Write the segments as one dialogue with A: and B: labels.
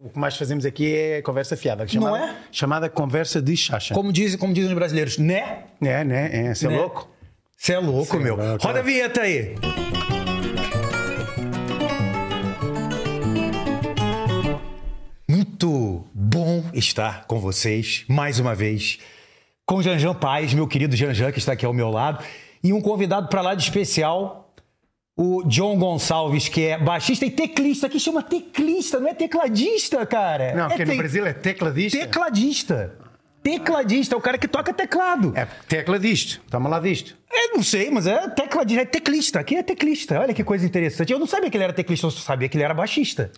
A: O que mais fazemos aqui é conversa fiada, chamada,
B: Não é?
A: chamada conversa de chacha.
B: Como dizem, como dizem os brasileiros, né?
A: É, né? É, você é
B: Né?
A: louco?
B: Você é louco, meu.
A: não, tá.
B: Roda a vinheta aí. Muito bom estar com vocês mais uma vez. Com Janjan Paz, meu querido Janjan, que está aqui ao meu lado. E um convidado para lá de especial, o John Gonçalves, que é baixista e teclista. Aqui chama teclista, não é tecladista, cara.
A: Não,
B: é
A: porque no
B: te-
A: Brasil é tecladista.
B: Tecladista. Tecladista, é o cara que toca teclado.
A: É tecla disto, toma lá disto.
B: É, não sei, mas é tecla de é teclista. Aqui é teclista. Olha que coisa interessante. Eu não sabia que ele era teclista, eu só sabia que ele era baixista.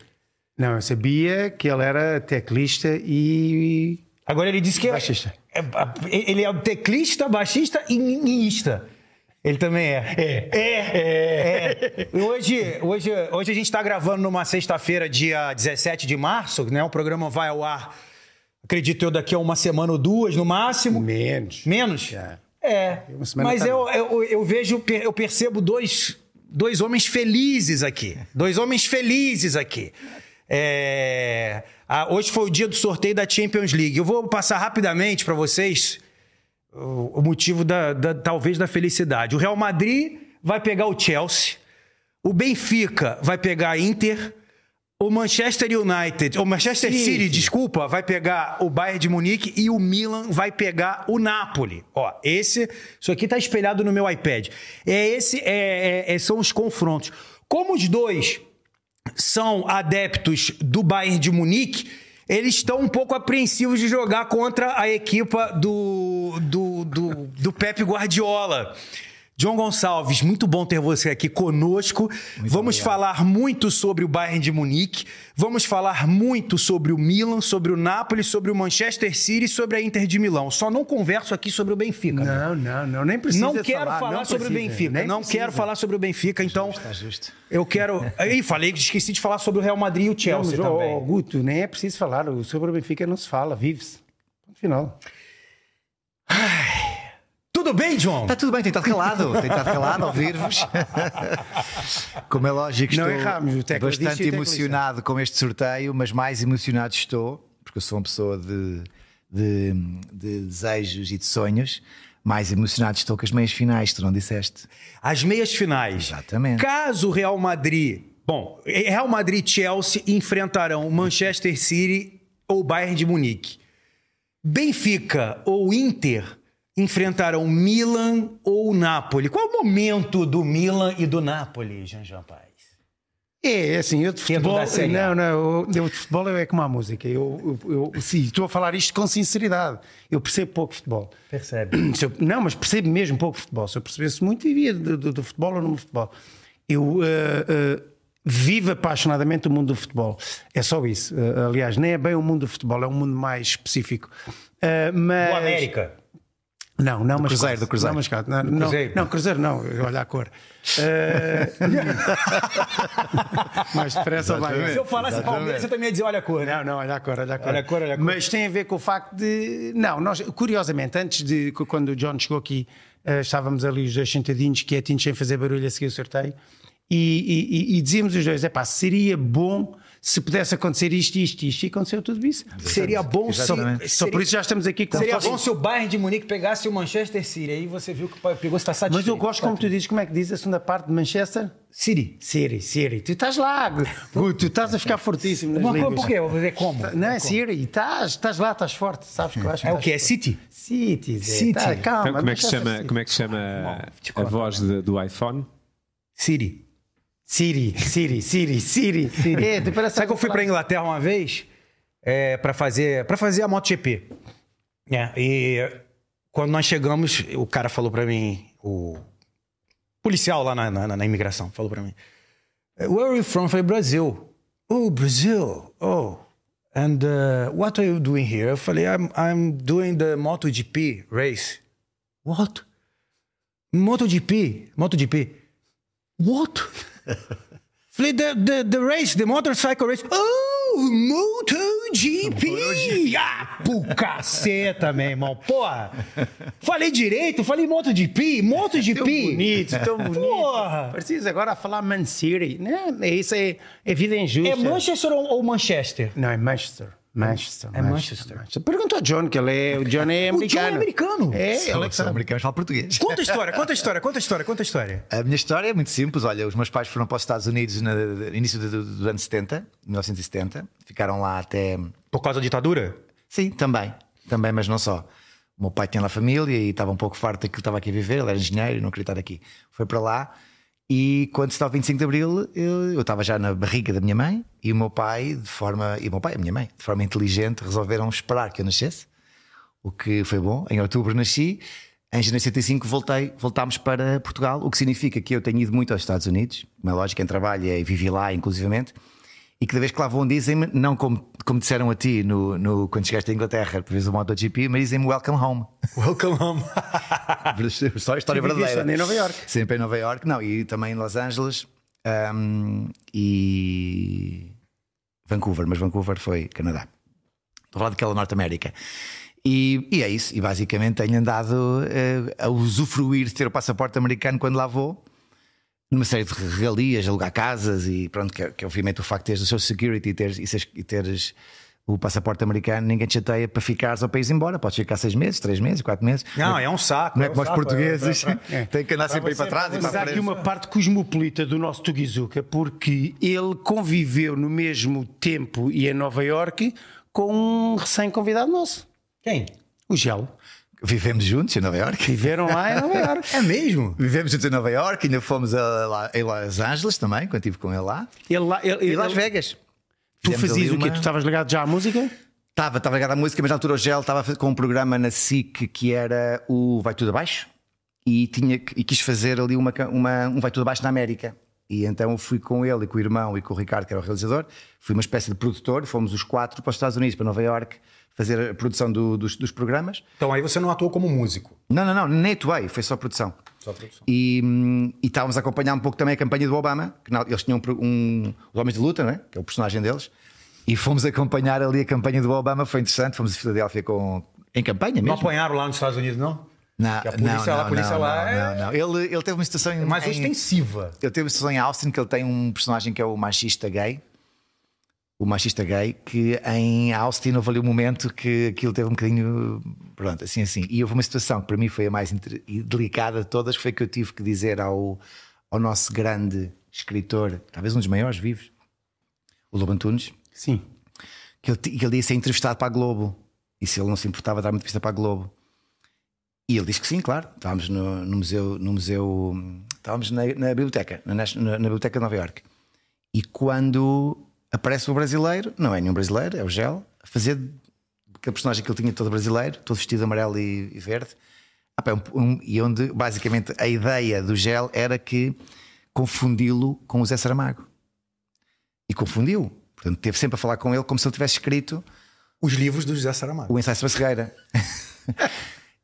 A: Não, eu sabia que ele era teclista e.
B: Agora ele disse que é.
A: Baixista.
B: é- é- ele é teclista, baixista e ninista. Ele também é. É. É. E Hoje, hoje, hoje a gente está gravando numa sexta-feira, dia 17 de março, né? O programa vai ao ar, acredito eu, daqui a uma semana ou duas no máximo.
A: Menos.
B: Menos?
A: É.
B: É.
A: Uma semana
B: Mas
A: tá
B: eu, eu, eu vejo, eu percebo dois, dois homens felizes aqui. Dois homens felizes aqui. É, ah, hoje foi o dia do sorteio da Champions League. Eu vou passar rapidamente para vocês o o motivo da, da- talvez da felicidade. O Real Madrid vai pegar o Chelsea, o Benfica vai pegar a Inter, o Manchester United, o Manchester City, desculpa, vai pegar o Bayern de Munique e o Milan vai pegar o Napoli. Ó, esse, isso aqui tá espelhado no meu iPad. É esse, é- é- é- são os confrontos. Como os dois são adeptos do Bayern de Munique, eles estão um pouco apreensivos de jogar contra a equipa do, do, do, do Pepe Guardiola. John Gonçalves, muito bom ter você aqui conosco. Vamos falar muito sobre o Bayern de Munique, vamos falar muito sobre o Milan, sobre o Napoli, sobre o Manchester City e sobre a Inter de Milão. Só não converso aqui sobre o Benfica. né?
A: Não, não, não, nem precisa.
B: Não quero falar,
A: não
B: sobre o
A: precisa,
B: Benfica.
A: nem
B: Não
A: precisa.
B: quero falar sobre o Benfica, então.
A: Está justo.
B: Eu quero. Ih, falei que esqueci de falar sobre o Real Madrid e o
A: Não,
B: Chelsea
A: mas, ó,
B: também.
A: ó, Guto, nem é preciso falar. O sobre o Benfica não se fala, vive-se. Ponto final.
B: Tudo bem, John?
C: Está Tá tudo bem, tenho estado calado, tenho estado calado a ouvir-vos. Como é lógico,
A: Não
C: estou
A: erramos, o tecladista e o
C: bastante
A: teclista.
C: emocionado com este sorteio, mas mais emocionado estou, porque eu sou uma pessoa de, de- de desejos e de sonhos. Mais emocionado estou com as meias finais, tu não disseste?
B: As meias finais.
C: Exatamente.
B: Caso o Real Madrid. Bom, eh, Real Madrid e Chelsea enfrentarão Manchester City ou Bayern de Munique. Benfica ou Inter enfrentarão Milan ou Napoli. Qual é o momento do Milan e do Napoli, Jean-Jean Paz?
A: É, é assim, eu de
B: é do
A: futebol.
B: da Série A.
A: Não, não, eu, eu de futebol é como a música. Eu, eu, eu- sim, estou a falar isto com sinceridade. Eu percebo pouco futebol.
B: Percebe.
A: Se eu- não, mas percebo mesmo pouco futebol. Se eu percebesse muito, iria do, do- do futebol ou no futebol. Eu eh, eh, vivo apaixonadamente o mundo do futebol. É só isso. Eh, aliás, nem é bem o mundo do futebol, é um mundo mais específico. Eh, mas...
B: O América.
A: Não, não, mas
C: Cruzeiro,
A: quase.
C: do Cruzeiro.
A: Não, mas quase. não, não,
B: Cruzeiro.
A: não, Cruzeiro não, olha a cor. Eh, mais depressa ou mais.
B: Se eu falasse Palmeiras, você também ia dizer: olha a cor, né?
A: Não, não, olha a cor, olha a cor.
B: Olha a cor, olha a cor.
A: Mas tem a ver com o facto de. Não, nós, curiosamente, antes de. cu- Quando o John chegou aqui, eh, estávamos ali os dois sentadinhos, quietinhos, sem fazer barulho a seguir o sorteio, e, e- e- e dizíamos os dois: é pá, seria bom se pudesse acontecer isto, isto, isto, e aconteceu tudo isso.
B: Seria bom se.
C: Exatamente.
A: Só por isso já estamos aqui com
B: Seria bom se o Bayern de Munique pegasse o Manchester City. Aí você viu que pegou, está satisfeito.
A: Mas eu gosto, como tu dizes, como é que diz a segunda parte de Manchester?
B: City.
A: Siri, Siri, tu estás lá, Gu, tu estás a ficar fortíssimo nas
B: Uma coisa,
A: línguas.
B: por quê? Eu vou dizer como.
A: Não, é Siri, estás, estás lá, estás forte, sabes que eu acho que
B: É o
A: estás
B: que? É City?
A: City,
B: City.
A: Zé. Tá, calma.
C: Ah,
D: Então, como é que se
A: deixa eu
C: assim.
D: chama,
A: ver.
D: como é que se chama a voz de- do iPhone?
B: City.
A: Siri, Siri, Siri, Siri. É, tu parece
B: Sabe que eu fui pra Inglaterra uma vez é, para fazer, pra fazer a MotoGP? né? E quando nós chegamos, o cara falou pra mim, o policial lá na, na- na imigração falou pra mim: Where are you from? Eu falei: Brasil. Oh, Brasil. Oh. And uh, what are you doing here? Eu falei: I'm, I'm doing the MotoGP race. What? MotoGP? MotoGP? What? Falei, the, the, the race, the motorcycle race. Oh, motor GP! Ah, pro caceta, meu irmão. Porra! Falei direito, falei MotoGP, MotoGP!
A: Tão bonito, tão bonito.
B: Porra!
A: Precisas agora falar Man City. Não, é isso é, é vida injusta.
B: É Manchester ou ou Manchester?
A: Não, é Manchester. Manchester.
B: É Manchester.
A: Pergunta ao John, que ele é. O John é
B: O John é
A: americano.
B: americano.
A: É, ele é que
C: Os
A: sabe.
C: americanos falam português.
B: Conta a história, conta a história, conta a história, conta a história.
C: A minha história é muito simples. Olha, os meus pais foram para os Estados Unidos no início do, do, do ano 70, 1970. Ficaram lá até.
B: Por causa da ditadura?
C: Sim, também. Também, mas não só. O meu pai tinha lá família e estava um pouco farto daquilo que estava aqui a viver. Ele era engenheiro e não queria estar aqui. Foi para lá e quando se está o 25 de Abril, eu eu estava já na barriga da minha mãe e o meu pai, de forma. E o meu pai e a minha mãe, de forma inteligente, resolveram esperar que eu nascesse o que foi bom. Em outubro nasci, em janeiro de 75 voltei, voltámos para Portugal, o que significa que eu tenho ido muito aos Estados Unidos, como é lógico, em trabalho e vivi lá, inclusivamente. E cada vez que lá vão, dizem-me, não como, como disseram a ti no, no- quando chegaste à Inglaterra, por vezes o MotoGP, mas dizem-me welcome home.
B: Welcome home.
C: Só a história
A: Tu viviste
C: verdadeira.
A: em Nova Iorque.
C: Sempre em Nova Iorque, não, e também em Los Angeles ahm, e Vancouver, mas Vancouver foi Canadá. Estou a falar daquela Norte América. E, e é isso, e basicamente tenho andado eh, a usufruir de ter o passaporte americano quando lá vou, numa série de regalias, alugar casas e pronto, que, é, que obviamente o facto de teres o seu security e teres, e seres- e teres o passaporte americano, ninguém te chateia para ficares ao país e ir embora. Podes ficar seis meses, três meses, quatro meses.
B: Não, é um saco.
C: Não é como os
B: um saco,
C: portugueses
B: é- é- é-
C: têm que andar sempre aí para trás e para
A: Mas há
C: frente.
A: aqui uma parte cosmopolita do nosso Tugizuka, porque ele conviveu no mesmo tempo e em Nova Iorque com um recém-convidado nosso,
B: Quem?
A: o Gelo.
C: Vivemos juntos em Nova Iorque.
A: Viveram lá em Nova Iorque.
B: É mesmo?
C: Vivemos juntos em Nova Iorque, ainda fomos a, lá, em Los Angeles também, quando estive com ele lá.
A: Ele lá, ele,
C: E Las
A: ele-
C: Vegas.
A: tu
C: Fizemos
A: fazias
C: ali
A: o quê?
C: uma-
A: Tu estavas ligado já à música?
C: Estava, estava ligado à música, mas na altura o Gel estava a fazer- com um programa na SIC que era o Vai Tudo Abaixo e, tinha, que- e quis fazer ali uma, ca- uma- um Vai Tudo Abaixo na América. E então eu fui com ele e com o irmão e com o Ricardo, que era o realizador, fui uma espécie de produtor, fomos os quatro para os Estados Unidos, para Nova Iorque, fazer a produção do- dos- dos programas.
B: Então aí você não atuou como músico.
C: Não, não, não, nem atuei, foi só produção. Só produção. E, hum, e estávamos a acompanhar um pouco também a campanha do Obama, que na- eles tinham um, pro- um- os Homens de Luta, não é? Que é o personagem deles. E fomos acompanhar ali a campanha do Obama, foi interessante, fomos a Filadélfia com. Em campanha
B: Não
C: mesmo?
B: apanharam lá nos Estados Unidos, não?
C: Não,
B: Que a polícia lá, a polícia
C: não,
B: lá
C: não,
B: é-
C: não, não. Ele, ele teve uma situação em,
B: Mas
C: em-
B: ostensiva.
C: ele teve uma situação em Austin que ele tem um personagem que é o machista gay. O machista gay, que em Austin houve ali um momento que aquilo teve um bocadinho. Pronto, assim, assim. E houve uma situação que para mim foi a mais inter- e delicada de todas, que foi que eu tive que dizer ao, ao nosso grande escritor, talvez um dos maiores vivos, o Lobo Antunes,
A: Sim.
C: que ele, ti- que ele ia ser entrevistado para a Globo. E se ele não se importava de dar uma entrevista para a Globo. E ele disse que sim, claro. Estávamos no, no museu, no museu. Estávamos na, na biblioteca, na, Nation- na- na Biblioteca de Nova Iorque. E quando aparece o brasileiro, não é nenhum brasileiro, é o Gel, a fazer aquele personagem que ele tinha todo brasileiro, todo vestido de amarelo e, e verde. Ah, pá, um- um- e onde basicamente a ideia do Gel era que confundi-lo com o Zé Saramago. E confundiu. Portanto, teve sempre a falar com ele como se ele tivesse escrito
B: Os livros do José Saramago.
C: o ensaio sobre a cegueira.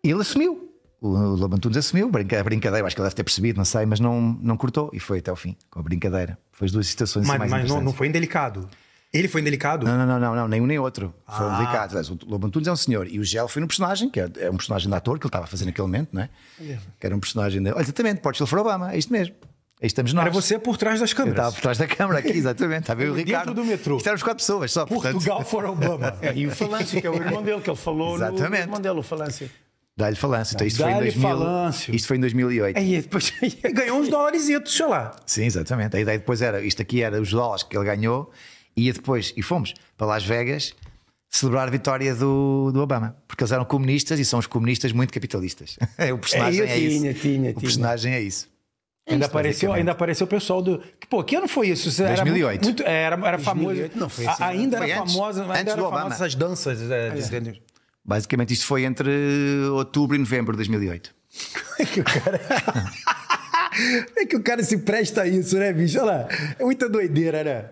C: e ele assumiu. O Lobo Antunes assumiu brinca- a brincadeira. Acho que ele deve ter percebido, não sei, mas não, não cortou. E foi até ao fim, com a brincadeira. Foi as duas situações
B: Mas,
C: assim mais
B: mas não,
C: interessantes.
B: não foi indelicado. Ele foi indelicado?
C: é Não, não, não, não, não, nem um nem outro.
B: Ah.
C: Foi um delicado. Aliás, O Lobo Antunes é um senhor e o Gel foi um personagem, que é, é um personagem de ator que ele estava a fazer naquele momento, não é? Que era um personagem. De... Olha, exatamente, Portugal for Obama, é isto mesmo. Aí estamos nós.
B: Era você por trás das
C: Eu estava
B: câmeras.
C: por trás da câmara aqui, exatamente. Estava eu e o
B: Dentro
C: Ricardo.
B: do metrô.
C: Isto éramos quatro pessoas só. portanto,
B: Portugal for Obama.
A: E o Falâncio, que é o irmão dele, que ele falou no
C: Exatamente.
A: irmão dele, o Falâncio.
C: Dá-lhe falância. Então, isto, foi em
B: Dá-lhe
C: 2000
B: falância.
C: isto foi em 2008.
A: Aí depois.
B: E ganhou uns dolarizitos, sei lá.
C: Sim, exatamente. A ideia depois era, isto aqui era os dólares que ele ganhou, e ia depois, e fomos para Las Vegas celebrar a vitória do, do Obama, porque eles eram comunistas e são os comunistas muito capitalistas. o personagem é,
A: tinha,
C: isso.
A: tinha, tinha.
C: o personagem é isso.
B: Ainda apareceu, ainda apareceu o pessoal do. Que, pô, que ano foi isso? isso
C: 2008.
B: Era, muito- muito- era, era famoso.
A: 2008 não foi
B: A-
A: assim,
B: ainda
C: Foi
B: era
C: antes-
B: famosa, ainda
C: antes
B: era
C: do Obama.
B: famosa essas danças. é, de-
C: Basicamente, isto foi entre outubro e novembro de 2008.
B: É que o cara se presta a isso, né, bicho? Olha lá. É muita doideira, né?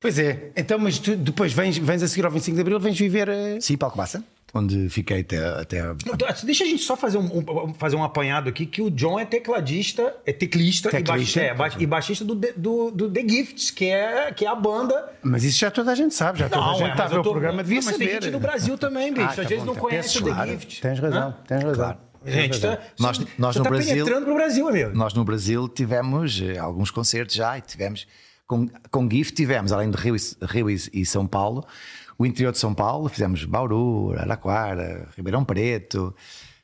A: Pois é. Então, mas tu depois vens, vens a seguir ao 25 de Abril, vens viver. eh,
C: Sim, Palcobaça? onde fiquei até, até a-
B: Então, Deixa a gente só fazer um, um- fazer um apanhado aqui, que o John é tecladista, é teclista, e,
A: Teclista.
B: baixista, é, ba- e baixista do, The- do, do The Gifts, que é, que é a banda
A: Mas isso já toda a gente sabe, já toda a
B: Não,
A: gente
B: é,
A: está a
B: mas
A: ver
B: eu
A: o
B: tô-
A: programa, devia
B: mas
A: saber.
B: tem gente do Brasil também, bicho.
A: Ah,
B: Às
A: tá
B: vezes
A: bom,
B: não
A: tá.
B: conhece o The
A: Claro.
B: Gift.
A: Tens razão, tens razão. Tens
B: Gente,
A: razão.
B: tá,
C: Nós-
B: você-
C: nós
B: você
C: no
B: tá
C: Brasil-
B: penetrando pro Brasil, amigo.
C: Nós no Brasil tivemos eh, alguns concertos já e tivemos com, com GIF tivemos, além de Rio, e- Rio e, e São Paulo, o interior de São Paulo, fizemos Bauru, Araquara, Ribeirão Preto,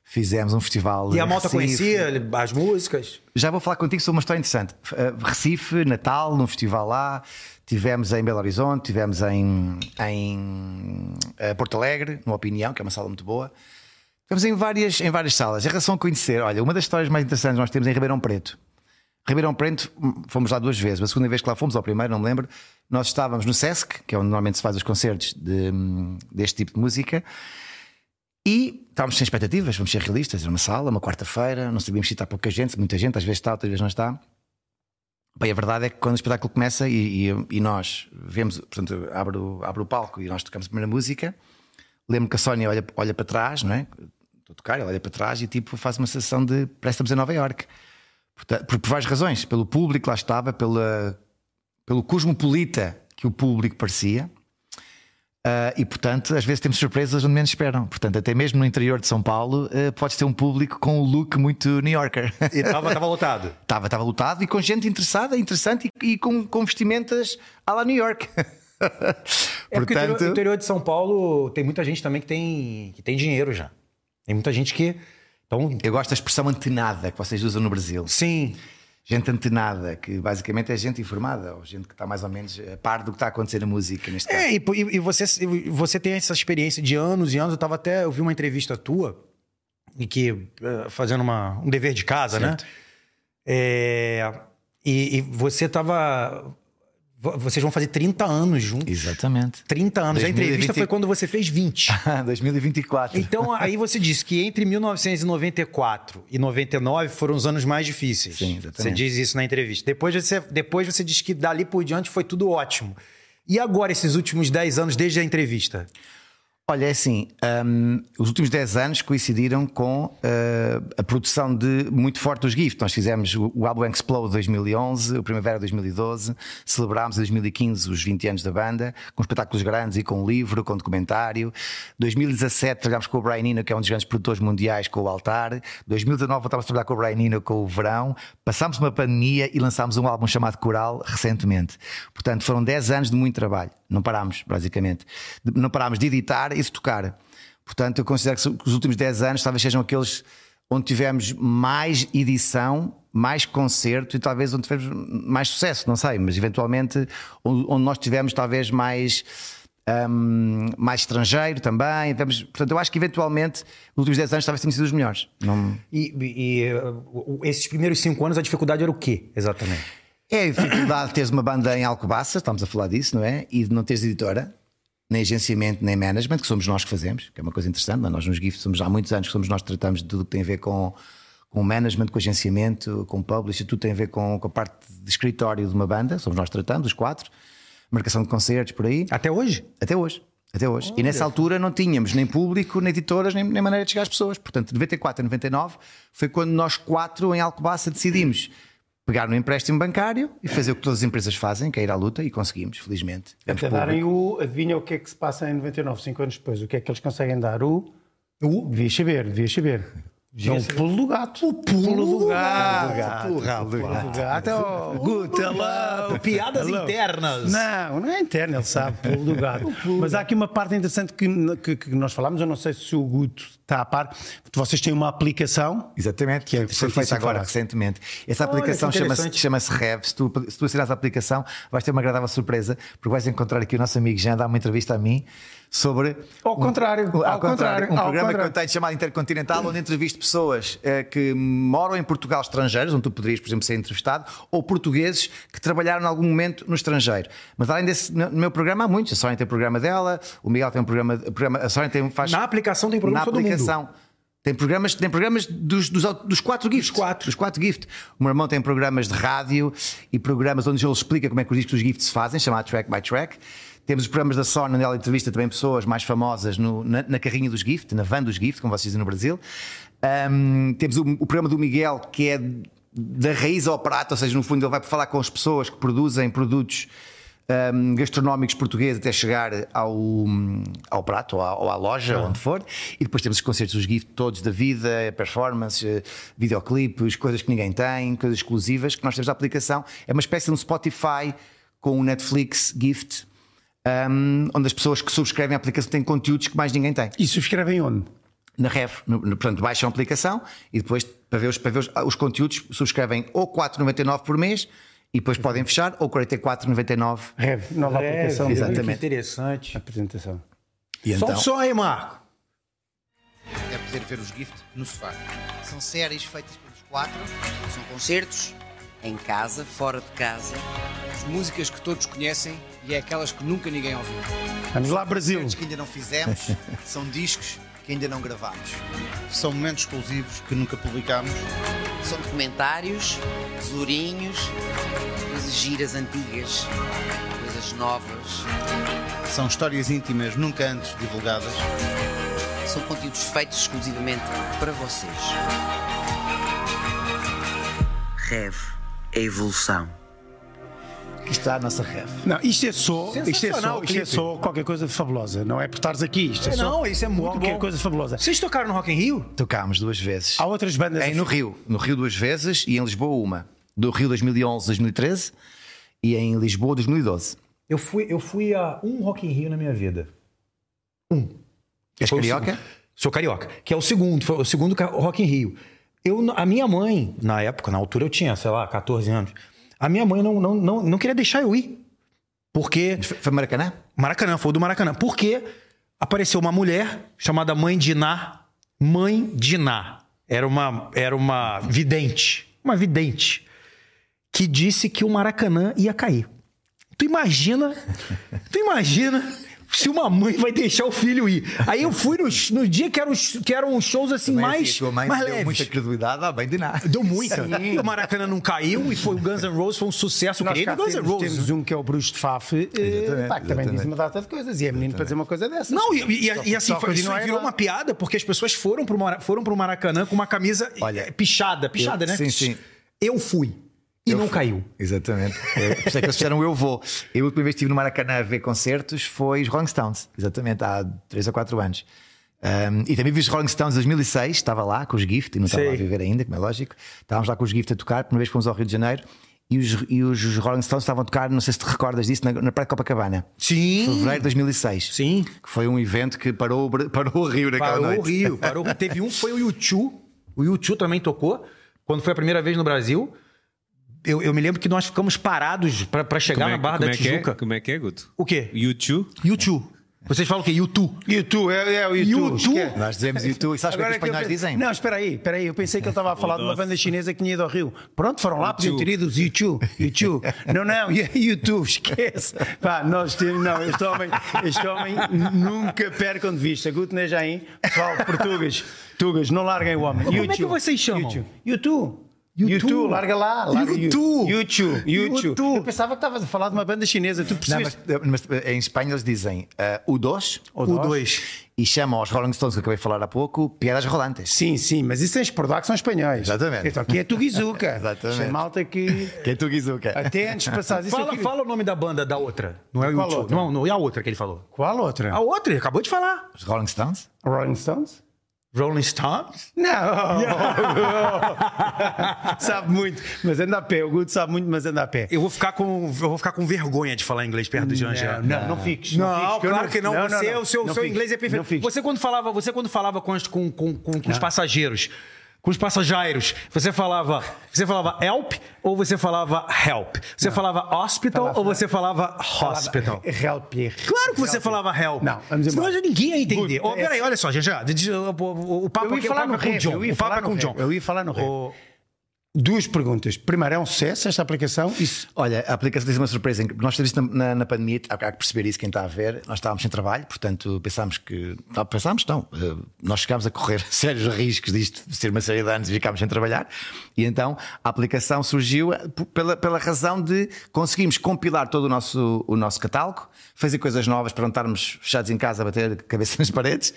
C: fizemos um festival.
B: E a
C: em
B: malta
C: Recife.
B: conhecia as músicas.
C: Já vou falar contigo sobre uma história interessante. F- eh, Recife, Natal, num festival lá, tivemos em Belo Horizonte, tivemos em, em eh, Porto Alegre, no Opinião, que é uma sala muito boa. Tivemos em várias, em várias salas. Em relação a conhecer, olha, uma das histórias mais interessantes nós temos é em Ribeirão Preto. Ribeirão Preto, hum, fomos lá duas vezes. A segunda vez que lá fomos, ou a primeira, não me lembro, nós estávamos no Sesc, que é onde normalmente se faz os concertos de, hum, deste tipo de música, e estávamos sem expectativas, vamos ser realistas, era uma sala, uma quarta-feira, não sabíamos se está pouca gente, se muita gente, às vezes está, outras vezes não está. Bem, a verdade é que quando o espetáculo começa e, e- e nós vemos, portanto, abre o, abre o palco e nós tocamos a primeira música, lembro que a Sónia olha, olha para trás, não é? Estou a tocar, ela olha para trás e tipo faz uma sensação de parece que estamos em Nova Iorque. Porta- por, por várias razões, pelo público que lá estava, pela, pelo cosmopolita que o público parecia. Ah, e portanto, às vezes temos surpresas onde menos esperam. Portanto, até mesmo no interior de São Paulo, eh, podes ter um público com um look muito New Yorker.
B: E tava, tava lotado.
C: Estava, estava lotado e com gente interessada, interessante e, e com, com vestimentas à la New York.
B: É porque o interior, o interior de São Paulo tem muita gente também que tem, que tem dinheiro já. Tem muita gente que. Então,
C: eu gosto da expressão antenada que vocês usam no Brasil.
B: sim.
C: Gente antenada, que basicamente é gente informada, ou gente que está mais ou menos a par do que está a acontecer na música neste caso.
B: É, e, po- e- e você, e você tem essa experiência de anos e anos. Eu tava até. Eu vi uma entrevista tua, e que. eh, fazendo uma, um dever de casa, né? É, e, e você tava. vo- Vocês vão fazer 30 anos juntos.
C: Exatamente.
B: 30 anos. A
C: 2020
B: entrevista foi quando você fez 20.
C: 2024.
B: Então, aí você disse que entre 1994 e 99 foram os anos mais difíceis.
C: Sim, exatamente.
B: Você diz isso na entrevista. Depois você, depois você diz que dali por diante foi tudo ótimo. E agora, esses últimos 10 anos, desde a entrevista?
C: Olha, é assim, hum, os últimos 10 anos coincidiram com eh, a produção de muito forte dos GIFT. Nós fizemos o, o álbum Explode 2011, o Primavera 2012, celebrámos em 2015 os 20 anos da banda, com espetáculos grandes e com livro, com documentário. 2017 trabalhámos com o Brian Eno, que é um dos grandes produtores mundiais, com o Altar. 2019 voltámos a trabalhar com o Brian Eno, com o Verão. Passámos uma pandemia e lançámos um álbum chamado Coral recentemente. Portanto, foram 10 anos de muito trabalho. Não parámos, basicamente. De- Não parámos de editar e de tocar. Portanto, eu considero que so- que os últimos 10 anos talvez sejam aqueles onde tivemos mais edição, mais concerto e talvez onde tivemos mais sucesso, não sei, mas eventualmente onde onde nós tivemos talvez mais. hum, mais estrangeiro também, tivemos- portanto, eu acho que eventualmente os últimos 10 anos talvez tenham sido os melhores. Não-
B: E, e, eh, o- o- esses primeiros 5 anos, a dificuldade era o quê, exatamente?
C: É a dificuldade de teres uma banda em Alcobaça, estamos a falar disso, não é? E de não teres editora, nem agenciamento, nem management, que somos nós que fazemos, que é uma coisa interessante. não é? Nós nos GIF somos há muitos anos que somos nós que tratamos de tudo o que tem a ver com, com management, com agenciamento, com publisher, tudo tem a ver com, com a parte de escritório de uma banda, somos nós que tratamos, os quatro, marcação de concertos por aí.
B: Até hoje?
C: Até hoje. Até hoje. E nessa altura não tínhamos nem público, nem editoras, nem, nem maneira de chegar às pessoas. Portanto, de 94 a 99 foi quando nós quatro em Alcobaça decidimos pegar no empréstimo bancário e fazer o que todas as empresas fazem, que é ir à luta, e conseguimos, felizmente. Tivemos
A: Até
C: público.
A: darem o. Adivinha o que é que se passa em 99, 5 anos depois. O que é que eles conseguem dar? O. O. Devias saber, devias saber. Dão o pulo do gato. O pulo do Ah, gato. O pulo do gato. é o-
C: Guta lá!
B: Piadas internas.
A: Não, não é interno, ele sabe, pulo do gato. Mas há aqui uma parte interessante que, que- que nós falámos, eu não sei se o Guto está a par. Vocês têm uma aplicação.
C: Exatamente, que
A: é
C: foi feita
A: interessantíssimo
C: agora
A: falar.
C: recentemente. Essa
B: Olha,
C: aplicação
B: que
C: chama-se
B: interessante.
C: chama Rev. Se tu, se tu assinares a aplicação, vais ter uma agradável surpresa, porque vais encontrar aqui o nosso amigo Jean a dar uma entrevista a mim sobre.
A: Ao contrário,
C: um,
A: ao contrário,
C: um
A: ao
C: programa que eu
A: contrário.
C: tenho chamado Intercontinental, onde entrevisto pessoas eh, que moram em Portugal estrangeiros, onde tu poderias, por exemplo, ser entrevistado, ou portugueses que trabalharam em algum momento no estrangeiro. Mas além desse, no no meu programa há muitos. A Sónia tem o programa dela, o Miguel tem um programa. programa a Sónia tem, faz
B: Na aplicação tem programa de
C: na
B: todo mundo.
C: aplicação. Tem programas, tem programas dos, dos, au- dos quatro GIFs.
B: quatro.
C: Dos quatro GIFs. O meu irmão tem programas de rádio e programas onde ele explica como é que os discos dos GIFs se fazem, chamado Track by Track. Temos os programas da Sony, onde ela entrevista também pessoas mais famosas no- na, na carrinha dos Gift, na van dos Gift, como vocês dizem no Brasil. Ahm, temos o, o programa do Miguel, que é da raiz ao prato, ou seja, no fundo ele vai falar com as pessoas que produzem produtos ahm, gastronómicos portugueses até chegar ao, ao prato ou à, ou à loja, onde for. E depois temos os concertos dos GIFT todos da vida, performance, eh, videoclipes, coisas que ninguém tem, coisas exclusivas que nós temos na aplicação. É uma espécie de um Spotify com o Netflix GIFT, ahm, onde as pessoas que subscrevem a aplicação têm conteúdos que mais ninguém tem
A: E subscrevem onde?
C: na ref, no- no- portanto, baixam a aplicação e depois, para ver os, para ver os, ah, os conteúdos, subscrevem ou 4,99 por mês e depois podem fechar, ou 44,99.
A: Rev, nova aplicação.
B: É,
C: exatamente.
B: Que interessante.
A: Apresentação.
C: E
B: Só um som aí, Marco.
E: é poder ver os GIFT no sofá. São séries feitas pelos quatro, são concertos
F: Em casa, fora de casa.
E: as músicas que todos conhecem e é aquelas que nunca ninguém ouviu.
A: Vamos lá, Brasil.
E: Concertos que ainda não fizemos, são discos que ainda não gravámos. São momentos exclusivos que nunca publicámos.
F: São documentários, tesourinhos, coisas giras antigas, coisas novas.
E: São histórias íntimas nunca antes divulgadas.
F: São conteúdos feitos exclusivamente para vocês. Rev, a evolução.
C: Aqui está a nossa ref.
A: Não, isto é só, isto é
B: Sensacional
A: só,
B: o
A: isto é
B: clipe.
A: só qualquer coisa fabulosa. Não é por estares aqui. Isto
C: um
A: é
B: É,
A: só
B: não, isso é muito
A: qualquer
B: bom.
A: coisa fabulosa.
B: Vocês tocaram no Rock in Rio?
C: Tocámos duas vezes.
A: Há outras
B: É,
A: bandas.
C: Em, no Rio. No Rio duas vezes e em Lisboa uma. Do Rio 2011, 2013 e em Lisboa 2012.
B: Eu fui, eu fui a um Rock in Rio na minha vida.
C: És
B: Foi o
C: carioca?
B: segundo. Sou carioca, que é o segundo, foi o segundo ca- Rock in Rio. Eu, n- a minha mãe, na época, na altura eu tinha, sei lá, 14 anos, a minha mãe não, não, não, não queria deixar eu ir. Porque.
C: Foi foi Maracanã?
B: Maracanã, foi o do Maracanã. Porque apareceu uma mulher chamada Mãe Diná. Mãe Diná. Era uma, era uma vidente. Uma vidente. Que disse que o Maracanã ia cair. Tu imagina. Tu imagina. Se uma mãe vai deixar o filho ir. Aí eu fui nos- no dia que eram, os- que eram os shows assim
C: Também,
B: mais,
C: assim, a tua mãe
B: mais
C: deu
B: leves.
C: muita credibilidade, ah, bem de nada.
B: Deu muita. E o Maracanã não caiu e foi o Guns N' Roses, foi um sucesso.
A: Nós
B: creio,
A: cá
B: do Guns N'
A: temos,
B: Roses.
A: temos um que é o Bruce de Faf, eh, pá, que também
C: exatamente.
A: diz uma data de coisas. E é menino para dizer uma coisa dessas.
B: Não, e, e-
A: Só-
B: e assim,
A: só
B: foi,
A: que
B: isso
A: não é
B: virou
A: lá.
B: uma piada, porque as pessoas foram pro, Mara- foram pro Maracanã com uma camisa é,
C: Olha,
B: pichada, pichada,
C: eu-
B: né?
C: sim, sim.
B: Eu fui. E
C: Eu
B: não
C: fui.
B: caiu.
C: Exatamente. É, por isso é que eles disseram eu vou. Eu, a última vez que estive no Maracanã a ver concertos foi os Rolling Stones, exatamente, há 3 ou 4 anos. Um, e também vi os Rolling Stones em 2006, estava lá com os Gift, e não estava
B: Sim.
C: lá a viver ainda, como é lógico. Estávamos lá com os Gift a tocar, primeira vez fomos ao Rio de Janeiro. E os, e os Rolling Stones estavam a tocar, não sei se te recordas disso, na, na Praia de Copacabana.
B: Sim.
C: Fevereiro de 2006.
B: Sim.
C: Que foi um evento que parou, o Bra- parou o Rio naquela
B: Parou
C: noite.
B: o Rio. Parou. Teve um que foi o YouTube. O YouTube também tocou. Quando foi a primeira vez no Brasil, eu, eu me lembro que nós ficamos parados pra pra chegar na Barra da
D: é que é?
B: Tijuca.
D: Como é que é, Guto?
B: O quê?
D: YouTube?
B: YouTube. Vocês falam o quê? YouTube.
A: YouTube, é, é o YouTube.
B: YouTube?
A: esquece.
C: Nós dizemos e tu, e sabes o que é
A: Agora
C: que os
A: eu
C: espanhóis
A: pensei-
C: dizem?
A: Não, espera aí, espera aí. Eu pensei que ele estava a falar de uma banda chinesa que tinha ido ao Rio. Pronto, foram lá, podiam ter ido os YouTube. YouTube. Não, não, YouTube, esquece. Pá, nós temos. Não, este homem, este homem nunca percam de vista. Gutne Jaim, pessoal, português, tugas, não larguem o homem.
B: é que vocês chamam?
A: YouTube. YouTube.
B: YouTube.
A: YouTube, larga lá. Larga
B: YouTube.
A: YouTube. YouTube.
B: YouTube.
A: Eu pensava que estavas a falar de uma banda chinesa. Tu
C: Não,
A: percebeste?
C: mas, mas eh, em Espanha eles dizem ah, o dos
B: O dois.
C: e chamam aos Rolling Stones, que eu acabei de falar há pouco, piadas rolantes.
A: Sim, sim, mas isso tens por lá que são espanhóis.
C: Exatamente.
A: Então aqui é Tuguizuca.
C: Exatamente.
A: Isso é malta que.
C: Que é tu, Guizuca?
A: Até antes passados. Isso
B: Fala,
A: aqui-
B: fala o nome da banda da outra. Não é o
A: Qual
B: YouTube.
A: outra?
B: Não, não. E a outra que ele falou?
A: Qual outra?
B: A outra, ele acabou de falar.
C: Os Rolling Stones?
A: Rolling Stones?
B: Rolling Stones?
A: Não! sabe muito, mas anda a pé. O Guto sabe muito, mas anda a pé.
B: Eu vou ficar com, eu vou ficar com vergonha de falar inglês perto do Jean Jean.
A: Não, não, não fiques.
B: Não,
A: fiques, eu
B: claro que não. você, é O seu,
A: Não
B: seu
A: fiques,
B: inglês
A: Não
B: é
A: Ah.
B: perfeito.
A: fiques.
B: Você quando falava, você quando falava com, as- com, com, com, com os passageiros, com os passageiros, você falava, você falava help ou você falava help? Você falava hospital ou você falava hospital?
A: Help.
B: Claro que você falava help.
A: Não, vamos embora.
B: Senão já ninguém ia entender.
A: Good.
B: Oh, peraí, olha só, Jean Jean. diz- O, o, o papo
A: Eu ia
B: aqui- o
A: falar
B: papo
A: no
B: é com o
A: rap,
B: John.
A: eu ia
B: O papo
A: falar
B: é com
A: no
B: o John.
A: rap, eu ia falar no rap.
B: O-
A: Duas perguntas. Primeiro, é um sucesso esta aplicação? Isso.
C: Olha, a aplicação tem uma surpresa. incrível. Nós fizemos isso na, na- na pandemia, há, há que perceber isso quem está a ver. Nós estávamos sem trabalho, portanto pensámos que. tá, pensámos, não. eh, Nós chegámos a correr sérios riscos disto ser uma série de anos e ficámos sem trabalhar. E então a aplicação surgiu eh, p- pela, pela razão de conseguirmos compilar todo o nosso, o nosso catálogo, fazer coisas novas para não estarmos fechados em casa a bater a cabeça nas paredes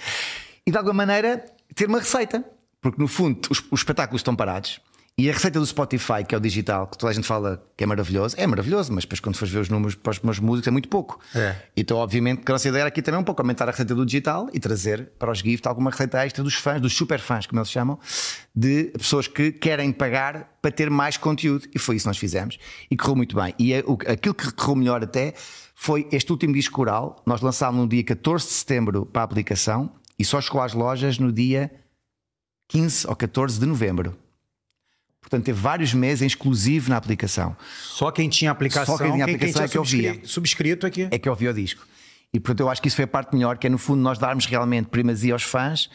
C: e de alguma maneira ter uma receita. Porque no fundo os, os espetáculos estão parados e a receita do Spotify, que é o digital, que toda a gente fala que é maravilhoso, é maravilhoso, mas depois quando fores ver os números para os meus músicos é muito pouco. Então, obviamente, que a nossa ideia era aqui também é um pouco aumentar a receita do digital e trazer para os GIFT alguma receita extra dos fãs, dos super fãs, como eles chamam, de pessoas que querem pagar para ter mais conteúdo. E foi isso que nós fizemos e correu muito bem. E é o- aquilo que correu melhor até foi este último disco coral. Nós lançámos no dia 14 de setembro para a aplicação e só chegou às lojas no dia 15 ou 14 de novembro. Portanto, teve vários meses em exclusivo na aplicação.
B: Só quem tinha aplicação,
C: Só quem tinha
B: quem
C: aplicação
B: tinha
C: é que eu via.
B: subscri- subscrito aqui.
C: É que eu ouvi o disco. E portanto, eu acho que isso foi a parte melhor, que é no fundo nós darmos realmente primazia aos fãs.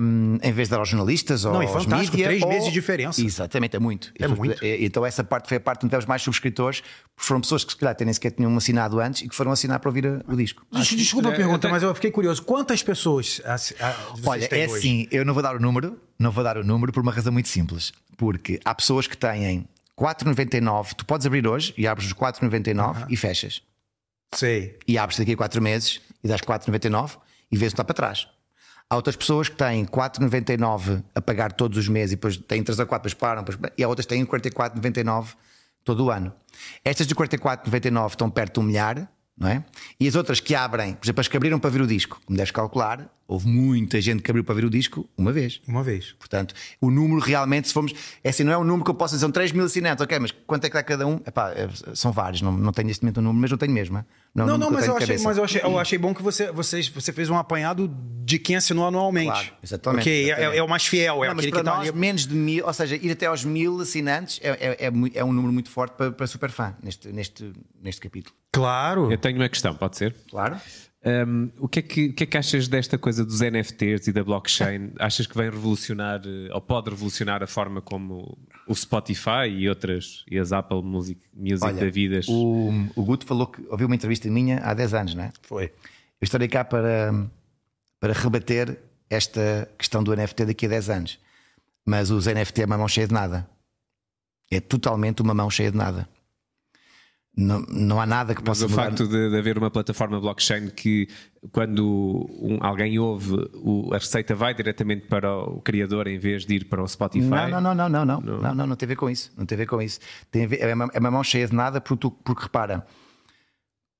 C: hum, em vez de dar aos jornalistas ou
B: Não, e
C: aos
B: fantástico,
C: mídia,
B: três
C: ou-
B: meses de diferença.
C: Exatamente, é muito.
B: É muito.
C: E, então essa parte foi a parte onde tivemos mais subscritores, porque foram pessoas que se calhar até nem sequer tinham assinado antes e que foram assinar para ouvir a- o disco.
B: Des- Desculpa a pergunta, mas eu fiquei curioso. Quantas pessoas assi- a- vocês
C: Olha,
B: têm
C: é
B: hoje?
C: assim, eu não vou dar o número, não vou dar o número por uma razão muito simples. Porque há pessoas que têm 4,99, tu podes abrir hoje e abres os 4,99 e fechas.
B: Sei.
C: E abres daqui a 4 meses e dás 4,99 e vês se está para trás. Há outras pessoas que têm 4,99 a pagar todos os meses e depois têm 3 ou 4, depois param, depois... e há outras que têm 44,99 todo o ano. Estas de 44,99 estão perto de um milhar, não é? E as outras que abrem, por exemplo, as que abriram para ver o disco, como deves calcular, houve muita gente que abriu para ver o disco uma vez.
B: Uma vez.
C: Portanto, o número realmente, se formos. É assim, não é um número que eu possa dizer, são 3 mil assinantes, ok, mas quanto é que dá cada um? Epá, é, são vários, não, não tenho neste momento o número, mas não tenho mesmo. é? é um
B: Não,
C: número
B: não,
C: que
B: mas eu
C: tenho de
B: achei,
C: cabeça.
B: mas eu achei, eu achei bom que você, vocês, você fez um apanhado de quem assinou anualmente.
C: Claro, exatamente,
B: Porque é- É,
C: exatamente.
B: é o mais fiel, é
C: Não, mas
B: aquele
C: para
B: que tá
C: nós,
B: ali.
C: menos de mil, ou seja, ir até aos mil assinantes é, é, é mu- é um número muito forte para, para super fã neste, neste, neste capítulo.
B: Claro.
C: Oh.
D: Eu tenho uma questão, pode ser?
C: Claro. Hum,
D: Um, o, que é que, o que é que achas desta coisa dos NFTs e da blockchain? Achas que vem revolucionar eh, ou pode revolucionar a forma como o Spotify e outras e as Apple Music, Music
C: Olha,
D: da Vidas?
C: O, o Guto falou que ouviu uma entrevista minha há 10 anos, não é?
B: Foi.
C: Eu estarei cá para, para rebater esta questão do NFT daqui a 10 anos. Mas os NFT é uma mão cheia de nada. É totalmente uma mão cheia de nada. Não, não há nada que
D: Mas
C: possa
D: o
C: mudar.
D: facto de, de haver uma plataforma blockchain que, quando um- alguém ouve, o- a receita vai diretamente para o criador em vez de ir para o Spotify.
C: Não, não, não, não, não, não, não, não, não tem a ver com isso. Não tem a ver com isso. Tem a ver- é, uma, é uma mão cheia de nada porque, tu- porque repara,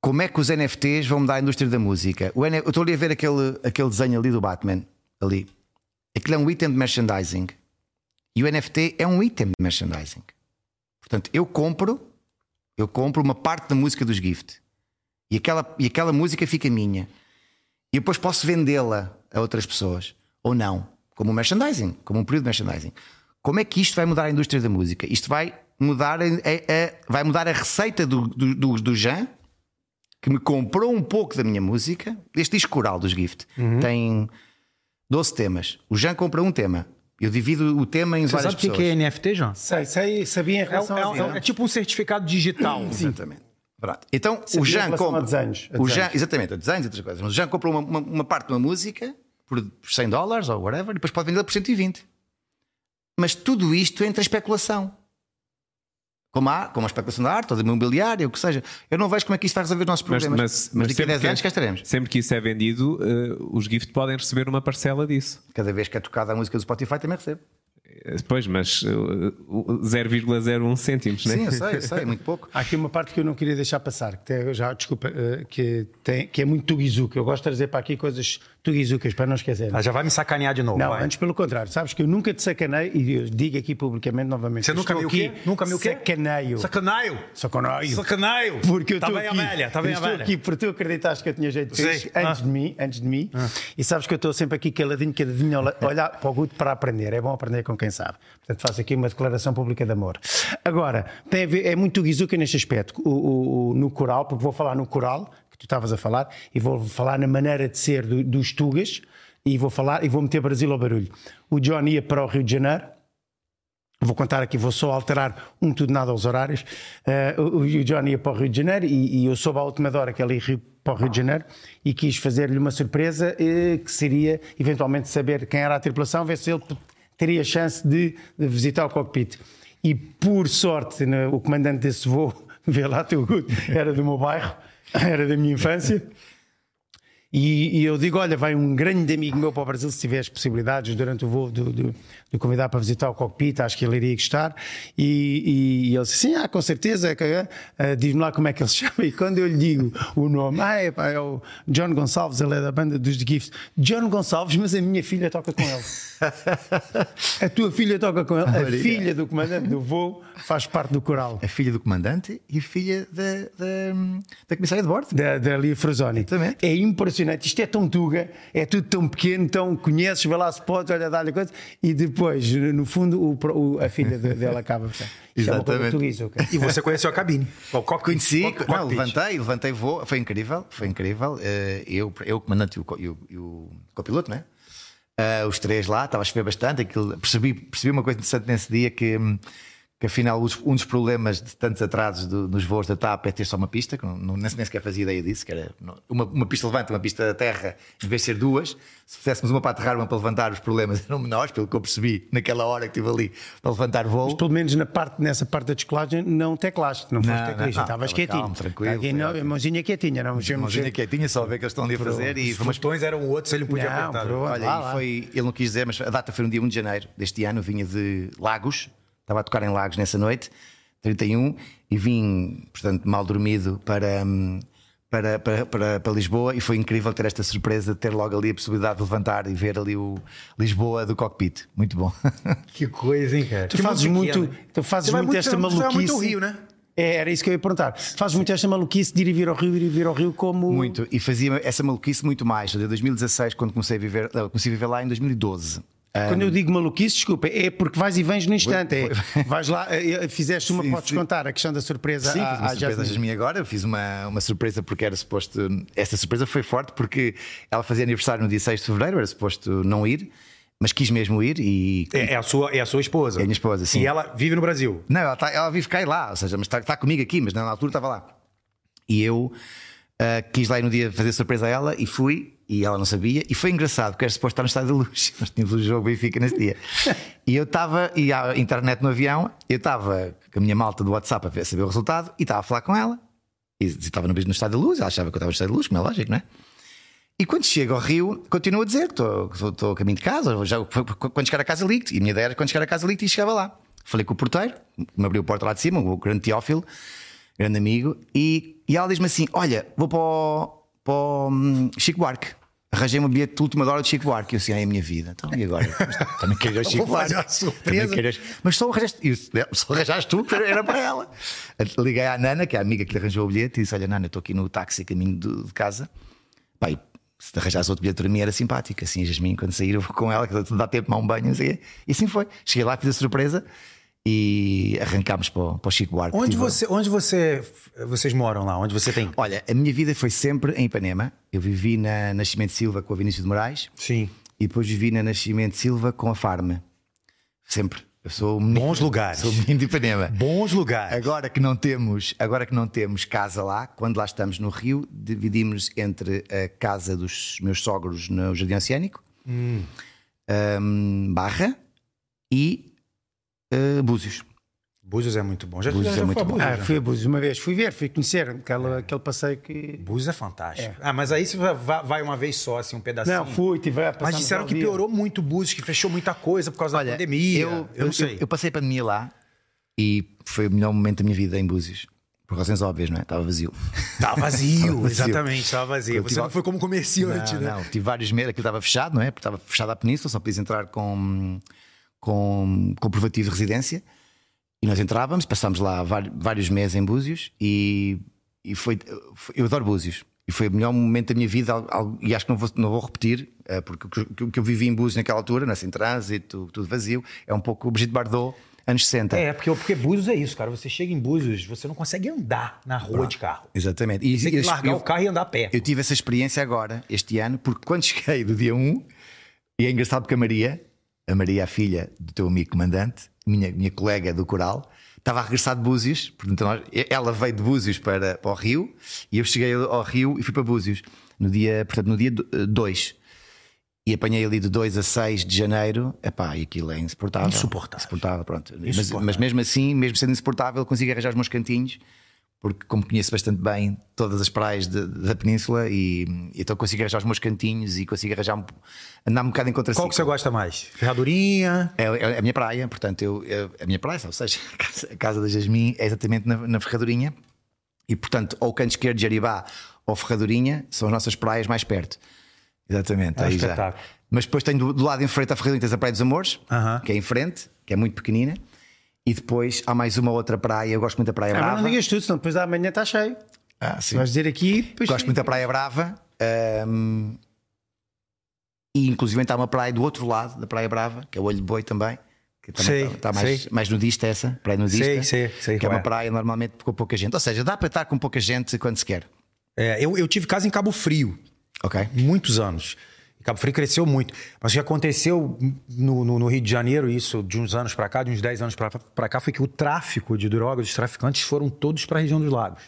C: como é que os NFTs vão mudar a indústria da música? O N- eu estou ali a ver aquele, aquele desenho ali do Batman, ali. Aquilo é um item de merchandising. E o NFT é um item de merchandising. Portanto, eu compro, eu compro uma parte da música dos Gift. E aquela, e aquela música fica minha. E depois posso vendê-la a outras pessoas ou não, como um merchandising, como um período de merchandising. Como é que isto vai mudar a indústria da música? Isto vai mudar a, a- a- vai mudar a receita do, do, do, do Jean, que me comprou um pouco da minha música. Este disco coral dos Gift
B: Uhum.
C: tem 12 temas. O Jean compra um tema. Eu divido o tema em
B: Você
C: várias
B: sabe o que
C: pessoas.
B: que é NFT, João?
A: Sei, sei, sabia em
B: É,
A: relação
B: é-
A: a
B: é tipo um certificado digital.
C: Exatamente. Pronto. Então
A: Sim,
C: o
A: em
C: Jean
A: relação
C: compra.
A: a desenhos, a
C: o
A: desenhos.
C: Jean, exatamente, a desenhos e outras coisas. Mas o Jean compra uma, uma- uma parte de uma música por 100 dólares ou whatever, e depois pode vendê-la por 120. Mas tudo isto entra em especulação. Como, há, como a especulação da arte ou da imobiliária, o que seja. Eu não vejo como é que isto vai resolver os nossos
D: Mas,
C: problemas.
D: mas- mas
C: daqui a 10
D: que- é-
C: anos cá estaremos.
D: sempre que isso é vendido, eh, os GIFT podem receber uma parcela disso.
C: Cada vez que é tocada a música do Spotify também recebo.
D: Eh, Pois, mas eh, o- o 0,01 cêntimos, né?
C: Sim, eu sei, eu sei, é muito pouco.
A: Há aqui uma parte que eu não queria deixar passar, que tem- já, desculpa, eh, que, tem- que é muito tuguizuca. Eu gosto de trazer para aqui coisas tuguizucas, para não é? esquecer.
B: Ah, já vai me sacanear de novo.
A: Não,
B: vai.
A: antes pelo contrário. Sabes que eu nunca te sacanei, e eu digo aqui publicamente novamente.
B: Você
A: eu
B: nunca me
A: estou
B: o quê?
A: aqui
B: Nunca me o quê?
A: Sacaneio.
B: Sacaneio.
A: Sacaneio.
B: Sacaneio.
A: Porque eu
B: tá
A: estou
B: bem
A: aqui.
B: amelha, tá
A: Eu
B: bem
A: estou
B: amelha.
A: aqui porque tu acreditaste que eu tinha jeito de
B: Sei.
A: fixe antes
B: Ah.
A: de mim, antes de mim. E sabes que eu estou sempre aqui caladinho, caladinho, a olha- olhar para o Guto para aprender. É bom aprender com quem sabe. Portanto, faço aqui uma declaração pública de amor. Agora, tem a ver- é muito guizuca neste aspecto, o, o- o- no coral, porque vou falar no coral, que tu estavas a falar, e vou falar na maneira de ser do- dos tugas, e vou falar e vou meter Brasil ao barulho. O John ia para o Rio de Janeiro Vou contar aqui, vou só alterar um tudo nada aos horários. Eh, o, o Johnny ia para o Rio de Janeiro e, e eu soube à última hora que ele ia ri- para o Rio de Janeiro e quis fazer-lhe uma surpresa eh, que seria eventualmente saber quem era a tripulação, ver se ele p- teria chance de, de visitar o cockpit. E por sorte, né, o comandante desse voo, vê lá teu guto, era do meu bairro, era da minha infância. E, e eu digo: olha, vai um grande amigo meu para o Brasil, se tiveres possibilidades, durante o voo, do, do, do convidar para visitar o cockpit, acho que ele iria gostar. E, e, e ele disse: sim, ah, com certeza. que é. Ah, Diz-me lá como é que ele se chama. E quando eu lhe digo o nome, ah, é, pá, é o John Gonçalves, ele é da banda dos The Gift. John Gonçalves, mas a minha filha toca com ele. A tua filha toca com ele. A filha do comandante do voo faz parte do coral.
C: A filha do comandante e filha da, da, da comissária de bordo.
A: da, da Lia Frasoni.
C: Exatamente.
A: É impressionante. Isto é tão tuga, é tudo tão pequeno, tão conheces, vai lá se pode, olha, dá-lhe coisa. E depois, no fundo, o pro- o- a filha de- dela acaba. portanto. Isto é uma coisa
C: Exatamente.
A: portuguesa, ok?
B: E você conheceu a cabine. O cockpit.
C: Conheci,
B: Cock-
C: não,
B: cockpit.
C: levantei, levantei voo, foi incrível, foi incrível. Eh, Eu, eu o comandante e o, co- e o- e o copiloto, né? Eh, os três lá, estava a chover bastante. Aquilo, percebi, percebi uma coisa interessante nesse dia que, hum, que afinal, os- um dos problemas de tantos atrasos do- nos voos da TAP é ter só uma pista, que não, não- nem, nem sequer fazia ideia disso, que era não- uma, uma pista levanta, uma pista da terra, em vez de ser duas. Se fizéssemos uma para aterrar, uma para levantar, os problemas eram menores, pelo que eu percebi naquela hora que estive ali para levantar voo.
A: Pelo menos na parte, nessa parte da descolagem, não teclaste, não foste
C: Não,
A: teclista.
C: não,
A: Estavas
C: estava
A: quietinho.
C: calmo, tranquilo,
A: Aqui,
C: foi
A: não,
C: ótimo.
A: a mãozinha quietinha, não mexemos.
C: Mãozinha quietinha, só ver que eles estão ali a fazer e
B: Os
C: foi uma
B: botões eram outros, ele não podia
A: Não,
B: apertar.
A: pronto.
C: Olha,
A: Vá
C: e
A: lá.
C: foi, ele não quis dizer, mas a data foi no dia 1 de janeiro deste ano. Vinha de Lagos, estava a tocar em Lagos nessa noite, 31, e vim, portanto, mal dormido para, hum, para, para, para, para Lisboa. E foi incrível ter esta surpresa de ter logo ali a possibilidade de levantar e ver ali o Lisboa do cockpit. Muito bom.
B: Que coisa, hein, cara?
A: Tu
B: Que
A: fazes
B: musiquinha,
A: muito,
B: né?
A: tu fazes
B: Você vai
A: muito
B: muito-
A: esta
B: você vai muito
A: maluquice.
B: ao Rio, né?
A: É, era isso que eu ia perguntar. Fazes muito esta maluquice de ir e vir ao Rio, ir e vir ao Rio como.
C: Muito. E fazia essa maluquice muito mais. De 2016, quando comecei a viver, não, comecei a viver lá em 2012.
A: Quando eu digo maluquice, desculpa, é porque vais e vens no instante. É, vais lá, eh, eh, fizeste uma,
C: Sim,
A: podes
C: sim.
A: contar a questão da surpresa
C: Sim,
B: Ah,
A: à,
C: fiz uma
A: à
C: surpresa à
A: Jasmine.
C: Jasmine agora. Eu Fiz uma, uma surpresa porque era suposto. Esta surpresa foi forte porque ela fazia aniversário no dia 6 de fevereiro, era suposto não ir, mas quis mesmo ir e.
B: É, é a sua, é a sua esposa.
C: É a minha esposa, sim.
B: E ela vive no Brasil.
C: Não, ela, tá, ela vive cá e lá, ou seja, mas está comigo aqui, mas na altura estava lá. E eu ah, quis lá ir no dia fazer surpresa a ela e fui. E ela não sabia, e foi engraçado, porque era suposto estar no estado de luz, mas tínhamos o jogo Benfica nesse dia. E eu estava, e a internet no avião, eu estava com a minha malta do WhatsApp a ver- saber o resultado, e estava a falar com ela, e estava no mesmo estado de luz, ela achava que eu estava no estado de luz, como é lógico, não é? E quando chego ao Rio, continuo a dizer que estou- que estou estou a caminho de casa, ou já, quando chegar a casa ligo-te. E a minha ideia era quando chegar a casa ligo-te e chegava lá. Falei com o porteiro, que me abriu a porta lá de cima, o grande Teófilo, grande amigo, e, e ela diz-me assim: Olha, vou para o, para o, hum, Chico Buarque. Arranjei uma bilhete de última hora de Chico Buarque. E eu assim, ai, a minha vida. Então, e agora? Também queria o Chico Buarque. Também queria- Mas só arranjaste, e eu- só arranjaste tu, que era para ela. Liguei à Nana, que é a amiga que lhe arranjou o bilhete, e disse: Olha, Nana, eu estou aqui no táxi a caminho do- de casa. Pai, se te arranjasse outro bilhete para mim era simpático. Assim, a Jasmine, quando sair, eu vou com ela, que dá tempo de tomar um banho, não sei o quê. E assim foi. Cheguei lá, fiz a surpresa e arrancámos para, o- para o Chico Buarque.
B: Onde,
C: Tive- um-
B: você, onde você, vocês moram lá? Onde você tem?
C: Olha, a minha vida foi sempre em Ipanema. Eu vivi na Nascimento Silva com a Vinícius de Moraes
B: Sim.
C: e depois vivi na Nascimento Silva com a Farm. Sempre. Eu sou um menino,
B: Bons lugares. É,
C: Sou um menino de Ipanema.
B: Bons lugares.
C: Agora que não temos, agora que não temos casa lá, quando lá estamos no Rio, dividimos entre a casa dos meus sogros no Jardim Oceânico,
B: Hum.
C: ahm, Barra e ah, Búzios.
B: Búzios é muito bom. Já,
C: Búzios
B: já, já
C: é muito
B: foi a
C: bom.
A: Ah,
B: Búzios, né?
A: fui a Búzios uma vez, fui ver, fui conhecer aquela, aquele passeio que.
B: Búzios é fantástico. Ah, mas aí você vai- vai vai uma vez só, assim, um pedacinho.
A: Não, fui, tive a
B: Mas disseram que piorou muito o Búzios, que fechou muita coisa por causa da pandemia. Eu, não sei.
C: Eu, passei a pandemia lá e foi o melhor momento da minha vida em Búzios. Por razões óbvias, não é? Estava vazio.
B: Tá
C: Tava
B: vazio,
C: vazio.
B: exatamente, tava vazio.
C: Eu
B: Você
C: tive-
B: não foi como comerciante,
C: Não,
B: né?
C: não, tive vários meses, aquilo estava fechado, não é? Porque estava fechada a península, só podias entrar com, com comprovativo de residência. E nós entrávamos, passámos lá vari- vários meses em Búzios e, e foi, foi- Eu adoro Búzios. E foi o melhor momento da minha vida, al- al- e acho que não vou, não vou repetir, eh, porque o que- o que, o que eu vivi em Búzios naquela altura, não é? sem trânsito, tudo vazio, é um pouco o Brigitte Bardot, anos 60.
B: É, porque, porque Búzios é isso, cara. Você chega em Búzios, você não consegue andar na rua de carro.
C: Exatamente. Tá. E,
B: Tem que
C: eu-
B: largar
C: eu-
B: o carro e andar a pé.
C: Eu tive essa um, experiência agora, este ano, porque quando cheguei do dia 1, e é engraçado porque a Maria, a Maria, a filha do teu amigo comandante, minha, minha colega do coral, estava a regressar de Búzios. Portanto, nós- ela veio de Búzios para, para o Rio e eu cheguei ao Rio e fui para Búzios no dia, portanto, no dia 2. E apanhei ali de 2 a 6 de janeiro, epá, e aquilo é insuportável.
B: Insuportável.
C: Insuportável, pronto. Mas-
B: Insuportável.
C: Mas, mesmo assim, mesmo sendo insuportável, consigo arranjar os meus cantinhos, porque como conheço bastante bem todas as praias de- da península, e, e então consigo arranjar os meus cantinhos e consigo arranjar um, andar um bocado em contra
B: Qual que você gosta mais? Ferradurinha?
C: é, é a minha praia, portanto, eu, eu- a minha praia, ou seja, a casa, a casa da Jasmin é exatamente na, na Ferradurinha. E, portanto, ou o canto esquerdo de Jaribá ou Ferradurinha são as nossas praias mais perto. Exatamente,
B: É um
C: aí já.
B: espetáculo.
C: Mas depois tem do, do lado em frente à Ferradurinha, tens a Praia dos Amores,
B: Aham.
C: que é em frente, que é muito pequenina. E depois há mais uma outra praia, eu gosto muito da Praia
A: Ah, mas
C: Brava.
A: não digas tudo, senão depois da manhã está cheio.
C: Ah,
A: Se
C: sim.
A: vais dizer aqui, depois
C: Gosto muito da Praia Brava. ahm, e inclusive há uma praia do outro lado da Praia Brava, que é o Olho de Boi também. Que também
B: Sei,
C: está mais,
B: sei.
C: mais nudista essa, praia nudista.
B: Sei, sei, sei
C: Que é
B: qual
C: uma
B: é.
C: praia normalmente com pouca gente. Ou seja, dá para estar com pouca gente quando se quer.
B: É, eu, eu tive casa em Cabo Frio,
C: Ok?
B: muitos anos. E Cabo Frio cresceu muito. Mas o que aconteceu no, no- no Rio de Janeiro, isso de uns anos pra cá, de uns 10 anos pra- pra cá, foi que o tráfico de drogas, os traficantes foram todos pra região dos lagos.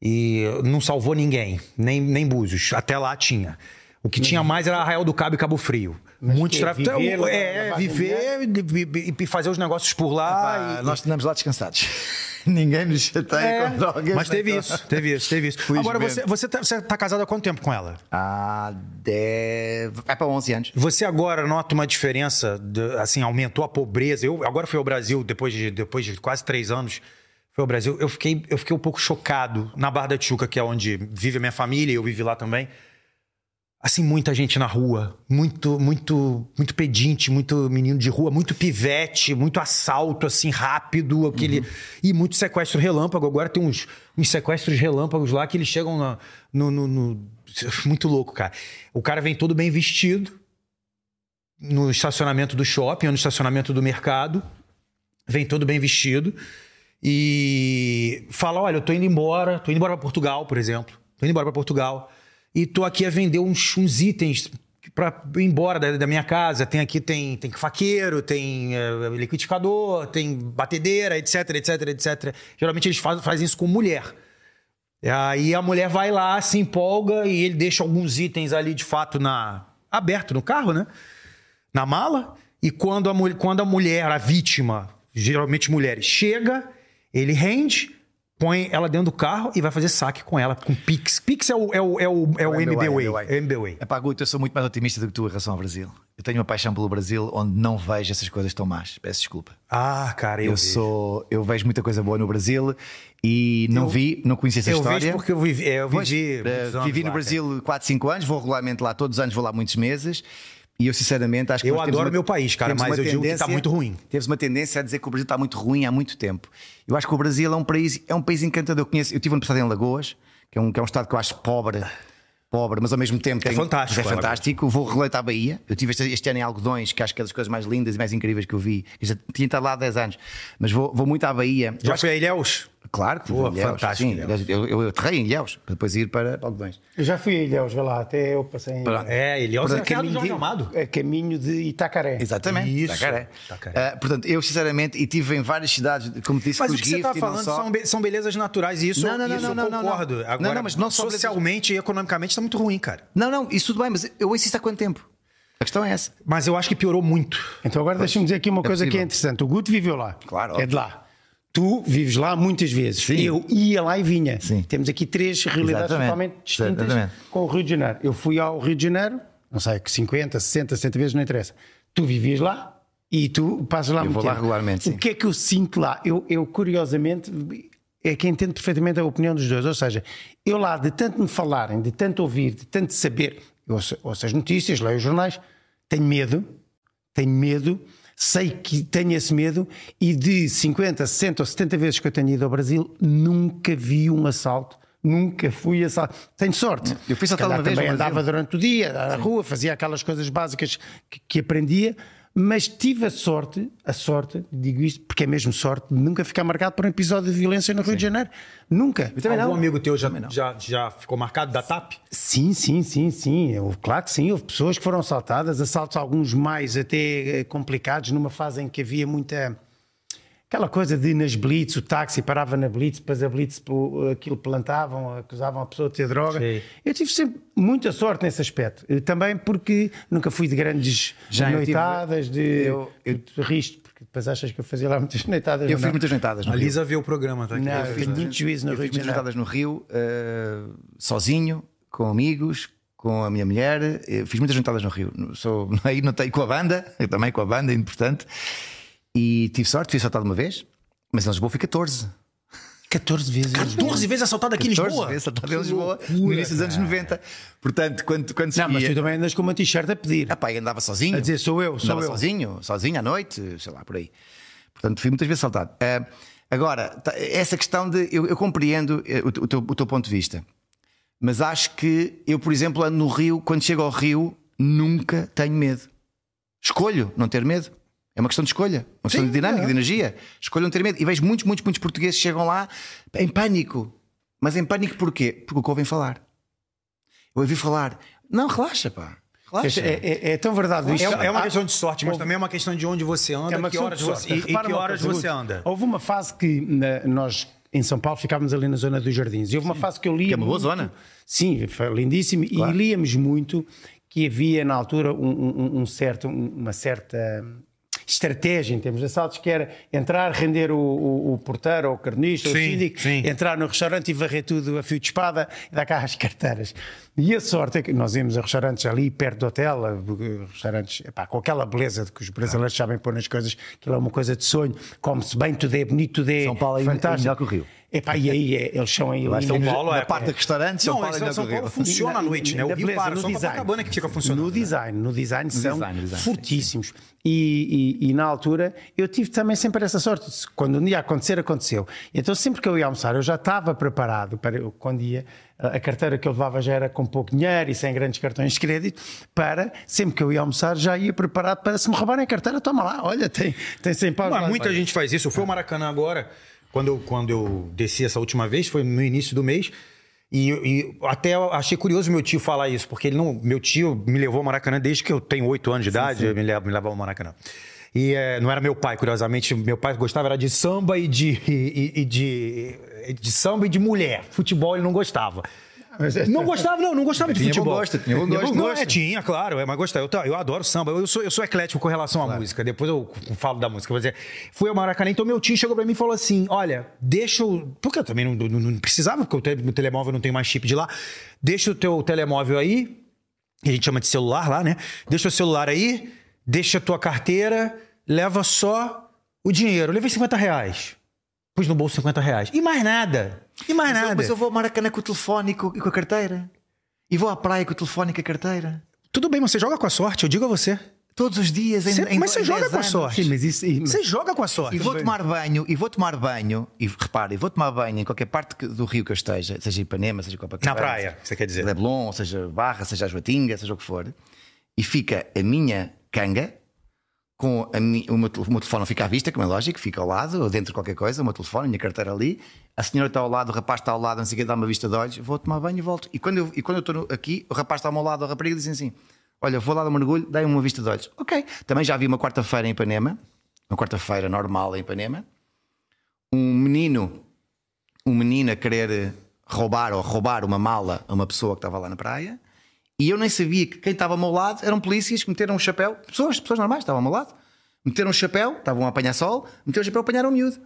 B: E não salvou ninguém, nem, nem Búzios. Até lá tinha. O que tinha mais era Arraial do Cabo e Cabo Frio. Muitos
A: quê?
B: traficantes.
A: Viver lá,
B: É,
A: lá,
B: viver e- e- e fazer os negócios por lá.
C: Ah,
B: e-
C: nós andamos lá descansados. Ninguém nos chateia
B: É,
C: com drogas. né, então.
B: mas
C: nem
B: teve
C: com-
B: isso, teve isso, teve isso.
C: Felizmente.
B: Agora, você, você, tá, você tá casado há quanto tempo com ela?
C: Há 10. Ah, É para 11 anos.
B: Você agora nota uma diferença, de- assim, aumentou a pobreza. Eu agora fui ao Brasil, depois de, depois de quase três anos, fui ao Brasil, eu fiquei, eu fiquei um pouco chocado na Barra da Tijuca, que é onde vive a minha família, e eu vivi lá também. Assim, muita gente na rua, muito, muito, muito pedinte, muito menino de rua, muito pivete, muito assalto, assim, rápido, aquele. E muito sequestro relâmpago. Agora tem uns, uns sequestros relâmpagos lá que eles chegam na- no- no- no. Muito louco, cara. O cara vem todo bem vestido, no estacionamento do shopping ou no estacionamento do mercado, vem todo bem vestido e fala: Olha, eu tô indo embora, tô indo embora pra Portugal, por exemplo. Tô indo embora pra Portugal e tô aqui a vender uns, uns itens pra ir embora da, da minha casa. Tem aqui, tem, tem faqueiro, tem eh, liquidificador, tem batedeira, etc, etc, etc. Geralmente eles fazem, fazem isso com mulher. Aí a mulher vai lá, se empolga e ele deixa alguns itens ali de fato na aberto no carro, né? na mala. E quando a, mul- quando a mulher, a vítima, geralmente mulheres, chega, ele rende, põe ela dentro do carro e vai fazer saque com ela, com Pix. Pix é o, é o, é o, é o MBWay. É o MBWay.
C: É pá, Guto, eu sou muito mais otimista do que tu em relação ao Brasil. Eu tenho uma paixão pelo Brasil onde não vejo essas coisas tão más. Peço desculpa.
B: Ah, cara, eu,
C: Eu sou, eu vejo muita coisa boa no Brasil e não vi, não conheci essa
B: vejo. Eu
C: história.
B: vejo porque eu vivi. é, Eu
C: Pois,
B: vivi,
C: eh,
B: muitos anos
C: vivi
B: lá,
C: no
B: cara.
C: Brasil 4, 5 anos, vou regularmente lá todos os anos, vou lá muitos meses. E eu sinceramente acho que
B: Eu
C: nós temos
B: adoro
C: uma-
B: meu país, cara,
C: temos
B: mas
C: uma
B: eu digo que tá
C: tendência-
B: muito ruim.
C: Temos uma tendência a dizer que o Brasil está muito ruim há muito tempo. Eu acho que o Brasil é um país, é um país encantador. Eu conheço, eu tive ano passado em Lagoas, que é um, que é um estado que eu acho pobre, pobre, mas ao mesmo tempo tem-
B: fantástico,
C: É
B: Alagoas.
C: fantástico. Vou releitar a Bahia. Eu tive este, este ano em Algodões, que acho que é das coisas mais lindas e mais incríveis que eu vi. Eu já tinha estado lá há 10 anos, mas vou, vou muito à Bahia. Eu
B: Já foi a Ilhéus?
C: Claro que
B: Pô,
C: em Ilhéus,
B: fantástico,
C: sim.
B: Ilhéus.
C: Eu, eu, eu aterrei em Ilhéus para depois ir para Algodões.
A: Eu já fui a Ilhéus, vai lá, até eu passei em...
C: Pronto.
B: É, Ilhéus é a terra do Jorge
A: de-
B: Amado.
A: a caminho de Itacaré.
C: Exatamente.
B: Isso.
C: Tacaré.
B: Tacaré.
C: Ah, portanto, eu sinceramente, e tive em várias cidades, como disse,
B: Mas
C: com
B: o
C: os
B: que você tá
C: GIFs e não
B: falando
C: só.
B: são, be- são belezas naturais e isso,
C: Não, não, não,
B: isso
C: não, não,
B: eu
C: não,
B: concordo.
C: não.
B: Agora,
C: Não, não, mas não só belezas-
B: socialmente e economicamente tá muito ruim, cara.
C: Não, não, isso tudo bem, mas eu insisto há quanto tempo? A questão é essa.
B: Mas eu acho que piorou muito.
A: Então agora deixa-me dizer aqui uma coisa que é
C: possível.
A: interessante. O Guto viveu lá.
C: Claro,
A: É de lá. Tu vives lá muitas vezes. Eu ia lá e vinha.
C: Sim.
A: Temos aqui três realidades
C: Exatamente.
A: totalmente distintas
C: Exatamente.
A: com o Rio de Janeiro. Eu fui ao Rio de Janeiro, não sei, 50, 60, 60 vezes, não interessa. Tu vivias lá e tu passas lá
C: Eu
A: muito
C: vou lá
A: tempo.
C: regularmente, sim.
A: O que é que eu sinto lá? Eu, eu, curiosamente, é que entendo perfeitamente a opinião dos dois. Ou seja, eu lá, de tanto me falarem, de tanto ouvir, de tanto saber, eu ouço, ouço as notícias, leio os jornais, tenho medo, tenho medo, sei que tenho esse medo e de 50, 60 ou 70 vezes que eu tenho ido ao Brasil, nunca vi um assalto. Nunca fui assalto. Tenho sorte.
C: Eu fui assaltado
A: Calhar
C: uma vez
A: também
C: no Brasil.
A: andava durante o dia, na rua, fazia aquelas coisas básicas que, que aprendia, Mas tive a sorte, a sorte, digo isto porque é mesmo sorte, de nunca ficar marcado por um episódio de violência no Rio de Janeiro. Nunca.
B: Algum amigo teu já, já, já ficou marcado da TAP?
A: Sim, sim, sim, sim. Eu- claro que sim. Houve pessoas que foram assaltadas, assaltos alguns mais até eh, complicados, numa fase em que havia muita. Aquela coisa de nas blitz, o táxi parava na blitz, depois a blitz pô, aquilo plantavam, acusavam a pessoa de ter droga.
B: Sim.
A: Eu tive sempre muita sorte nesse aspecto. Eh, Também porque nunca fui de grandes
C: Já, eu tive-
A: noitadas, de,
C: eu- eu-
A: de risco, porque depois achas que eu fazia lá muitas noitadas.
C: Eu
A: mas
C: fiz
A: não.
C: muitas noitadas no
B: A
C: Rio.
B: Lisa vê o programa, tá aqui.
A: Não,
B: Eu
A: eu
B: fiz-
A: fiz muito juízo no
C: eu
A: Rio
C: fiz
A: de
C: muitas
A: Janeiro.
C: noitadas no Rio, eh, sozinho, com amigos, com a minha mulher. eh, fiz muitas noitadas no Rio. No- Sou, aí notei com a banda, eu também com a banda, é importante. E tive sorte, fui assaltado uma vez, mas em Lisboa fui 14.
A: 14 vezes.
B: 14 vezes assaltado aqui em
C: 14
B: Lisboa?
C: vezes assaltado em Lisboa, no início dos anos 90. Portanto, quando, quando se
A: Não, mas
C: via-
A: tu também andas com uma t-shirt a pedir.
C: Ah, pá, eu andava sozinho.
A: A dizer, sou eu, sou
C: andava
A: eu.
C: sozinho, sozinho à noite, sei lá, por aí. Portanto, fui muitas vezes saltado. Ah, agora, tá- essa questão de. Eu, eu compreendo eh, o, te- o teu, o teu ponto de vista, mas acho que eu, por exemplo, ando no Rio, quando chego ao Rio, nunca tenho medo. Escolho não ter medo. É uma questão de escolha, uma questão de
A: é.
C: dinâmica, de energia. Escolho não ter medo. E vejo muitos, muitos, muitos portugueses que chegam lá em pânico. Mas em pânico porquê? Porque o que ouvem falar. Eu ouvi falar. Não, relaxa, pá. Relaxa.
A: É, é- é tão verdade
B: É,
A: isto.
B: é uma
A: Há-
B: questão de sorte, mas também é uma questão de onde você anda,
C: É
A: uma
B: que
A: questão
B: horas
A: de
B: você,
A: sorte.
B: e, e
A: é Repara
B: que
A: uma
B: horas
A: coisa,
B: você
A: Guto.
B: anda.
A: Houve uma fase que na- nós, em São Paulo, ficávamos ali na zona dos jardins. E houve uma fase que eu li.
C: Que é uma boa zona.
A: Sim, foi lindíssimo. E líamos muito que havia, na altura, um, um- um certo, um- uma certa estratégia em termos de assaltos, que era entrar, render o, o- o porteiro, ou o carnista, ou o
B: Sim,
A: síndico,
B: sim.
A: entrar no restaurante e varrer tudo a fio de espada e dar cá as carteiras. E a sorte é que nós íamos a restaurantes ali perto do hotel, a- restaurantes epá, com aquela beleza de que os brasileiros sabem pôr nas coisas, aquilo é uma coisa de sonho, come-se bem, tudo é bonito, tudo é
C: São Paulo é
A: fantástico.
C: melhor que o Rio.
A: Epá, e aí é, eles são aí
C: Lá
A: ali
C: São
A: nos-
C: Paulo, é
B: na
C: na parte de restaurantes, São
B: Não,
C: Paulo É
B: esse-
C: ainda
B: São Paulo
C: correu.
B: funciona à noite, né?
A: na
B: O Rio
A: beleza,
B: para,
A: no
B: só
A: design.
B: Copacabana que fica funcionando. né?
A: No design, no design são
C: design, no design,
A: fortíssimos. E, e- e na altura eu tive também sempre essa sorte. Se- Quando um dia acontecer, aconteceu. Então sempre que eu ia almoçar, eu já estava preparado para eu, quando ia, a a carteira que eu levava já era com pouco dinheiro e sem grandes cartões de crédito, para sempre que eu ia almoçar, já ia preparado para se me roubarem a carteira, toma lá, olha, tem, tem 100 paus.
B: Mas
A: lá.
B: muita gente faz isso. Eu fui ao Maracanã agora, quando eu, quando eu desci essa última vez, foi no início do mês. E, e até eu achei curioso meu tio falar isso, porque ele não, meu tio me levou ao Maracanã desde que eu tenho 8 anos de idade, ele me leva- me levava ao Maracanã. E eh, não era meu pai, curiosamente. Meu pai gostava era de samba e de, e- e- e de, de samba e de mulher. Futebol ele não gostava. Não gostava, não, não gostava de
C: Tinha bom
B: futebol.
C: gosto, tinha bom gosto.
B: Não, é, tinha, claro, é, mas gostava. Eu, ta- eu adoro samba. Eu sou, eu sou eclético com relação à música. Depois eu c- falo da música. Vou dizer, fui ao Maracanã, então meu tio chegou pra mim e falou assim: Olha, deixa o. Porque eu também não, não- não precisava, porque o te- meu telemóvel não tem mais chip de lá. Deixa o teu telemóvel aí, que a gente chama de celular lá, né? Deixa o celular aí, deixa a tua carteira, leva só o dinheiro. Eu levei 50 reais. Pus no bolso 50 reais. E mais nada. E mais
C: Mas eu-
B: nada.
C: Mas eu vou ao Maracanã com o telefone e com, e com a carteira. E vou à praia com o telefone e com a carteira.
B: Tudo bem, mas você joga com a sorte, eu digo a você.
C: Todos os dias em,
B: Cê-
C: em
B: mas
C: em
B: você joga
C: 10
B: com a
C: anos.
B: sorte.
A: Sim, mas isso. e- mas-
B: Você joga com a sorte.
C: E vou tomar banho, e vou tomar banho, e repare, vou tomar banho em qualquer parte que- do rio que eu esteja, seja Ipanema, seja
B: Na
C: Copacabana.
B: praia, você quer dizer.
C: Leblon, seja Barra, seja Joatinga, seja o que for, e fica a minha canga com a mi- o, meu, tel- o meu telefone não fica à vista, como é lógico, fica ao lado, ou dentro de qualquer coisa, o meu telefone, a minha carteira ali, a senhora está ao lado, o rapaz está ao lado, não sei o que, dá uma vista de olhos, vou tomar banho e volto. E quando eu e quando eu estou no- aqui, o rapaz está ao meu lado, a rapariga dizem assim: Olha, vou lá dar um mergulho, dá uma vista de olhos. Ok. Também já vi uma quarta-feira em Ipanema, uma quarta-feira normal em Ipanema, um menino um menino a querer roubar ou roubar uma mala a uma pessoa que estava lá na praia e eu nem sabia que quem estava ao meu lado eram polícias que meteram um chapéu, pessoas, pessoas normais estavam ao meu lado, meteram um chapéu, estavam a apanhar sol, meteram um chapéu e apanharam um miúdo.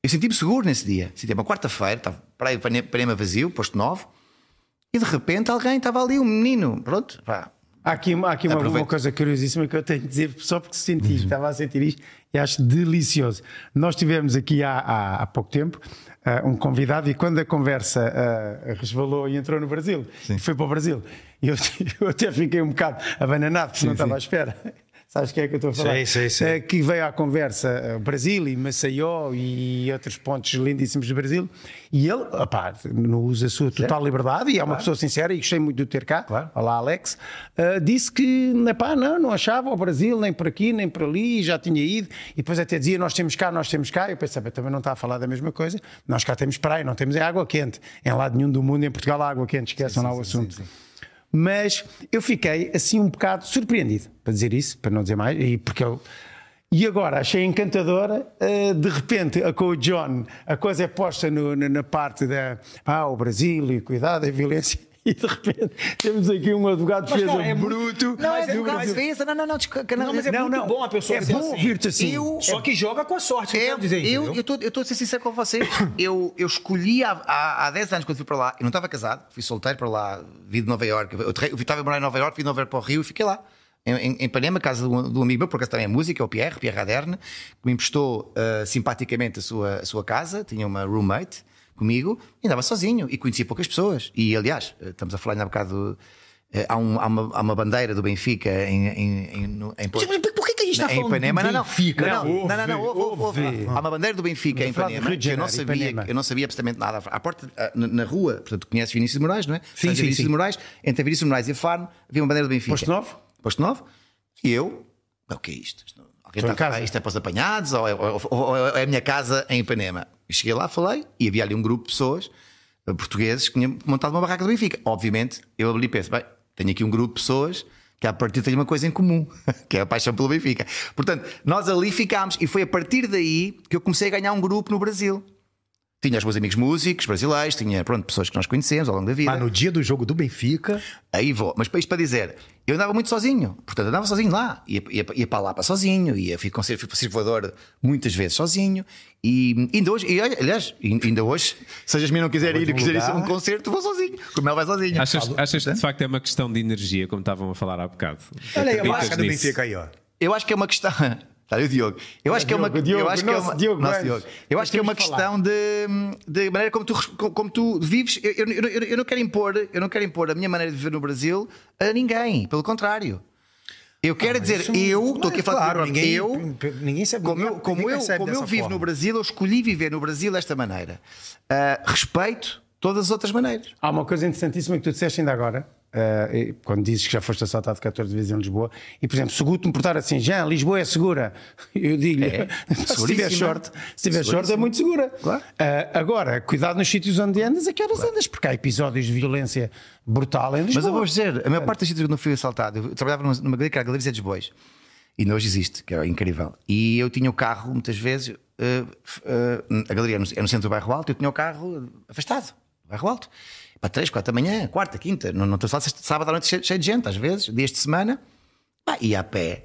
C: Eu senti-me seguro nesse dia. Senti uma quarta-feira, estava praia Pane- Panema vazio, posto novo, e de repente alguém estava ali, um menino, pronto, pá,
A: Há aqui, uma- há aqui uma,
C: Aproveita.
A: uma coisa curiosíssima que eu tenho que dizer, só porque senti, estava a sentir isto e acho delicioso. Nós tivemos aqui há, há, há pouco tempo ah, um convidado e quando a conversa ah, resvalou e entrou no Brasil, foi para o Brasil, eu, eu até fiquei um bocado abananado, porque não estava à espera. Sabes quem é que eu estou a falar?
B: Sei, sei, sei.
A: Eh, Que veio à conversa eh, Brasil e Maceió e outros pontos lindíssimos do Brasil. E ele, opá, no usa a sua total liberdade, e é uma pessoa sincera e gostei muito de o ter cá.
G: Claro.
A: Olá, Alex. Eh, disse que, epá, não, não achava o Brasil nem por aqui, nem por ali, já tinha ido. E depois até dizia: Nós temos cá, nós temos cá. Eu pensava, também não está a falar da mesma coisa. Nós cá temos praia, não temos é água quente. Em lado nenhum do mundo, em Portugal, há água quente. Esqueçam lá o assunto mas eu fiquei assim um bocado surpreendido para dizer isso, para não dizer mais, e porque eu e agora achei encantadora, eh, de repente, a- com o John, a coisa é posta no- na, na parte da ah, o Brasil e cuidado, a violência, e de repente temos aqui um advogado de defesa bruto.
G: Não, é
A: do
G: advogado de
A: Brasil.
G: defesa. Não, não, não. desculpa,
B: Não, mas é
A: Não,
B: muito
A: não.
B: bom a pessoa
A: É
B: dizer
A: bom ouvir-te assim.
B: Eu- Só que joga com a sorte, eu,
C: Eu
B: dizer,
C: eu
B: entendeu?
C: estou eu tô a ser sincero com vocês. Eu, eu escolhi há, há, há 10 anos, quando fui para lá, eu não estava casado, fui solteiro para lá, vim de Nova Iorque. Eu terrei- eu estava a morar em Nova Iorque, vim de Nova Iorque para o Rio e fiquei lá. Em, em, em Panema, casa de um, de um amigo meu, por acaso também é música, é o Pierre, Pierre Aderne, que me emprestou ah, simpaticamente a sua, a sua casa, tinha uma roommate comigo, e andava sozinho e conhecia poucas pessoas. E aliás, eh, estamos a falar ainda há bocado. eh, Há, um- há uma, há uma bandeira do Benfica em, em, em, no- em Porto-
B: Mas por que que a gente está
C: é em
B: falando
C: Ipanema?
B: do
C: Não, não.
B: Benfica? tipo.
C: Não, não,
A: Houve,
C: não, não, não, houve, houve, houve.
A: houve.
C: Há uma bandeira do Benfica em
A: Vamos falar de
C: Ipanema
A: Rio de
C: que eu não
A: Janeiro,
C: sabia,
A: Ipanema.
C: eu não sabia absolutamente nada. A porta, ah, na na rua, portanto, conheces Vinícius de Moraes, não é? Sim,
B: sim,
C: Vinícius
B: sim.
C: de Moraes, entre Vinícius de Moraes e Faro, havia uma bandeira do Benfica.
A: Posto Novo?
C: Posto Novo. E eu, "Ah, o que é isto? Isto não- Alguém
A: Estou em
C: está,
A: casa.
C: ah, isto é para os apanhados ou é, ou- ou- ou é a minha casa em Ipanema? E cheguei lá, falei e havia ali um grupo de pessoas eh, portugueses que tinham montado uma barraca do Benfica. Obviamente, eu ali penso, bem, tenho aqui um grupo de pessoas que a partir tem uma coisa em comum, que é a paixão pelo Benfica. Portanto, nós ali ficámos e foi a partir daí que eu comecei a ganhar um grupo no Brasil. Tinha os meus amigos músicos brasileiros, tinha pronto, pessoas que nós conhecemos ao longo da vida.
B: Mas no dia do jogo do Benfica,
C: Aí vou. Mas para isto para dizer, eu andava muito sozinho. Portanto, andava sozinho lá. Ia, ia, ia para lá para sozinho. Ia, fui concerto, fui para o Circo Voador muitas vezes sozinho. E ainda hoje, e, aliás, ainda hoje, se as minhas não quiserem ir e quiserem ir a um concerto, vou sozinho. Como ela vai sozinho.
D: Achas, achas que de facto é uma questão de energia, como estavam a falar há bocado?
B: olha aí a
D: Acreditas
B: marca é do
D: nisso?
B: Benfica aí, ó.
C: Eu acho que é uma questão. Está ali o Diogo. Eu acho que é uma
A: Diogo, Diogo,
C: eu acho que é
A: nosso
C: uma-
A: Diogo
C: nosso
A: Gomes.
C: Diogo. Eu
A: Nós
C: acho que é uma
A: temos de falar.
C: questão de, de maneira como tu, res- como- como tu vives. Eu, eu- eu- eu- eu não quero impor, eu não quero impor a minha maneira de viver no Brasil a ninguém. Pelo contrário. Eu quero dizer, eu estou aqui a falar
B: é Claro,
C: por mim.
B: ninguém,
C: eu
B: ninguém sabe.
C: como eu,
B: ninguém-
C: como
B: ninguém
C: eu,
B: percebe
C: como eu
B: dessa
C: vivo
B: forma.
C: no Brasil, eu escolhi viver no Brasil desta maneira. Ah, respeito todas as outras maneiras.
A: Há uma coisa interessantíssima que tu disseste ainda agora, eh, e quando dizes que já foste assaltado 14 vezes em Lisboa, e por exemplo, se o Guto me portar assim, já, Lisboa é segura, eu digo-lhe,
C: É,
A: se
C: seguríssima.
A: tiver sorte, se tiver sorte é
C: Seguríssima.
A: muito segura.
C: Claro.
A: Eh, agora, cuidado nos sítios onde andas, a que horas andas, porque há episódios de violência brutal em Lisboa. É.
C: Mas eu vou dizer, a maior parte das sítios onde eu fui assaltado, eu trabalhava numa, numa galeria que era a Galeria Zé dos Bois, e ainda hoje existe, que era incrível. E eu tinha o carro, muitas vezes, eh, f- eh, a galeria é no, é no centro do bairro alto, eu tinha o carro afastado, do bairro alto, para 3, 4 da manhã, quarta, quinta, não, não estou a falar sexta- sábado à noite cheio, cheio de gente, às vezes, dias de semana, pá, ia a pé,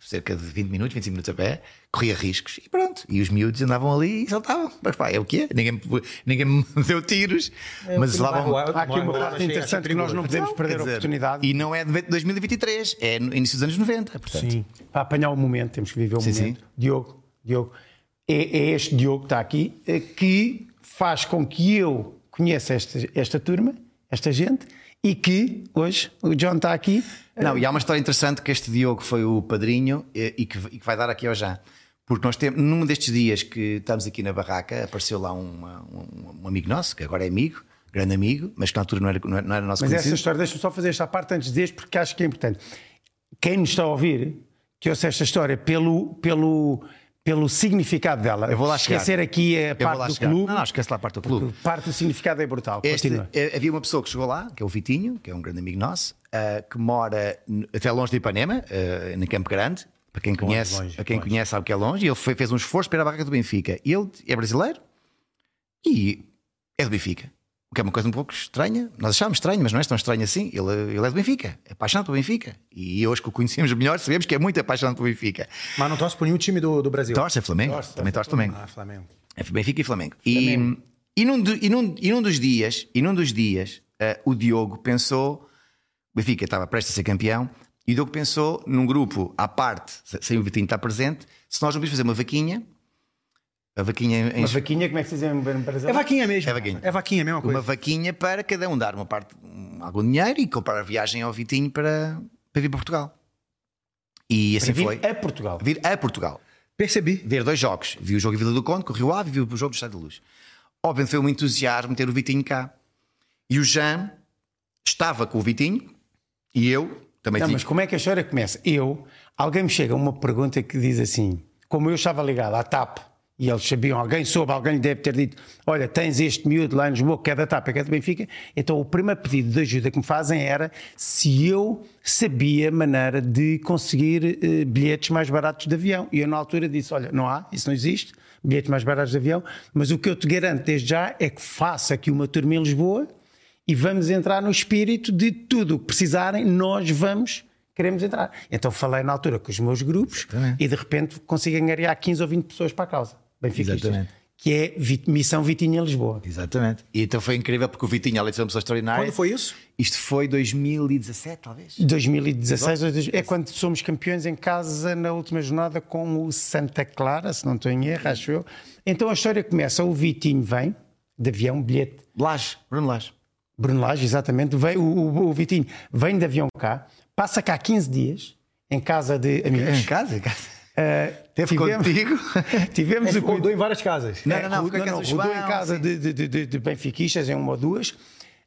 C: cerca de 20 minutos, 25 minutos a pé, corria riscos e pronto. E os miúdos andavam ali e saltavam. Mas pá, é o que é? Ninguém, me- ninguém me deu tiros,
A: É
C: mas lá vão.
A: Há aqui uma parte
B: Achei-
A: interessante que nós não podemos
C: Não,
A: perder
C: quer
A: a
C: dizer,
A: oportunidade
C: E não é de 2023, é no início dos anos 90. Portanto,
A: para apanhar o momento, temos que viver o
C: Sim,
A: momento.
C: sim.
A: Diogo, Diogo, é, é este Diogo que está aqui eh, que faz com que eu conheça esta, esta turma, esta gente, e que hoje o John está aqui.
C: Não, e há uma história interessante que este Diogo foi o padrinho eh, e que, e que vai dar aqui ao Jean. Porque nós temos, num destes dias que estamos aqui na barraca, apareceu lá uma- um, um amigo nosso, que agora é amigo, grande amigo, mas que na altura não era, não era- não era nosso
A: Mas
C: conhecido.
A: essa história, deixa-me só fazer esta parte antes deste, porque acho que é importante. Quem nos está a ouvir, que ouça esta história pelo, pelo, pelo significado dela.
C: Eu vou lá chegar.
A: Esquecer aqui a
C: Eu vou lá
A: parte do
C: chegar.
A: clube.
C: Não, não, esquece lá a parte do clube.
A: Parte do significado é brutal.
C: Este-
A: Continua.
C: eh, havia uma pessoa que chegou lá, que é o Vitinho, que é um grande amigo nosso, ah, que mora n- até longe de Ipanema, ah, no Campo Grande. Para quem, conhece,
B: longe,
C: para quem conhece, sabe que é longe. E ele foi- fez um esforço para ir à barraca do Benfica. E Ele é brasileiro e é do Benfica. O que é uma coisa um pouco estranha. Nós achámos estranho, mas não é tão estranho assim. Ele, ele é do Benfica, é apaixonado pelo Benfica. E hoje que o conhecemos melhor, sabemos que é muito apaixonado pelo Benfica.
B: Mas não torce por nenhum time do, do Brasil.
C: Torce é Flamengo? Também torce Flamengo.
B: Ah, Flamengo.
C: É Benfica e Flamengo. E, e, num, do- e, num, e num dos dias, e num dos dias eh, o Diogo pensou. O Benfica estava prestes a ser campeão. E o Diogo pensou num grupo à parte, se- sem o Vitinho estar presente, se nós não podíamos fazer uma vaquinha. A vaquinha em,
A: Mas vaquinha, como é que se diz em Brasil?
B: É vaquinha mesmo.
C: É vaquinha.
B: É vaquinha, a mesma
C: uma
B: coisa.
C: vaquinha para cada um dar uma parte, um- algum dinheiro e comprar a viagem ao Vitinho para, para vir para Portugal. E assim
B: vir
C: foi.
B: a Portugal.
C: Vir a Portugal.
B: Percebi.
C: Ver dois jogos. Vi o jogo em Vila do Conde, com o Rio Ave, e vi o jogo do Estádio da Luz. Obviamente foi um entusiasmo ter o Vitinho cá. E o Jean estava com o Vitinho e eu também
A: Não,
C: tinha.
A: mas como é que a história começa? Eu, alguém me chega uma pergunta que diz assim: como eu estava ligado à TAP e eles sabiam, alguém soube, alguém lhe deve ter dito: olha, tens este miúdo lá em Lisboa que é da TAP, que é do Benfica. Então o primeiro pedido de ajuda que me fazem era se eu sabia maneira de conseguir eh, bilhetes mais baratos de avião. E eu, na altura, disse: olha, não há, isso não existe, bilhetes mais baratos de avião, mas o que eu te garanto desde já é que faça aqui uma turma em Lisboa e vamos entrar no espírito de tudo o que precisarem, nós vamos, queremos entrar. Então falei na altura com os meus grupos e de repente consigo angariar 15 ou 20 pessoas para a causa. Benfiquistas.
C: Exatamente.
A: Que é Vi- Missão Vitinha em Lisboa.
C: Exatamente. E então foi incrível porque o Vitinho, além de ser uma pessoa extraordinária.
B: Quando foi isso?
C: Isto foi 2017, talvez.
A: 2016 ou dois- é quando somos campeões em casa na última jornada com o Santa Clara, se não estou em erro, acho eu. Então a história começa: o Vitinho vem de avião, um bilhete
C: Lage, Bruno Lage.
A: Bruno Lage, exatamente, vem, o, o- o Vitinho vem de avião cá, passa cá 15 dias, em casa de amigos.
C: É, Em casa, em casa. Teve
A: tivemos-
C: contigo.
A: Tivemos o cuidado.
B: Rodou em várias casas.
C: Não, não, não,
A: Rodou-
C: ficou em casa do
A: rodou
C: João,
A: em casa de, de, de, de- de benfiquistas, em uma ou duas.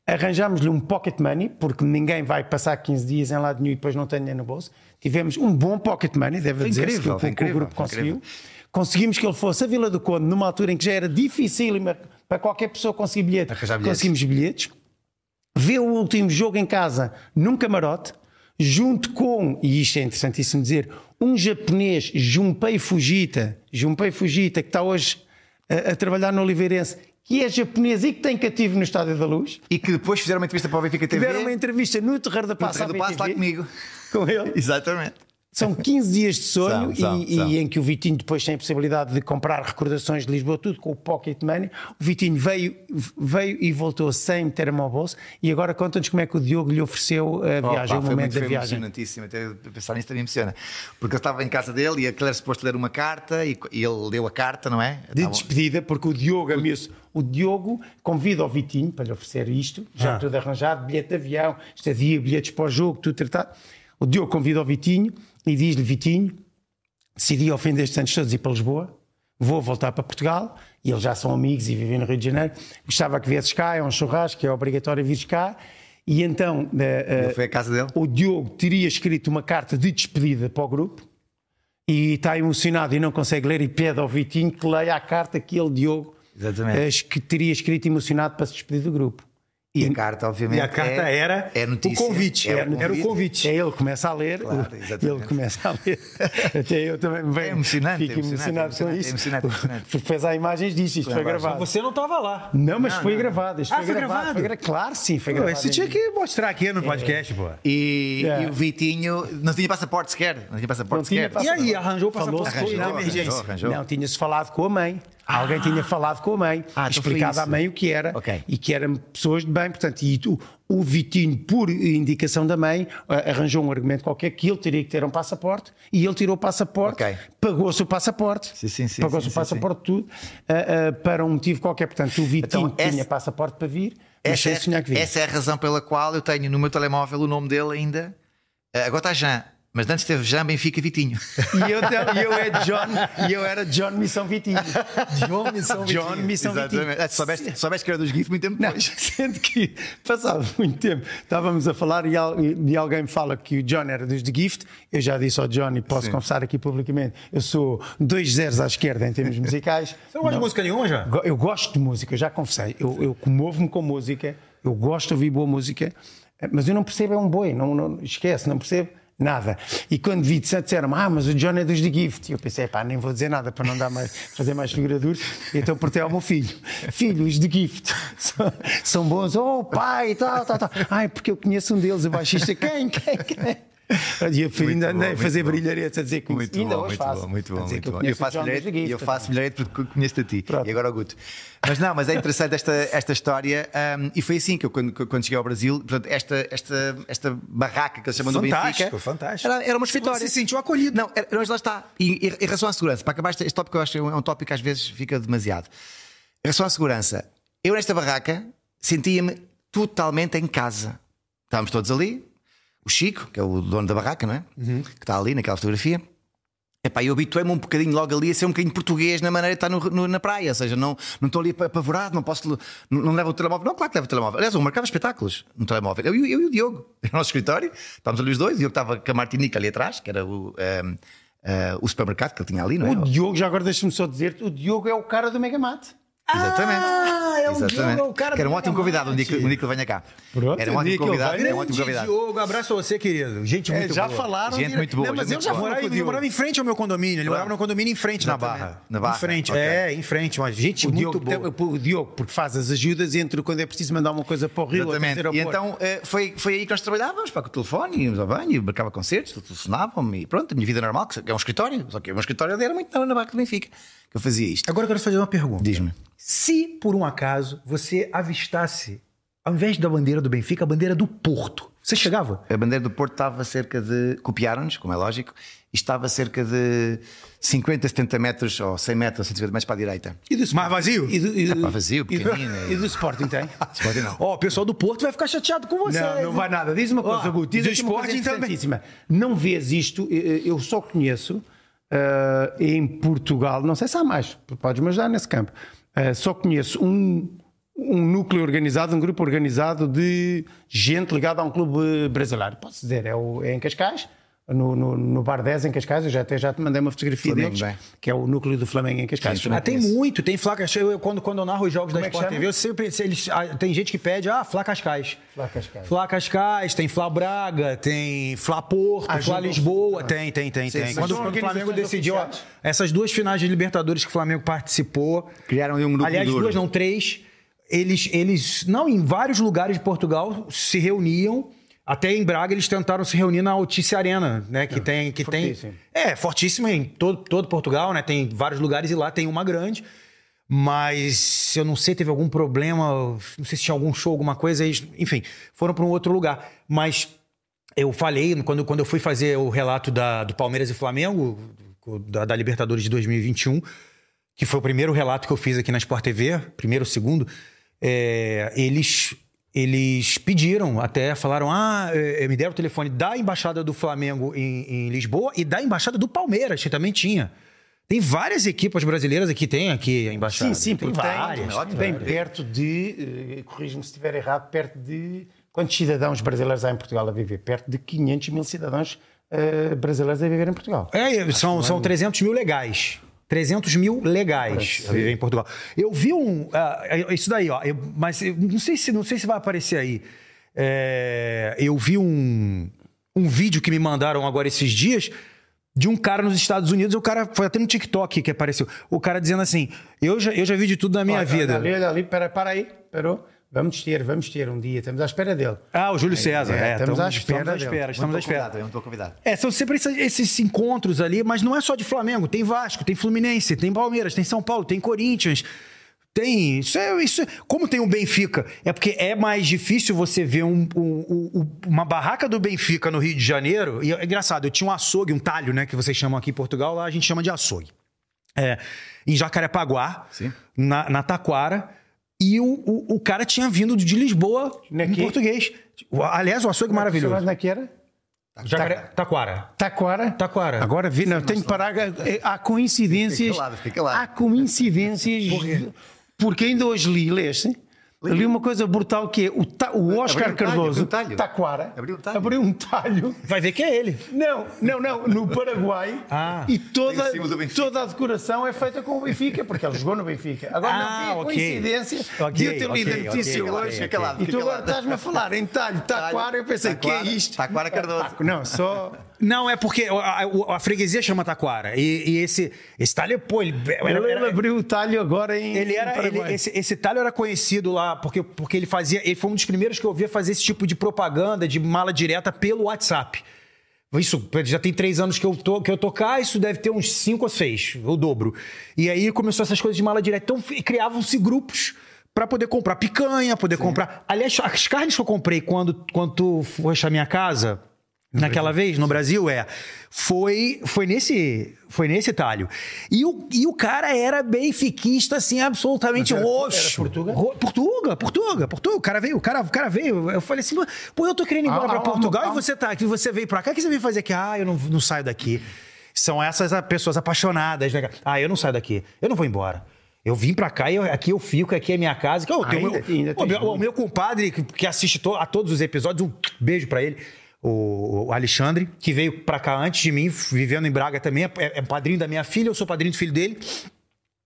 A: Arranjámos-lhe um pocket money, porque ninguém vai passar 15 dias em lado nenhum e depois não tem dinheiro no bolso. Tivemos um bom pocket money, deve dizer,
C: incrível,
A: que o- que
C: foi
A: o,
C: incrível,
A: grupo
C: foi
A: conseguiu.
C: incrível.
A: Conseguimos que ele fosse a Vila do Conde, numa altura em que já era difícil para qualquer pessoa conseguir bilhete.
C: Arranjar bilhetes.
A: Conseguimos bilhetes vê o último jogo em casa num camarote, junto com, e isto é interessantíssimo dizer, um japonês, Junpei Fujita, Junpei Fujita, que está hoje a, a trabalhar no Oliveirense, que é japonês e que tem cativo no Estádio da Luz.
C: E que depois fizeram uma entrevista para o Benfica TV.
A: Tiveram uma entrevista no Terreiro da Passa,
C: Terreiro da Paz, lá comigo.
A: com ele.
C: Exatamente.
A: São 15 dias de sonho
C: São, são,
A: e,
C: são.
A: e em que o Vitinho depois tem a possibilidade de comprar recordações de Lisboa, tudo com o pocket money. O Vitinho veio, veio e voltou sem meter a mão ao bolso. E agora conta-nos como é que o Diogo lhe ofereceu a viagem,
C: Opa,
A: o
C: foi muito-
A: um momento da
C: foi
A: viagem.
C: emocionantíssimo, até pensar nisto também emociona. Porque eu estava em casa dele e aquele era suposto ler uma carta e, e ele leu a carta, não é?
A: De
C: Estavam-
A: despedida, porque o Diogo, amigo, o Diogo convida o Vitinho para lhe oferecer isto, já tudo arranjado, bilhete de avião, estadia, bilhetes para o jogo, tudo tratado. O Diogo convida o Vitinho e diz-lhe: Vitinho, decidi ao fim destes anos todos ir para Lisboa, vou voltar para Portugal, e eles já são amigos e vivem no Rio de Janeiro. Gostava que viesses cá, é um churrasco, é obrigatório vir cá. E então eh, eh,
C: Ele foi à casa dele.
A: o Diogo teria escrito uma carta de despedida para o grupo e está emocionado e não consegue ler e pede ao Vitinho que leia a carta que ele, Diogo,
C: Exatamente.
A: eh, que teria escrito emocionado para se despedir do grupo.
C: E a carta, obviamente.
B: E a carta
C: é-
B: era
C: é notícia.
B: o convite.
C: É
B: Era, era o convite.
A: É ele que começa a ler,
C: Claro,
A: o-
C: exatamente.
A: ele começa a ler. Até eu também me venho.
C: É emocionante,
A: Fico
C: é emocionante,
A: emocionado com
C: é
A: isso.
C: emocionante, é emocionante.
A: Porque fez há imagens disto, isto foi gravado.
B: Você não estava lá.
A: Não, mas foi gravado. Isto
B: Ah,
A: foi,
B: foi
A: gravado.
B: gravado?
A: foi gra- Claro, sim, foi
B: Pô,
A: gravado.
B: Você tinha que mostrar aqui no podcast, pô.
C: E,
A: Yeah.
C: e o Vitinho não tinha passaporte sequer. Não tinha passaporte
A: Não tinha
C: sequer.
B: E
A: passaporte.
B: aí, arranjou o passaporte
A: Falou-se com
B: de
A: ele.
B: emergência.
C: Arranjou.
A: Não, tinha-se falado com a mãe. Alguém tinha falado com a mãe,
C: Ah, então foi
A: explicado
C: isso.
A: à mãe o que era
C: Ok.
A: e que eram pessoas de bem. Portanto, e tu- o Vitinho, por indicação da mãe, a- arranjou um argumento qualquer que ele teria que ter um passaporte e ele tirou o passaporte,
C: Ok.
A: pagou-se o passaporte,
C: Sim, sim, sim,
A: pagou-se
C: sim,
A: o
C: sim,
A: passaporte, tudo, ah, ah, para um motivo qualquer. Portanto, o Vitinho
C: Então, essa-
A: tinha passaporte para vir, mas
C: Essa
A: sem sonhar que
C: é,
A: vinha.
C: essa é a razão pela qual eu tenho no meu telemóvel o nome dele ainda. Eh, Agora está Jean, mas antes teve Jean Benfica Vitinho.
A: E eu, te- e eu é John, e eu era John Missão Vitinho. John Missão John Missão Vitinho.
C: Exatamente. Ah, Soubeste, soubeste que era dos GIF muito tempo
A: Não,
C: depois.
A: sendo que passado muito tempo estávamos a falar e, al- e alguém me fala que o John era dos The Gift. Eu já disse ao John e posso confessar aqui publicamente: eu sou dois zeros à esquerda em termos musicais.
C: Então,
B: Você não gosta de música nenhuma, já?
A: Go- Eu gosto de música, eu já confessei. Eu, eu comovo-me com música, eu gosto de ouvir boa música, eh, mas eu não percebo, é um boi, não, não- esquece, não percebo nada. E quando vi, disser- disseram-me, ah, mas o John é dos The Gift. E eu pensei, pá, nem vou dizer nada para não dar mais, fazer mais figura dura. E Então portei ao meu filho, filho, os The Gift são, são bons, oh pai, tal, tal, tal. Ai, porque eu conheço um deles, o baixista, quem, quem, quem? E eu filho
C: Muito
A: ainda
C: bom,
A: andei a
C: muito
A: fazer
C: bom.
A: brilharetes a dizer que
C: Muito
A: ainda
C: bom,
A: hoje
C: muito
A: faço.
C: bom, muito
A: A
C: bom.
A: dizer que
C: Muito bom.
A: conheço
C: Eu
A: o
C: faço
A: John dos
C: milhareto
A: The Gift,
C: eu faço milhareto porque conheço-te a ti
A: Pronto.
C: e agora ao Guto. Mas não, mas é interessante esta, esta história. hum, e foi assim que eu, quando, quando cheguei ao Brasil, portanto, esta, esta, esta barraca que eles chamam
B: Fantástico,
C: do Benfica.
B: fantástico.
C: Era, um era uma escritório.
A: assim,
B: Você se sentiu acolhido.
C: Não, era, mas lá está. E, e, em relação à segurança, para acabar este, este tópico, eu acho que é um é um tópico que às vezes fica demasiado. Em relação à segurança, eu nesta barraca sentia-me totalmente em casa. Estávamos todos ali. o Chico, que é o dono da barraca, não é?
B: Uhum.
C: Que está ali naquela fotografia. Epá, eu habituei-me um bocadinho logo ali a ser um bocadinho português na maneira de estar no- no- na praia, ou seja, não, não estou ali ap- apavorado, não posso. Não, não levo o telemóvel. Não, claro que levo o telemóvel. Aliás, eu marcava espetáculos no telemóvel. Eu, e o- eu e o Diogo, no nosso escritório, estávamos ali os dois, o Diogo estava com a Martinica ali atrás, que era o, ehm, eh, o supermercado que ele tinha ali, não é?
A: O Diogo, já agora deixa-me só dizer-te, o Diogo é o cara do Megamate.
C: Exatamente.
B: Ah, é o Diogo, é o cara
C: que era um
B: do
C: ótimo
B: Megamate.
C: convidado um dia, que, um dia que ele venha cá.
A: Pronto,
C: era um
A: um dia
C: ótimo
A: que ele
C: convidado,
A: venha.
C: era um ótimo
B: Grande
C: convidado.
B: Diogo, abraço a você, querido. Gente
A: É,
B: muito
A: já
B: boa.
A: falaram.
C: Gente
A: dire-
C: muito boa,
A: Não, mas
C: gente
A: eu
C: muito
A: já
C: boa.
A: falei
B: Morava,
A: com o
B: ele
A: Diogo.
B: morava em frente ao meu condomínio. Ele morava no condomínio em frente,
C: Exatamente.
B: na Barra.
C: Na Barra,
B: Em frente,
C: ok.
B: é, em frente. Mas gente
A: Tipo, O
B: muito
A: Diogo,
B: boa.
A: tem- o Diogo, porque faz as ajudas entre quando é preciso mandar uma coisa para o Rio ou
C: Exatamente.
A: para o
C: E
A: aeroporto.
C: então eh, foi, foi aí que nós trabalhávamos, para com o telefone, íamos ao banho, e marcava concertos, telefonavam-me e pronto, a minha vida normal, que é um escritório, só que é um escritório ali era muito na Barra do Benfica, que eu fazia isto.
B: Agora eu quero fazer uma pergunta.
C: Diz-me.
B: Se por um acaso você avistasse, ao invés da bandeira do Benfica, a bandeira do Porto, você chegava?
C: A bandeira do Porto estava cerca de. Copiaram-nos, como é lógico, e estava cerca de 50, 70 metros, ou 100 metros, ou 150 metros para a direita.
A: E do Sporting?
B: vazio?
A: E do, e do-
C: É pá, vazio,
A: e do-
C: pequenino. é.
A: E do Sporting tem?
C: Se pode não.
B: Ó, o pessoal do Porto vai ficar chateado com você.
A: Não, não vai nada. Diz uma coisa,
B: Ó,
A: Guto. Diz
B: do então,
A: aqui uma coisa
B: Sporting também.
A: interessantíssima. Não vês isto, eh, eu só conheço ah, em Portugal, não sei se há mais, podes-me ajudar nesse campo. Ah, só conheço um, um núcleo organizado, um grupo organizado de gente ligada a um clube brasileiro. Posso dizer, é, o- é em Cascais. No, no, no Bar 10 em Cascais, eu já até já te mandei uma fotografia
C: Flamengo,
A: deles,
C: bem.
A: que é o núcleo do Flamengo em Cascais.
C: Sim, também.
B: Ah, tem muito, tem Flá Cascais. Eu, eu, quando, quando eu narro os jogos
A: Como
B: da
A: é que
B: Sport
A: chama?
B: TV, eu sempre, se eles, ah, tem gente que pede, ah, Flá Cascais.
A: Flá Cascais.
B: Flá Cascais, tem Flá Braga, tem Flá Porto,
A: Ah,
B: Flá
A: juntam-
B: Lisboa, tem, tem, tem, tem.
A: mas
B: Quando,
A: são
B: quando o Flamengo
A: organizações
B: decidiu, ó,
A: oficiais?
B: essas duas finais de Libertadores que o Flamengo participou,
C: Criaram ali um grupo
B: aliás,
C: duro.
B: duas não, três, eles, eles, não, em vários lugares de Portugal se reuniam, até em Braga eles tentaram se reunir na Altice Arena, né,
C: Ah,
B: que tem, que tem,
A: fortíssimo.
B: é, fortíssima em todo, todo Portugal, né? Tem vários lugares e lá tem uma grande. Mas eu não sei, teve algum problema, não sei se tinha algum show, alguma coisa, eles, enfim, foram para um outro lugar. Mas eu falei, quando, quando eu fui fazer o relato da- do Palmeiras e Flamengo, da, da Libertadores de 2021, que foi o primeiro relato que eu fiz aqui na Sport TV, primeiro, segundo, é, eles, eles pediram, até falaram, ah, é, é, me deram o telefone da Embaixada do Flamengo em, em Lisboa e da Embaixada do Palmeiras, que também tinha. Tem várias equipes brasileiras aqui, tem aqui a Embaixada.
A: Sim, sim,
B: tem
A: porque
B: várias.
A: tem, é tem perto de, eh, corrijo-me se estiver errado, perto de quantos cidadãos brasileiros há em Portugal a viver? Perto de 500 mil cidadãos eh, brasileiros a viver em Portugal.
B: É, são,
A: um-
B: são 300 mil legais. 300 mil legais a viver em Portugal. Eu vi um. ah, é isso daí, ó. eu- mas eu não, sei se, não sei se vai aparecer aí. É, eu vi um, um vídeo que me mandaram agora esses dias de um cara nos Estados Unidos. O cara foi até no TikTok que apareceu. O cara dizendo assim: Eu já, eu já vi de tudo na minha
A: Olha,
B: vida.
A: Olha ali, é- olha ali, para, para aí, parou. Vamos ter, vamos ter um dia, estamos à espera dele.
B: Ah, o Júlio César.
A: é,
B: É,
A: estamos à espera
B: Estamos à
A: dele.
B: espera. Estamos à espera.
C: Eu não estou convidado.
B: É, são sempre esses, esses encontros ali, mas não é só de Flamengo. Tem Vasco, tem Fluminense, tem Palmeiras, tem São Paulo, tem Corinthians. Tem. Isso é. Isso é- como tem o Benfica? É porque é mais difícil você ver um- um- um- uma barraca do Benfica no Rio de Janeiro. E é engraçado, eu tinha um açougue, um talho, né? Que vocês chamam aqui em Portugal, lá a gente chama de açougue. É, em Jacarepaguá,
C: Sim.
B: na, na Taquara. E o, o- o cara tinha vindo de Lisboa, em
A: Naqui?
B: português. O- Aliás, o açougue maravilhoso.
A: Onde é que era?
B: Jacare... Taquara.
A: Taquara?
B: Taquara.
A: Agora vi, não, tenho que parar. eh, Há coincidências.
C: Fica calado, fica calado.
A: Há coincidências. Porque ainda hoje li, leste? Li uma coisa brutal que é o, ta- o Oscar
C: um talho,
A: Cardoso,
C: abriu um talho.
A: Taquara,
C: Abriu um talho.
A: abriu um talho.
B: Vai ver que é ele.
A: Não, não, não, no Paraguai.
B: Ah.
A: e
C: Em
A: toda,
C: cima do Benfica.
A: toda a decoração é feita com o Benfica, porque ele jogou no Benfica. Agora
B: Ah,
A: não vi a
B: ok.
A: coincidência de eu ter
B: Ok,
A: lido
B: ok,
A: a notícia
B: ok,
A: hoje.
C: ok, ok.
A: E tu agora estás-me a falar em talho, taquara, eu pensei, que é
C: Taquara-
A: isto?
C: Taquara Cardoso.
A: Taco, Não, só.
B: Não, é porque a, a- a freguesia chama Taquara. E, e esse, esse talho, pô, ele era-
A: Ele é,
B: era-
A: abriu o talho agora em.
B: ele
A: em
B: era ele-
A: Paraguai.
B: esse, esse talho era conhecido lá porque, porque ele fazia. Ele foi um dos primeiros que eu via fazer esse tipo de propaganda de mala direta pelo WhatsApp. Isso já tem três anos que eu tô que eu tocar, isso deve ter uns cinco ou seis, o dobro. E aí começou essas coisas de mala direta. Então fi- criavam-se grupos para poder comprar picanha, poder comprar. Aliás, as carnes que eu comprei quando quando tu foste à minha casa Naquela vez, no Brasil, é. Foi, foi, nesse, foi nesse talho. E o, e o cara era benfiquista, assim, absolutamente roxo.
A: Portuga?
B: Ro- Portuga, Portuga, Portuga. O cara veio, o cara, o cara veio. Eu falei assim, pô, eu tô querendo ir embora
A: Ah,
B: pra
A: ah,
B: Portugal
A: ah,
B: e você tá aqui, você veio pra cá, o que você veio fazer aqui? Ah, eu não, não saio daqui. São essas a- pessoas apaixonadas. né? Ah, eu não saio daqui, eu não vou embora. Eu vim pra cá e eu- aqui eu fico, aqui é minha casa. Que eu tenho
A: Ainda-
B: meu-
A: ainda
B: Pô,
A: tem
B: meu- o
A: muito.
B: meu compadre que- que assiste to- a todos os episódios, um beijo pra ele, o, o Alexandre, que veio pra cá antes de mim, vivendo em Braga também, é, é padrinho da minha filha, eu sou padrinho do filho dele.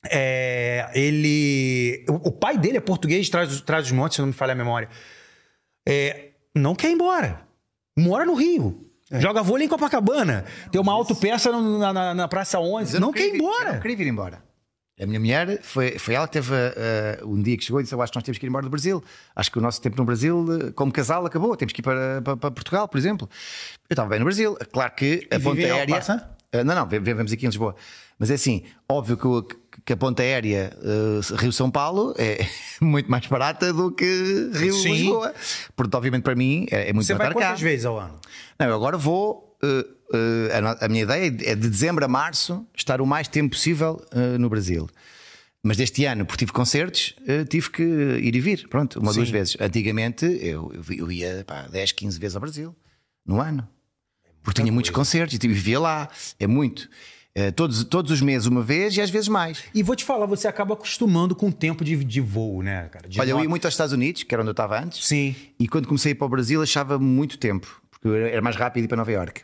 B: É, ele. O, o pai dele é português, traz, traz os montes, se não me falha a memória. É, não quer ir embora. Mora no Rio. Joga vôlei em Copacabana. Tem uma autopeça no- na, na, na Praça 11.
C: eu
B: Não,
C: queria
B: quer ir
C: vir- Eu
B: embora.
C: não queria vir embora. A minha mulher foi, foi ela que teve eh, um dia que chegou e disse: Eu acho que nós temos que ir embora do Brasil. Acho que o nosso tempo no Brasil, eh, como casal, acabou. Temos que ir para, para- para Portugal, por exemplo. Eu estava bem no Brasil. Claro que a ponta
B: viver em
C: aérea.
B: Alcobaça?
C: Eh, não, não, vi- vivemos aqui em Lisboa. Mas é assim: óbvio que, o- que a ponta aérea eh, Rio-São Paulo é muito mais barata do que
B: Sim.
C: Rio-Lisboa. Porque, obviamente, para mim é, é muito
B: Você
C: mais
B: vai
C: barato cá.
B: quantas vezes ao ano?
C: Não, eu agora vou. eh, eh, a, no- a minha ideia é de dezembro a março estar o mais tempo possível eh, no Brasil. Mas deste ano, porque tive concertos, eh, tive que ir e vir, pronto, uma ou duas vezes. Antigamente eu, eu vi- eu ia pá, 10, 15 vezes ao Brasil no ano, porque tinha muitos concertos e tive- vivia lá, é muito. Eh, todos, todos os meses uma vez e às vezes mais.
B: E vou te falar, você acaba acostumando com o tempo de, de voo, né, cara? De
C: Olha, eu
B: nota.
C: ia muito aos Estados Unidos, que era onde eu estava antes.
B: Sim.
C: E quando comecei a ir para o Brasil achava muito tempo, porque era mais rápido ir para Nova Iorque.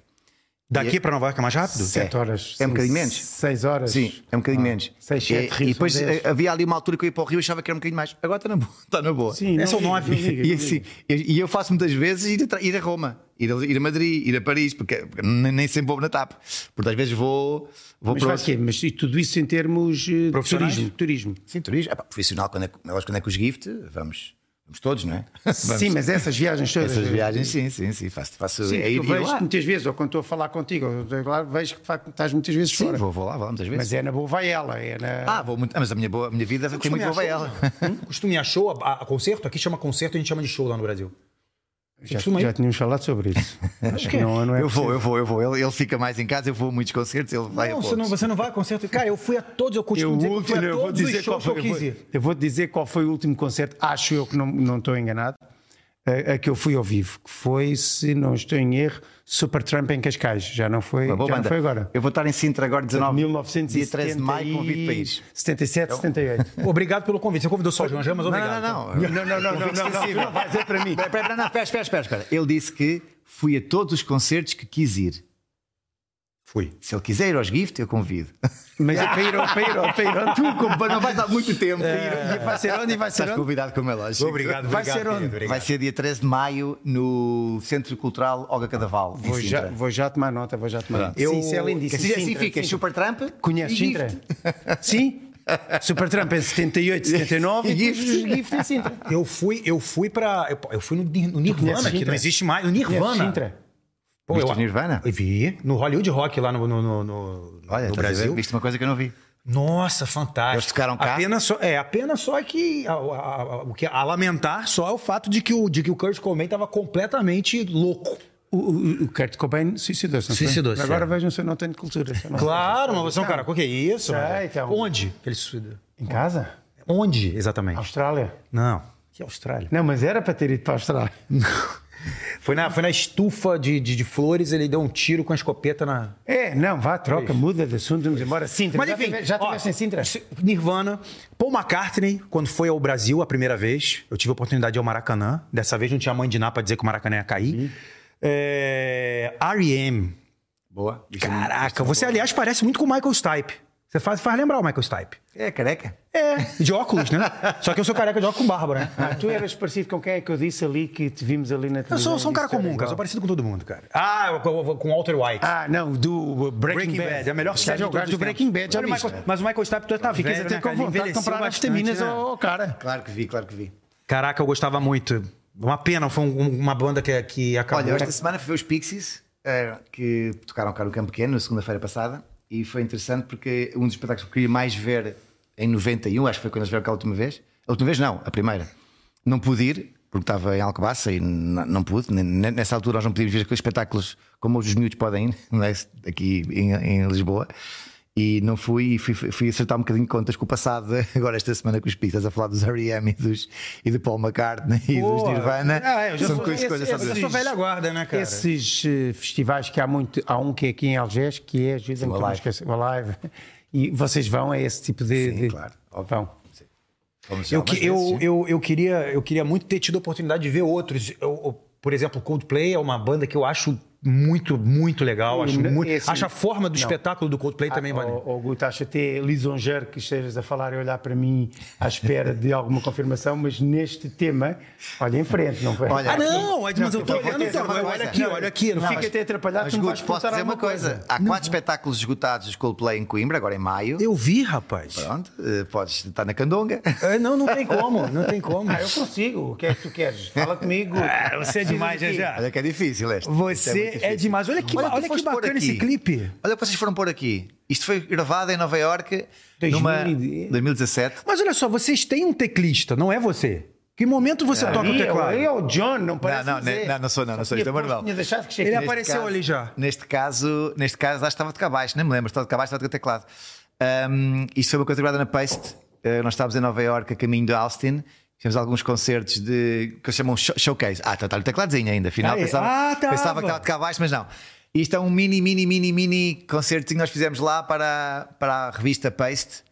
B: Daqui pra Nova York é mais rápido?
A: Sete horas.
C: É um
A: sim,
C: bocadinho menos.
A: Seis horas.
C: Sim, é um bocadinho menos.
A: seis, sete
C: e,
A: rios
C: e depois
A: são dez.
C: eh, havia ali uma altura que eu ia para o Rio e achava que era um bocadinho mais. Agora está na boa. Está na boa.
A: Sim, não
B: São
A: liga,
B: nove.
A: não liga,
C: E,
A: não
C: assim,
A: liga.
C: e e eu faço muitas vezes ir a, tra- ir a Roma, ir a, ir a Madrid, ir a Paris, porque nem, nem sempre vou na TAP. Porque às vezes vou, vou
A: Mas
C: para
A: faz
C: outro-
A: quê? Mas e tudo isso em termos eh, de
B: Profissionais?
A: turismo. turismo.
C: Sim, turismo. Ah, pá, profissional, quando é, que- nós quando é com os gift, vamos, vamos todos, não é? Vamos.
A: Sim, mas essas viagens todas.
C: Essas viagens, sim, sim, sim. Faço, faço
A: Sim,
C: é
A: porque
C: ir,
A: eu
C: ir
A: vejo
C: lá.
A: muitas vezes, ou quando estou a falar contigo, ou estou lá, vejo que de facto, estás muitas vezes
C: Sim,
A: fora.
C: vou, vou lá, vou lá muitas vezes.
A: Mas é na boa vai ela, é na.
C: Ah, vou muito. ah, Mas a minha, boa, a minha vida tem muito boa
B: show,
C: vaela.
B: não? Hum? Costume a show, a, a concerto? Aqui chama concerto, a gente chama de show lá no Brasil.
A: já,
B: costuma ir.
A: já tínhamos falado sobre isso. Acho que não, não é
C: Eu vou, eu vou, eu vou. Ele, ele fica mais em casa, eu vou a muitos concertos, ele vai
B: não,
C: a
B: você não,
C: poucos.
B: você não vai a concerto. Cara, eu fui a todos, eu
A: Eu,
B: costumo dizer que eu
A: último,
B: fui a
A: eu, vou
B: todos os
A: dizer qual
B: shows que
A: foi, eu,
B: eu quis
A: vou,
B: ir.
A: eu vou dizer qual foi o último concerto, acho eu que não, não estou enganado, a, a que eu fui ao vivo, que foi, se não estou em erro, Supertramp em Cascais. Já não foi,
C: Uma boa
A: já não
C: banda.
A: foi agora.
C: Eu vou estar em Sintra agora, 19
A: 1977,
C: dia 13 de maio, convido para ir.
A: 77, 78.
B: Obrigado pelo convite. Você convidou só o João Jamas?
C: Não,
B: Obrigado.
C: não, não,
B: tá?
C: não. não, não, não, não, não, não, não vai dizer para mim. Espera, espera, não, espera, espera, espera, espera. Ele disse que fui a todos os concertos que quis ir.
B: Fui.
C: Se ele quiser ir aos Gift, eu convido.
A: Mas é para ir, ao- para ir, ao- para ir ao-
C: Tu, compadre, não vais dar muito tempo.
A: E vai ser onde? E vai ser
C: É. Estás
A: onde?
C: convidado, como é lógico.
B: Obrigado,
A: Vai
B: obrigado,
A: ser onde?
B: querido, obrigado.
C: Vai ser dia 13 de maio no Centro Cultural Olga Cadaval. em
A: Vou já,
C: Sintra.
A: vou já tomar nota, vou já tomar nota.
C: Eu-
A: é Sim, isso é lindíssimo.
C: Assim, assim
A: Sintra,
C: fica,
A: Sintra.
C: Supertramp.
A: Conhece
C: e Gift.
A: Sintra? Sim. Supertramp em 78, 79 e depois os Gift em Sintra.
B: assim, então. Eu fui, eu fui pra. Eu, eu fui no, Nir- no Nirvana,
A: conheces
B: que não
A: Sintra?
B: existe mais. No
A: Conhece
B: Nirvana.
A: Sintra.
B: Pô,
C: Viste
B: eu-
C: o Nirvana?
B: Eu vi. No Hollywood Rock lá no, no, no- no-
C: Olha,
B: no
C: estás a ver?
B: Brasil.
C: Viste uma coisa que eu não vi.
B: Nossa, fantástico.
C: Eles tocaram cá?
B: Apenas só, é, apenas só que a, a- a- o que a lamentar só é o fato de que o, de que o Kurt Cobain estava completamente louco.
A: O, o, o Kurt Cobain suicidou-se. não foi?
B: Suicidou-se,
A: Agora
B: é.
A: vejam se eu não tenho cultura. se eu não-
B: Claro, mas você é um cara, o que é isso?
A: Sei,
B: mas-
A: então.
B: Onde que ele se suicidou?
A: Em casa?
B: Onde, exatamente?
A: Austrália?
B: Não. Que Austrália?
A: Não, mas era para ter ido para a Austrália.
B: Foi na, foi na estufa de, de, de flores, ele deu um tiro com a escopeta na.
A: É, não, vá, troca, muda de assunto, vamos embora. Sintra.
B: Mas
A: já
B: enfim,
A: tive- já
B: ó,
A: estiveste em Sintra?
B: se- Nirvana, Paul McCartney, quando foi ao Brasil a primeira vez, eu tive a oportunidade de ir ao Maracanã. Dessa vez não tinha mãe de Ná pra dizer que o Maracanã ia cair. É, R.E.M.
C: Boa.
A: é
B: Caraca, você aliás parece muito com o Michael Stipe. Você faz, faz lembrar o Michael Stipe.
C: É careca.
B: É, de óculos, né? Só que eu sou careca de óculos com barba, né?
A: Ah, tu eras parecido com quem é que eu disse ali que te vimos ali na
B: Eu
A: televisão.
B: sou, sou um cara
A: Disse que era
B: comum, cara.
A: igual.
B: Sou parecido com todo mundo, cara. Ah, eu- eu- eu- com Walter White.
A: Ah, não, do Breaking,
B: Breaking Bad, é a melhor
A: Está
B: série de
A: a jogar
B: todos
A: do
B: os tempos.
A: Breaking Bad, já
B: Olha, o
A: viste?
B: Michael- mas o Michael Stipe já tá
A: Ficas
B: velho,
A: até
B: né,
A: com
B: cara? Ele
A: vontade de
B: envelheceu
A: comprar
B: bastante,
A: vitaminas
B: né?
A: ao cara.
C: Claro que vi, claro que vi.
B: Caraca, eu gostava muito. Uma pena, foi um- uma banda que, que acabou.
C: Olha, eu esta semana fui ver os Pixies, eh, que tocaram cá no Campo Pequeno, na segunda-feira passada, e foi interessante porque um dos espetáculos que eu queria mais um, ver em 91, acho que foi quando eles vieram cá a última vez, a última vez não, a primeira, não pude ir, porque porque estava em Alcobaça e n- não pude. N- n- Nessa altura nós não podíamos ver aqueles espetáculos como hoje os miúdos podem ir, não é? aqui em, em Lisboa. E não fui e fui, fui acertar um bocadinho de contas com o passado, agora esta semana com os pistas, a falar dos R.E.M. e, dos- e do Paul McCartney e dos Nirvana.
B: Ah, é, eu já
C: São
B: sou,
C: coisas-
B: esse-
C: coisas
B: esse-
C: a
B: eu
C: dizer.
B: sou velha guarda, né, cara?
A: Esses eh, festivais que há muito, há um que é aqui em Algés, que é, ajuda-me que eu me
C: Alive.
A: esqueço, o Alive. E vocês vão a esse tipo de.
C: Sim,
A: de-
C: claro, óbvio.
A: Vão.
C: Fomos
B: Eu,
C: algumas
B: que- eu,
C: vezes, sim.
B: eu, eu, queria, eu queria muito ter tido a oportunidade de ver outros. Eu- eu- por exemplo, Coldplay é uma banda que eu acho muito, muito legal. Acho,
A: não,
B: muito,
A: esse-
B: acho a forma do
A: não.
B: espetáculo do Coldplay também
A: Ah,
B: maneiro.
A: oh, oh, Guto, acho até lisonjeiro que estejas a falar e olhar para mim à espera de alguma confirmação, mas neste tema, olha em frente, não vai.
C: Olha,
B: Ah, não, mas eu tô
C: vou
B: olhando,
C: dizer
B: então,
C: uma
B: olha
C: coisa.
B: aqui, olha aqui. Não,
A: Não,
B: fica
A: fica até atrapalhado,
C: Mas,
A: tu me
C: Guto,
A: vais
C: posso
A: contar
C: dizer uma
A: alguma
C: coisa? Há quatro espetáculos esgotados dos Coldplay em Coimbra, agora em maio.
B: Eu vi, rapaz.
C: Pronto, eh, podes estar na candonga.
B: É, não, não tem como, não tem como.
A: Ah, eu consigo. O que é que tu queres? Fala comigo.
B: Ah, você é demais,
A: Aqui.
B: já.
C: Olha que é difícil este. Isto muito
B: Você é,
C: difícil.
B: demais. Olha que,
C: Olha,
B: ba-
C: tu
B: olha que
C: foste pôr
B: bacana
C: aqui.
B: esse clipe.
C: Olha o que vocês foram pôr aqui. Isto foi gravado em Nova Iorque em
A: 2010.
C: 2017.
B: Mas olha só, vocês têm um teclista, não é você? Que momento você toca o
A: Ali,
B: teclado?
A: ali é o John, não parece
C: não,
A: dizer.
C: não, não sou, não, não sou,
A: Tinha
C: isto é
A: posto,
C: normal.
A: tinha deixado que
B: Ele
A: chegasse.
B: apareceu
C: caso-
B: ali já.
C: Neste caso, neste caso, acho que estava de cá baixo, nem me lembro, estava de cá baixo, estava de cá teclado. Um, isto foi uma coisa gravada na Paste. Uh, nós estávamos em Nova Iorque, a caminho de Austin. Fizemos alguns concertos de que eles chamam show- showcase. Ah, está tá, o tecladozinho ainda, afinal.
B: Aí,
C: pensava,
B: ah, tava.
C: pensava que estava de cá baixo, mas não. Isto é um mini, mini, mini, mini concerto que nós fizemos lá para, para a revista Paste.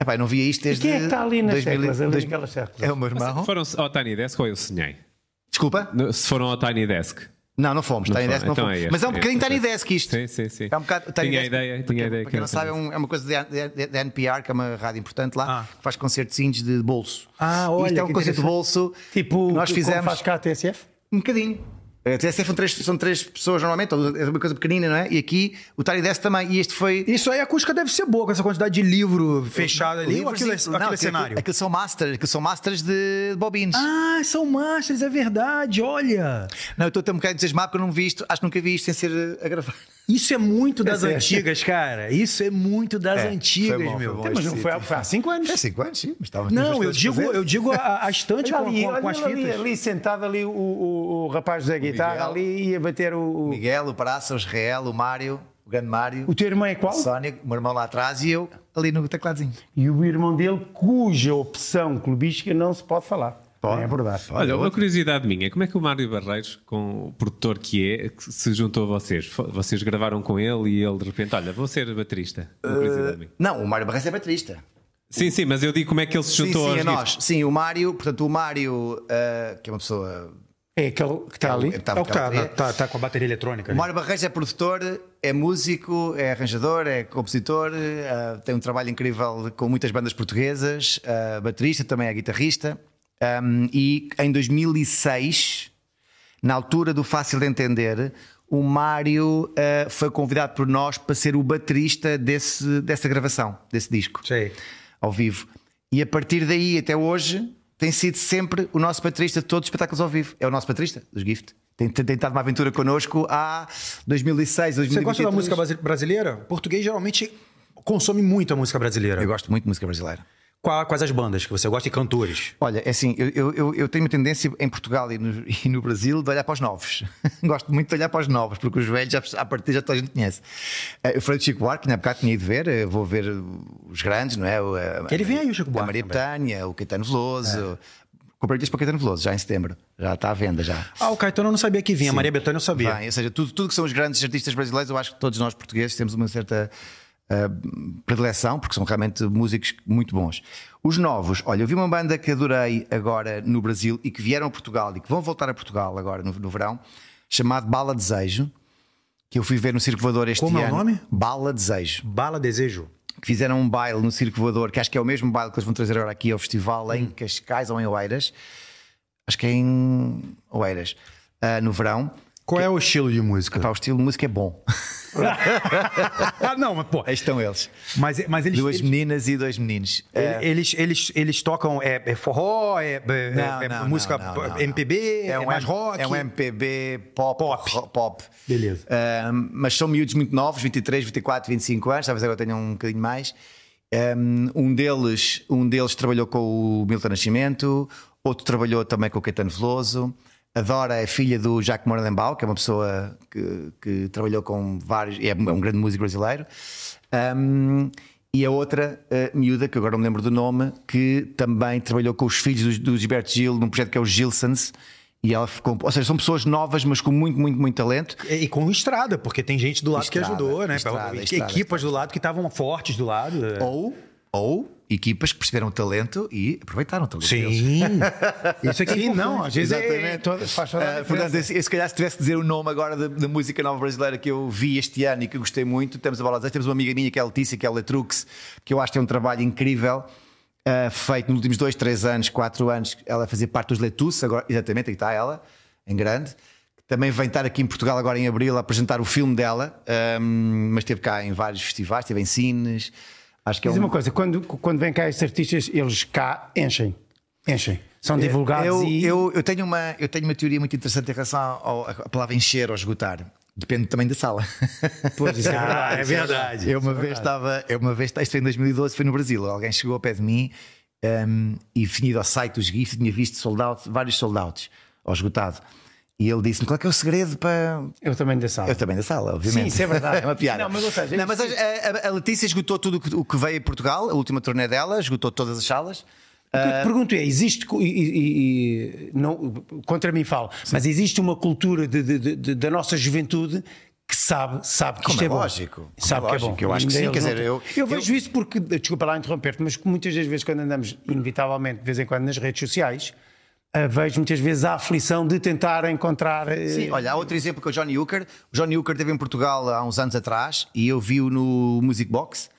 C: Epá, eu não via isto
A: E
C: desde.
A: quem é que está ali nas
C: 2000
A: teclas? Ali
C: 2000
A: naquelas teclas?
C: É o meu irmão.
D: Foram ao Tiny Desk ou eu sonhei?
C: Desculpa?
D: No- Se foram ao Tiny Desk.
C: Não, não fomos.
D: Não
C: Tiny
D: foi.
C: Desk não
D: Então
C: fomos.
D: é este,
C: Mas é um
D: é
C: bocadinho
D: este,
C: Tiny
D: é este.
C: Desk isto.
D: Sim, sim, sim.
C: É um bocado. Tiny
D: Tinha
C: Desk,
D: ideia, tinha ideia
C: Para
D: que
C: quem
D: era
C: não sabe, é,
D: isso.
C: um- é uma coisa da NPR, que é uma rádio importante lá, que faz concertozinhos de bolso.
B: Ah,
C: E
B: olha,
C: Isto é
B: que
C: um concerto de bolso
A: Tipo,
C: que nós
A: como
C: fizemos
A: faz cá a TSF?
C: um bocadinho. A TSF é, são três, são três pessoas normalmente, ou é uma coisa pequenina, não é? E aqui o Tiny Desk também. E este foi.
B: Isso aí a acústica deve ser boa com essa quantidade de livro fechado ali. ou
C: Livros
B: aquilo,
C: e-
B: é- aquilo
C: não,
B: é cenário?
C: Aquilo são masters, aquilo são masters de bobines.
B: Ah, são masters, é verdade, olha.
C: Não, eu estou até um bocado entusiasmado porque eu não vi isto, acho que nunca vi isto sem ser eh, a gravar.
B: Isso é muito das
A: É.
B: antigas, cara. Isso é muito das
C: É, foi
B: antigas,
C: bom,
B: meu.
C: foi bom.
A: Então, mas não
C: esse
A: foi, há-
C: sítio.
A: foi há cinco anos.
C: É 5 anos, sim, mas estávamos
B: Não, eu digo, eu digo a, a estante
A: Olha
B: com,
A: ali,
B: com- com
A: olha
B: as
A: ali,
B: fitas.
A: ali sentado ali o, o- o rapaz da guitarra
C: Miguel.
A: ali ia bater o. o-
C: Miguel, o Praça, o Israel, o Mário, o grande Mário.
A: O teu irmão é qual?
C: O Sónia, o meu irmão lá atrás e eu ali no tecladozinho.
A: E o irmão dele, cuja opção clubística não se pode falar. Não é verdade.
C: um-
D: Olha, uma curiosidade minha, como é que o Mário Barreiros, com o produtor que é, que se juntou a vocês? Fo- Vocês gravaram com ele e ele de repente, olha, vou ser baterista. Uma
C: Eh,
D: curiosidade minha.
C: Não, o Mário Barreto é baterista.
D: Sim, sim, mas eu digo como é que ele se
C: Sim,
D: juntou
C: sim,
D: aos
C: é
D: Gifts.
C: nós. Sim, o Mário, portanto, o Mário, ah, que é uma pessoa.
A: É aquele que está Então, ali.
C: que está
B: É o que tá,
C: bateria.
B: na- tá, tá com a bateria eletrônica.
C: O
B: ali.
C: Mário Barreiros é produtor, é músico, é arranjador, é compositor, ah, tem um trabalho incrível com muitas bandas portuguesas, ah, baterista, também é guitarrista. Ahm, e em 2006, na altura do Fácil de Entender, o Mário ah, foi convidado por nós para ser o baterista desse, dessa gravação, desse disco
B: Sei.
C: ao vivo. E a partir daí até hoje tem sido sempre o nosso baterista de todos os espetáculos ao vivo. É o nosso baterista dos Gift. Tem tem tentado uma aventura connosco há 2006, 2023.
B: Você gosta da música brasi- brasileira? O português geralmente consome muito a música brasileira.
C: Eu gosto muito de música brasileira.
B: Qua- Quais as bandas que você gosta e cantores?
C: Olha, é assim, eu, eu- eu- eu tenho uma tendência em Portugal e no, e no Brasil de olhar para os novos. Gosto muito de olhar para os novos, porque os velhos, já, à partida, já toda a gente conhece. Eh, Eu falei do Chico Buarque, na época tinha ido ver, eh, vou ver os grandes, não é? O, eh,
B: Que ele vem aí, o Chico
C: A
B: Buarque
C: Maria
B: também. É.
C: Betânia, o Caetano Veloso. Comprei dias para o Caetano Veloso, já em setembro. Já está à venda, já.
B: Ah, o Caetano eu não sabia que vinha, a Maria Bethânia eu sabia.
C: Bem, ou seja, tudo, tudo que são os grandes artistas brasileiros, eu acho que todos nós portugueses temos uma certa ah, predileção, porque são realmente músicos muito bons. Os novos, olha, eu vi uma banda que adorei agora no Brasil e que vieram a Portugal e que vão voltar a Portugal agora no, no verão, chamado Bala Desejo, que eu fui ver no Circo Voador este
B: Como é o
C: ano.
B: nome?
C: Bala Desejo
B: Bala Desejo.
C: que fizeram um baile no Circo Voador, que acho que é o mesmo baile que eles vão trazer agora aqui ao festival
B: Hum.
C: em Cascais ou em Oeiras. Acho que é em Oeiras, ah, no verão.
B: Qual é o estilo de música?
C: Pá, o estilo de música é bom.
B: ah, não, mas pô.
C: Aí estão eles.
B: Mas, mas eles,
C: Duas
B: eles, É,
C: meninas e dois meninos.
B: eles, eles, eles tocam é, é forró, é, é-
C: Não,
B: é
C: não,
B: música
C: não, não, não.
B: MPB, é, mais
C: M-
B: rock.
C: É um MPB pop.
B: Pop.
C: ro- pop.
B: Beleza.
C: Ah, mas são miúdos muito novos, 23, 24, 25 anos, talvez agora tenham um bocadinho mais. Um, um deles, um deles trabalhou com o Milton Nascimento, outro trabalhou também com o Caetano Veloso. A Dora é filha do Jacques Morelembau, que é uma pessoa que, que trabalhou com vários. é um grande músico brasileiro. Um, e a outra eh, miúda, que agora não me lembro do nome, que também trabalhou com os filhos do, do Gilberto Gil num projeto que é os Gilsons. E ela ficou, ou seja, são pessoas novas, mas com muito, muito, muito talento.
B: E com estrada, porque tem gente do lado que
C: Estrada,
B: ajudou, né?
C: estrada,
B: E-
C: estrada, Oh,
B: Equipas do lado que estavam fortes do lado. é.
C: Ou, ou equipas que perceberam o talento e aproveitaram o talento. deles.
B: Sim. Isso aqui
A: Sim, não, às vezes é- é toda- faz toda a
C: Ah,
A: diferença.
C: portanto, eu, eu se calhar se tivesse de dizer o nome agora da, da música nova brasileira que eu vi este ano e que gostei muito, temos a Bola das Artes, temos uma amiga minha que é a Letícia, que é a Letrux, que eu acho que tem um trabalho incrível. ah, feito nos últimos dois, três anos, quatro anos, ela fazia parte dos Letus, agora, exatamente, aqui está ela, em grande. que Também vem estar aqui em Portugal agora em abril a apresentar o filme dela, ahm, mas esteve cá em vários festivais, esteve em cines. Acho que é
A: Diz
C: um-
A: uma coisa, quando, quando vêm cá estes artistas, eles cá enchem. Enchem. São divulgados
C: eu,
A: e.
C: eu, eu, tenho uma, eu tenho uma teoria muito interessante em relação ao- à palavra encher ou esgotar. Depende também da sala.
A: Pois, isso é
B: Ah,
A: verdade.
B: é verdade.
C: Eu uma vez estava, eu uma vez, isto foi em 2012, foi no Brasil. Alguém chegou ao pé de mim ehm, e definido ao site dos GIFs, tinha visto sold out, vários soldados, ou esgotado. E ele disse-me: qual é, que é o segredo para.
A: Eu também da sala.
C: Eu também da sala, obviamente.
A: Sim, isso é verdade.
C: é uma piada.
A: Não, mas, ou seja,
C: Não, mas a, a- a Letícia esgotou tudo o que- o que veio a Portugal, a última turnê dela, esgotou todas as salas.
A: O que
C: Ah,
A: eu te pergunto é: existe. co- E, e- e- não, contra mim falo, mas existe uma cultura de- de- de- de- da nossa juventude. Que sabe, sabe que
C: Como
A: isto é,
C: é
A: bom.
C: lógico, como
A: Sabe
C: é
A: que é
C: lógico,
A: bom.
C: eu acho que
A: Ainda
C: sim,
A: eles
C: quer
A: não
C: dizer,
A: têm-
C: eu-
A: eu vejo isso porque, desculpa lá interromper-te, mas que muitas das vezes, quando andamos, inevitavelmente, de vez em quando, nas redes sociais, ah, vejo muitas vezes a aflição de tentar encontrar. eh,
C: Sim, olha, há outro exemplo que é o Johnny Hooker. O Johnny Hooker esteve em Portugal há uns anos atrás e eu vi-o no Music Box.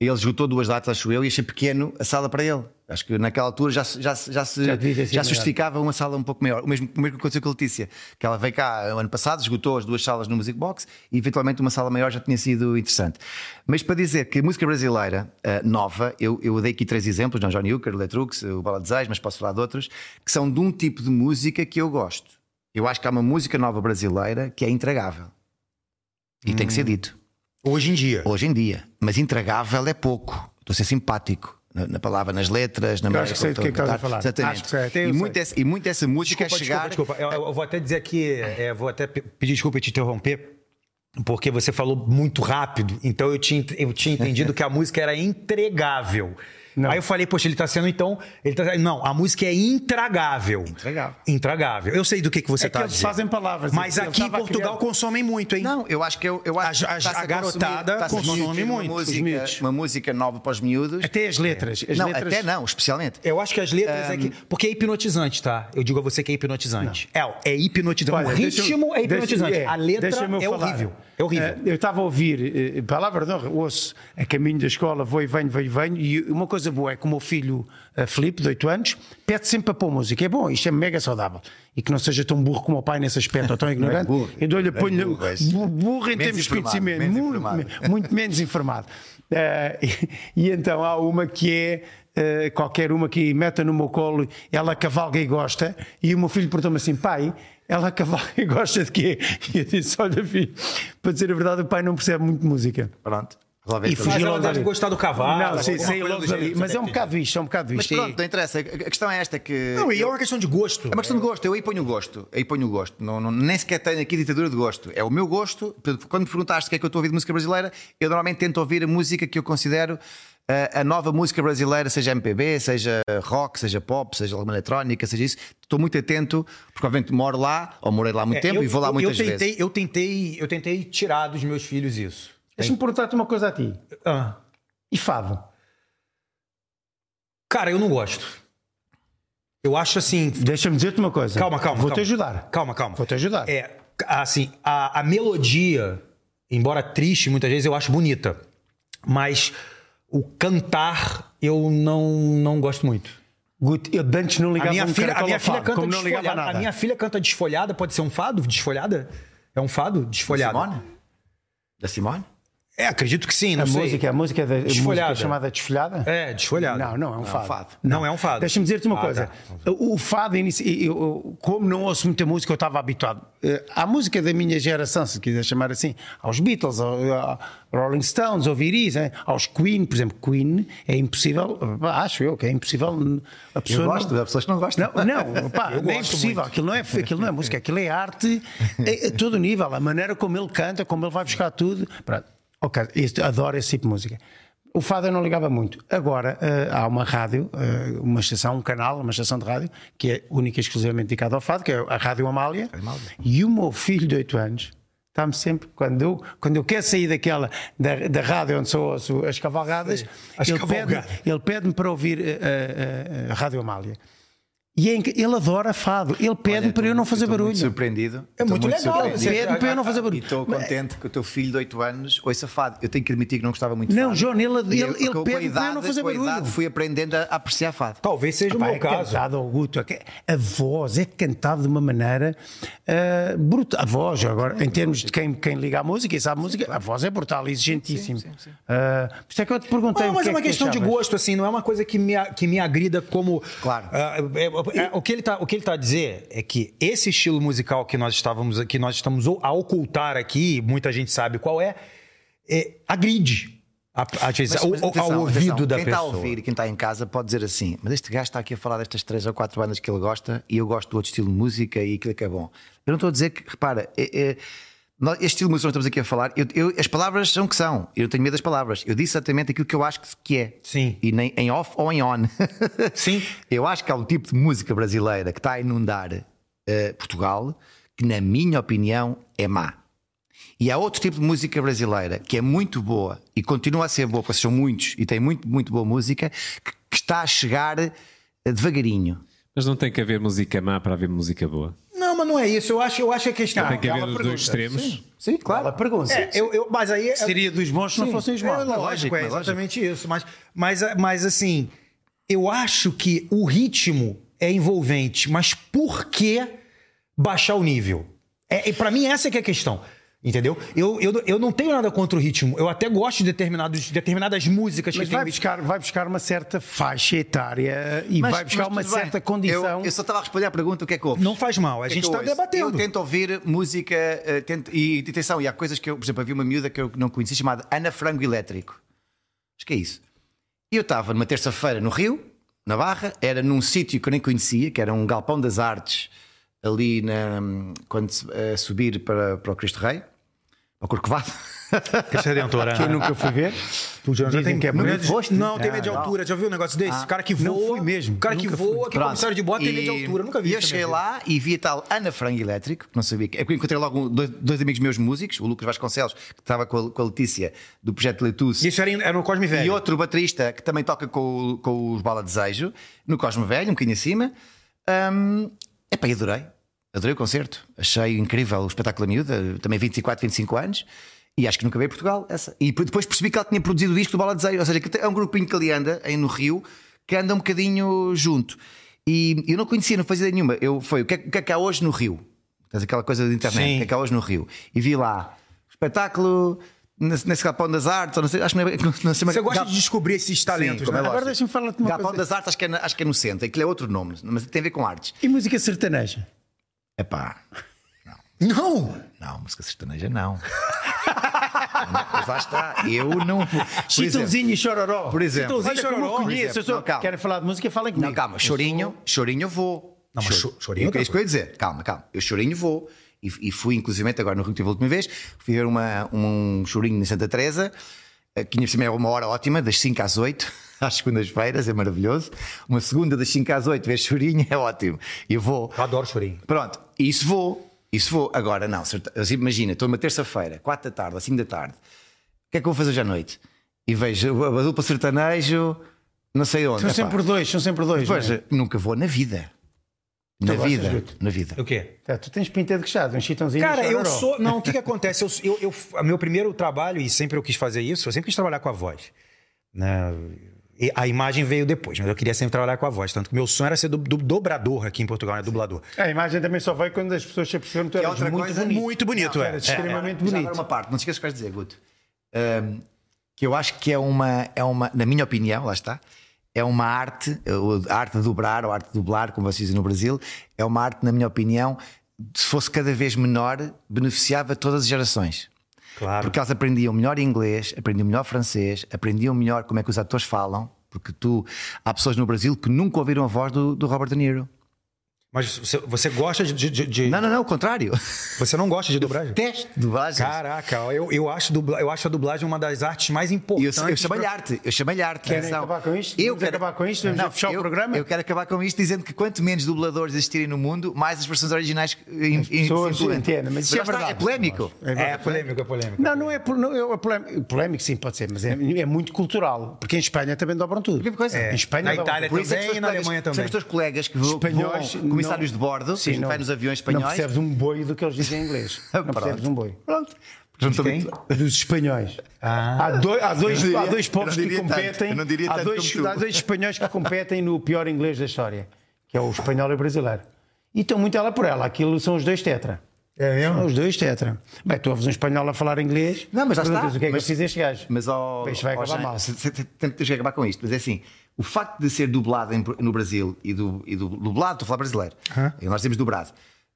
C: Ele esgotou duas datas, acho eu, e achei pequeno a sala para ele. Acho que naquela altura já, se- já, se- já se,
A: Já
C: já,
A: devia ter sido maior.
C: se justificava uma sala um pouco maior. O mesmo, o mesmo que aconteceu com a Letícia, que ela veio cá o ano passado, esgotou as duas salas no Music Box e eventualmente uma sala maior já tinha sido interessante. Mas para dizer que a música brasileira eh, nova, eu, eu dei aqui três exemplos: não, Johnny Hooker, Letrux, o Bola de Zeis, mas posso falar de outros, que são de um tipo de música que eu gosto. Eu acho que há uma música nova brasileira que é intragável. E tem que
A: Hum.
C: ser dito.
B: Hoje em dia.
C: Hoje em dia. Mas intragável é pouco. Estou a ser simpático. Na, na palavra, nas letras, na
A: Eu
C: maneira
A: acho que sei do que é que estás a falar. Acho
C: Exatamente.
A: que sei, até eu
C: e, muito
A: sei.
C: essa, e muito essa música
B: Desculpa,
C: é chegar.
B: desculpa, desculpa. Eu, eu vou até dizer aqui, é, vou até pe- pedir desculpa e te interromper, porque você falou muito rápido, então eu tinha, ent- eu tinha entendido que a música era entregável.
A: Não.
B: Aí eu falei, poxa, ele tá sendo então. Ele tá, não, a música é intragável.
C: Intragável.
B: Intragável. Eu sei do que, que você
A: é que
B: tá
A: eles
B: dizendo.
A: fazem palavras.
B: Mas
A: Ele
B: aqui em
A: estava a
B: Portugal
A: criar-
B: consomem muito, hein?
C: Não, eu acho que eu, eu acho
B: A- a-
C: que está-se
B: a garotada
C: consumir- está-se a
B: consome
C: consumir
B: muito,
C: Uma
B: os
C: música,
A: miúdos.
C: uma música nova para os miúdos.
A: Até as letras. As
C: não,
A: letras...
C: até não, especialmente.
B: Eu acho que as letras é que. Porque é hipnotizante, tá? Eu digo a você que é hipnotizante. É, é hipnotizante. o
A: Olha, deixa eu-
B: ritmo é
A: deixa-
B: hipnotizante.
A: é,
B: a letra
A: deixa-me eu
B: é
A: falar.
B: horrível. É horrível.
A: Eh, Eu estava a ouvir, eh, palavra de honra, ouço a caminho da escola, vou e venho, vou e venho, e uma coisa boa é que o meu filho eh, Filipe, de 8 anos, pede sempre para pôr música. É bom, isto é mega saudável. E que não seja tão burro como o pai nesse aspecto, ou tão ignorante.
C: burro,
A: eu dou-lhe,
C: não é
A: ponho
C: burro, és-
A: bu- burro em
C: menos
A: termos de
C: informado,
A: conhecimento,
C: menos
A: muito,
C: informado.
A: me- muito menos informado. Eh, e, e então há uma que é. eh, qualquer uma que meta no meu colo, ela cavalga e gosta. E o meu filho perguntou-me assim: pai, ela cavalga e gosta de quê? E eu disse: olha, filho, para dizer a verdade, o pai não percebe muito música.
C: Pronto. Resolve tudo.
B: Mas é
A: fugiu
B: ela
A: logo
B: deve
A: dali.
B: gostar do cavalo,
A: Não, sim, sim,
B: alguma Ah, coisa tipo,
A: logo
B: do
A: dali.
B: gênero,
A: Mas é um
B: deve ter.
A: bocado isto, é um bocado
C: Mas
A: isto.
C: pronto, não interessa. A a questão é esta que.
B: Não, e é uma questão de gosto.
C: É uma questão de gosto, eu aí ponho o gosto. Aí ponho o gosto. Não, não- nem sequer tenho aqui ditadura de gosto. É o meu gosto. Portanto, Quando me perguntaste o que é que eu estou a ouvir de música brasileira, eu normalmente tento ouvir a música que eu considero ah, a nova música brasileira, seja MPB, seja rock, seja pop, seja alguma eletrónica, seja isso. Estou muito atento, porque obviamente moro lá, ou morei lá há muito
B: É,
C: tempo
B: eu-
C: e vou lá
B: eu-
C: muitas
B: eu tentei,
C: vezes.
B: Eu tentei, eu tentei tirar dos meus filhos isso.
A: Deixa-me perguntar-te uma coisa a ti.
B: Ah,
A: E fado?
B: cara, eu não gosto. Eu acho assim.
A: Deixa-me dizer-te uma coisa.
B: Calma, calma.
A: Vou-te
B: calma.
A: ajudar.
B: Calma, calma.
A: Vou-te ajudar.
B: É, assim, a, a melodia, embora triste muitas vezes, eu acho bonita. Mas o cantar, eu não, não gosto muito.
A: Guti- eu antes não ligava
B: A minha
A: um
B: filha, a
A: caracol
B: minha
A: ao
B: filha
A: fado,
B: canta
A: como não ligava
B: desfolhada.
A: nada.
B: A minha filha canta desfolhada, pode ser um fado? Desfolhada? É um fado? Desfolhada.
C: Simone? Da Simone?
B: É, acredito que sim, não
A: A
B: sei.
A: música, a música, da, a música
B: Desfolhada.
A: chamada desfolhada?
B: É, desfolhada.
A: Não, não, é um fado.
B: Não, é um fado.
A: Deixa-me dizer-te uma
B: Ah,
A: coisa.
B: tá.
A: O o fado, inici- eu- eu- como não ouço muita música, eu estava habituado. Eh, À música da minha geração, se quiser chamar assim, aos Beatles, ao- ao Rolling Stones, ouvir isso, hein? aos Queen, por exemplo, Queen, é impossível, acho eu que é impossível a pessoa.
C: Eu gosto,
A: não-
C: há pessoas que não gostam.
A: não, não, pá,
B: Eu
A: não é
B: gosto
A: possível. Aquilo não é, aquilo não é música, aquilo é arte a, a todo nível. A maneira como ele canta, como ele vai buscar tudo. Pronto. Ok, este- adoro esse tipo de música. O fado eu não ligava muito. Agora eh, há uma rádio, eh, uma estação, um canal, uma estação de rádio, que é única e exclusivamente dedicada ao fado, que é a Rádio Amália. E o meu filho de 8 anos está-me sempre, quando eu, quando eu quero sair daquela, da, da rádio onde só ouço as cavalgadas,
B: As
A: ele pede-me
B: cavalgadas.
A: ele pede para ouvir eh, eh, eh, a Rádio Amália. E é inc- ele adora fado. Ele pede-me
B: então
A: para eu não fazer
C: Estou muito
A: barulho.
C: surpreendido.
B: É
C: Estou
B: muito legal,
C: surpreendido.
B: você-
A: Pede-me para eu não
B: então,
A: fazer
C: E
A: barulho.
C: estou contente que o teu filho de 8 anos ouça fado. Eu tenho que admitir que não gostava muito de
A: Não,
C: fado.
A: João, ele-
C: E
A: ele- ele
C: com a
A: pede para eu
C: idade-
A: não fazer
C: com a
A: barulho.
C: idade fui aprendendo a apreciar fado.
B: Talvez seja o
A: Pá,
B: meu
A: é
B: caso.
A: cantado ao Guto. é que- A voz é cantada de uma maneira eh, brutal. A voz, agora, em termos de quem, quem liga à música e sabe música, a voz é brutal, exigentíssima. Eh, por isso é que eu te perguntei.
B: Não,
A: o
B: mas
A: que
B: é uma
A: que tu
B: questão de
A: achavas.
B: gosto, assim, não é uma coisa que me, a- que me agrida como.
C: Claro.
B: Ah, é- é- é- o, que ele tá, o que ele tá a dizer é que esse estilo musical que nós estávamos que nós estamos o- a ocultar aqui, muita gente sabe qual é, é agride. a- às vezes,
C: Mas-
B: ao-
C: mas
B: ao,
C: atenção, atenção,
B: ouvido da
C: quem
B: pessoa.
C: está a ouvir, quem está em casa, pode dizer assim: mas este gajo está aqui a falar destas três ou quatro bandas que ele gosta e eu gosto do outro estilo de música e aquilo que é bom. Eu não estou a dizer que, repara, é- é- nós- este estilo de música que nós estamos aqui a falar, eu- eu- as palavras são o que são, eu não tenho medo das palavras. Eu disse exatamente aquilo que eu acho que- que é.
B: Sim.
C: E nem em off ou em on.
B: Sim.
C: Eu acho que há um tipo de música brasileira que está a inundar eh, Portugal que, na minha opinião, é má. E há outro tipo de música brasileira que é muito boa e continua a ser boa, porque são muitos e tem muito, muito boa música, que, que está a chegar eh, devagarinho.
D: Mas não tem que haver música má para haver música boa.
B: Não, mas não é isso. Eu acho, eu acho que a questão.
C: Ah,
D: tem que
B: é
D: haver
B: uma
D: os
B: pergunta.
D: dois extremos.
C: Sim, claro.
A: Bela pergunta.
B: É, eu, eu- mas aí. é-
A: Seria dos bons se não
B: Sim,
A: fossem os
B: é
A: maus.
B: lógico,
C: Lógico,
B: é
C: mas lógico.
B: exatamente isso. Mas, mas, mas assim, eu acho que o ritmo é envolvente, mas por que baixar o nível? É, e para mim essa que é a questão. Entendeu? Eu, eu, eu não tenho nada contra o ritmo. Eu até gosto de determinados, determinadas músicas
A: Mas
B: que têm
A: vai
B: ritmo.
A: buscar, vai buscar uma certa faixa etária e vai buscar uma
C: tudo bem.
A: certa condição.
C: Eu, eu só estava a responder à pergunta: o que é que ouves?
B: Não faz mal, a
C: que é
B: gente
C: que eu
B: está
C: ouço? Eu
B: debatendo.
C: tento ouvir música. eh, tento- e atenção, e há coisas que eu, por exemplo, havia uma miúda que eu não conhecia chamada Ana Frango Elétrico. Acho que é isso. E eu estava numa terça-feira no Rio, na Barra, era num sítio que eu nem conhecia, que era um galpão das artes, ali na, quando se- a subir para, para o Cristo Rei, para o Corcovado.
B: Cristo Redentor, né?
A: Eu nunca fui ver.
B: Já
A: Dizem
B: tem-
A: que é
B: não,
A: bonito.
B: tem- Não, tem medo de
C: Ah,
B: altura. Já viu um negócio desse? O cara que voa.
A: Não fui mesmo.
B: O cara que
A: Nunca
B: voa, que é
C: Pronto.
B: comissário de bota, tem medo de
C: E-
B: altura. Nunca vi
C: E eu
B: isso na
C: cheguei
B: minha vida.
C: lá e vi a tal Ana Frango Elétrico, que não sabia que. é que Eu encontrei logo um- dois, dois amigos meus músicos, o Lucas Vasconcelos, que estava com a, com a Letícia, do projeto Letus.
B: Isso é era, em- era no Cosme Velho.
C: E outro baterista que também toca com, o- com os Bala Desejo, no Cosmo Velho, um bocadinho acima. Hum, epá, e adorei. Adorei o concerto. Achei incrível o espetáculo da miúda, também 24, 25 anos. E acho que nunca veio a Portugal. Essa. E depois percebi que ela tinha produzido o disco do Bala Desejo. Ou seja, que é um grupinho que ali anda, aí no Rio, que anda um bocadinho junto. E eu não conhecia, não fazia ideia nenhuma. Eu, foi o que, é, o que é que há hoje no Rio? Tens aquela coisa da internet,
B: Sim.
C: o que é que há hoje no Rio? E vi lá, espetáculo, nesse, nesse galpão das artes, ou não sei, acho que não, é, não sei
B: Você gosta de descobrir esses talentos,
C: como
B: né?
C: é lógico.
A: Agora deixa-me falar-te uma
C: Galpão
A: coisa.
C: das Artes, acho que, é, na- acho que é no centro, aquilo é outro nome, mas tem a ver com artes.
A: E música sertaneja?
C: É pá,
B: Não!
C: não, música sertaneja não. mas lá está, eu não vou. Por exemplo,
A: Chitãozinho e Chororó.
C: Por exemplo.
A: Chitãozinho e
C: Olha como
A: Chororó.
C: eu conheço,
A: Por exemplo.
C: eu sou-
A: Não, calma. Querem falar de música? Falem comigo.
C: não, calma, chorinho, chorinho eu vou.
B: Não, mas cho- chorinho é
C: É
B: outra
C: isso que eu ia dizer, calma, calma, eu chorinho vou. E, e fui, inclusivamente, agora no Rio que tive a última vez, fui ver uma, um chorinho em Santa Teresa, eh, que ainda por cima é uma hora ótima, das 5 às 8. Às segundas-feiras é maravilhoso. Uma segunda das 5 às 8, ver chorinho é ótimo. Eu vou.
B: Eu adoro chorinho.
C: Pronto, isso vou, isso vou. Agora não, certa- assim, imagina, estou numa terça-feira, 4 da tarde, ou 5 da tarde, o que é que eu vou fazer hoje à noite? E vejo a a dupla sertanejo, não sei onde.
A: São
C: Epá,
A: sempre dois, são sempre dois.
C: Pois,
A: não é? Então
C: nunca vou na vida. Na
A: gostas,
C: vida,
A: Guto?
C: na vida.
B: O quê?
A: Tá, tu tens pinta de gostado, um chitãozinho
B: Cara,
A: e
B: eu
A: Chororó.
B: sou. Não, o que, que acontece? Eu, eu, eu- meu primeiro trabalho, e sempre eu quis fazer isso, eu sempre quis trabalhar com a voz. né? E a imagem veio depois, mas eu queria sempre trabalhar com a voz. Tanto que meu sonho era ser do, do- dobrador aqui em Portugal, né? Dublador.
A: A imagem também só veio quando as pessoas se aperceberam que tu
C: é
A: eras
C: outra
A: muito
C: coisa
A: bonito.
B: Muito bonito,
A: Tu
B: é.
A: eras
B: É, é.
A: extremamente
C: Já agora
A: bonito.
C: uma parte, não te esqueças o que vais dizer, Guto. um, que eu acho que é uma, é uma, na minha opinião, lá está, é uma arte, a arte de dobrar ou a arte de dublar, como vocês dizem no Brasil, é uma arte, na minha opinião, se fosse cada vez menor, beneficiava todas as gerações.
B: Claro.
C: Porque elas aprendiam melhor inglês, aprendiam melhor francês, aprendiam melhor como é que os atores falam. Porque tu há pessoas no Brasil que nunca ouviram a voz do, do Robert De Niro.
B: Mas você, você gosta de, de- de- de-
C: Não, não, não, o contrário.
B: Você não gosta de dublagem?
C: Teste de dublagem.
B: Caraca, eu, eu, acho dubla- eu acho a dublagem uma das artes mais
C: E Eu,
B: importantes.
C: eu chamei-lhe arte, eu chamei-lhe arte.
A: Querem
C: atenção.
A: acabar com isto?
C: Eu
A: Vamos
C: quero
A: acabar com isto? Vamos já fechar o
C: eu-
A: programa?
C: Eu quero acabar com isto dizendo que quanto menos dubladores existirem no mundo, mais as versões originais in, in,
A: pessoas
C: se incluem.
A: entendem, mas isso
C: lá
A: é
C: está,
A: verdade.
C: é polémico.
B: É, polêmico, é polêmico.
A: Não, não é, pol- não, é polémico. Polémico sim, pode ser, mas é, é muito cultural. Porque em Espanha também dobram tudo.
C: Que coisa?
A: Em Espanha
B: Na
A: dobram
B: Itália
A: tudo.
C: Por isso é que
B: também
C: os
B: e na
C: teus
B: Alemanha também.
C: colegas- por isso é que os teus colegas que vão,
A: Espanhóis,
C: vão comissários de bordo,
A: Sim,
C: que a gente
A: não-
C: vai nos aviões
A: Não
C: espanhóis.
A: percebes um boi do que eles dizem em inglês. Não
C: Pronto.
A: percebes um boi.
C: Pronto. Juntamente.
A: Dos espanhóis.
C: Ah.
A: Há, dois, há, dois,
C: Eu não diria-
A: há dois povos
C: eu não
A: que
C: diria tanto,
A: competem.
C: eu não diria
A: há,
C: tanto
A: dois,
C: como tu.
A: há dois espanhóis que competem no pior inglês da história, que é o espanhol e o brasileiro. E estão muito ela por ela. Aquilo são os dois tetra.
B: É
A: São
B: mesmo?
A: os dois tetra. Bem, tu ouves um espanhol a falar inglês.
C: Não, mas já está.
A: perguntas O que é que
C: Mas-
A: eu fiz este gajo?
C: Mas ao,
A: Isto vai
C: ao
A: acabar
C: Jean-
A: mal.
C: se- se- se- tem- Temos que acabar com isto. Mas é assim: o facto de ser dublado em- no Brasil e, do, e do- dublado, estou a falar brasileiro, e nós temos dobrado.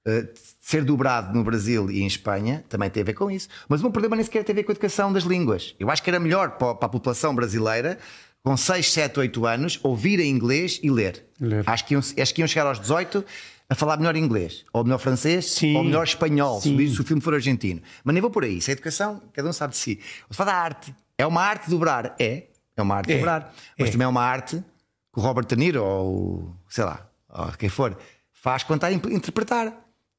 C: Uh, ser dobrado no Brasil e em Espanha também tem a ver com isso. Mas o meu problema nem sequer tem a ver com a educação das línguas. Eu acho que era melhor para, para a população brasileira, com 6, 7, 8 anos, ouvir em inglês e ler.
A: Ler.
C: Acho, que iam, acho que iam chegar aos 18 a falar melhor inglês, ou melhor francês,
A: Sim.
C: ou melhor espanhol, se
A: Sim.
C: diz- se o filme for argentino. Mas nem vou por aí. Se é educação, cada um sabe de si. Se fala da arte. É uma arte dobrar. É. É uma arte dobrar. Mas também é uma arte que o Robert De Niro ou o- sei lá, ou quem for, faz quando está a imp- interpretar.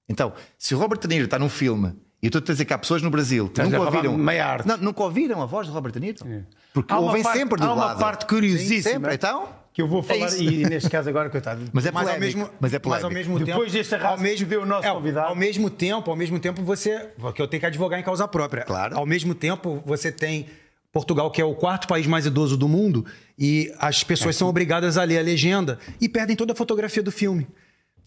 C: Então, se o Robert De Niro está num filme. E eu estou a dizer que há pessoas no Brasil que
A: Estás
C: nunca
A: a falar
C: ouviram,
A: de meia arte. É.
C: Não, nunca ouviram a voz do Robert De Niro. Porque
A: Há uma
C: ouvem
A: parte-
C: sempre
A: há
C: do
A: uma
C: lado.
A: parte curiosíssima.
C: sempre, então.
A: Que eu vou
C: É
A: falar,
C: isso.
A: e neste caso agora, coitado.
C: Mas é
B: Mas ao,
C: polémico.
B: mesmo,
C: mas é
B: mas
C: polémico.
B: ao mesmo tempo.
A: Depois deste arraso
B: ao mesmo,
A: que
B: é,
A: deu o nosso convidado.
B: Ao mesmo tempo, ao mesmo tempo, você. Que eu tenho que advogar em causa própria.
C: Claro.
B: Ao mesmo tempo, você tem Portugal, que é o quarto país mais idoso do mundo, e as
C: É.
B: pessoas são obrigadas a ler a legenda e perdem toda a fotografia do filme.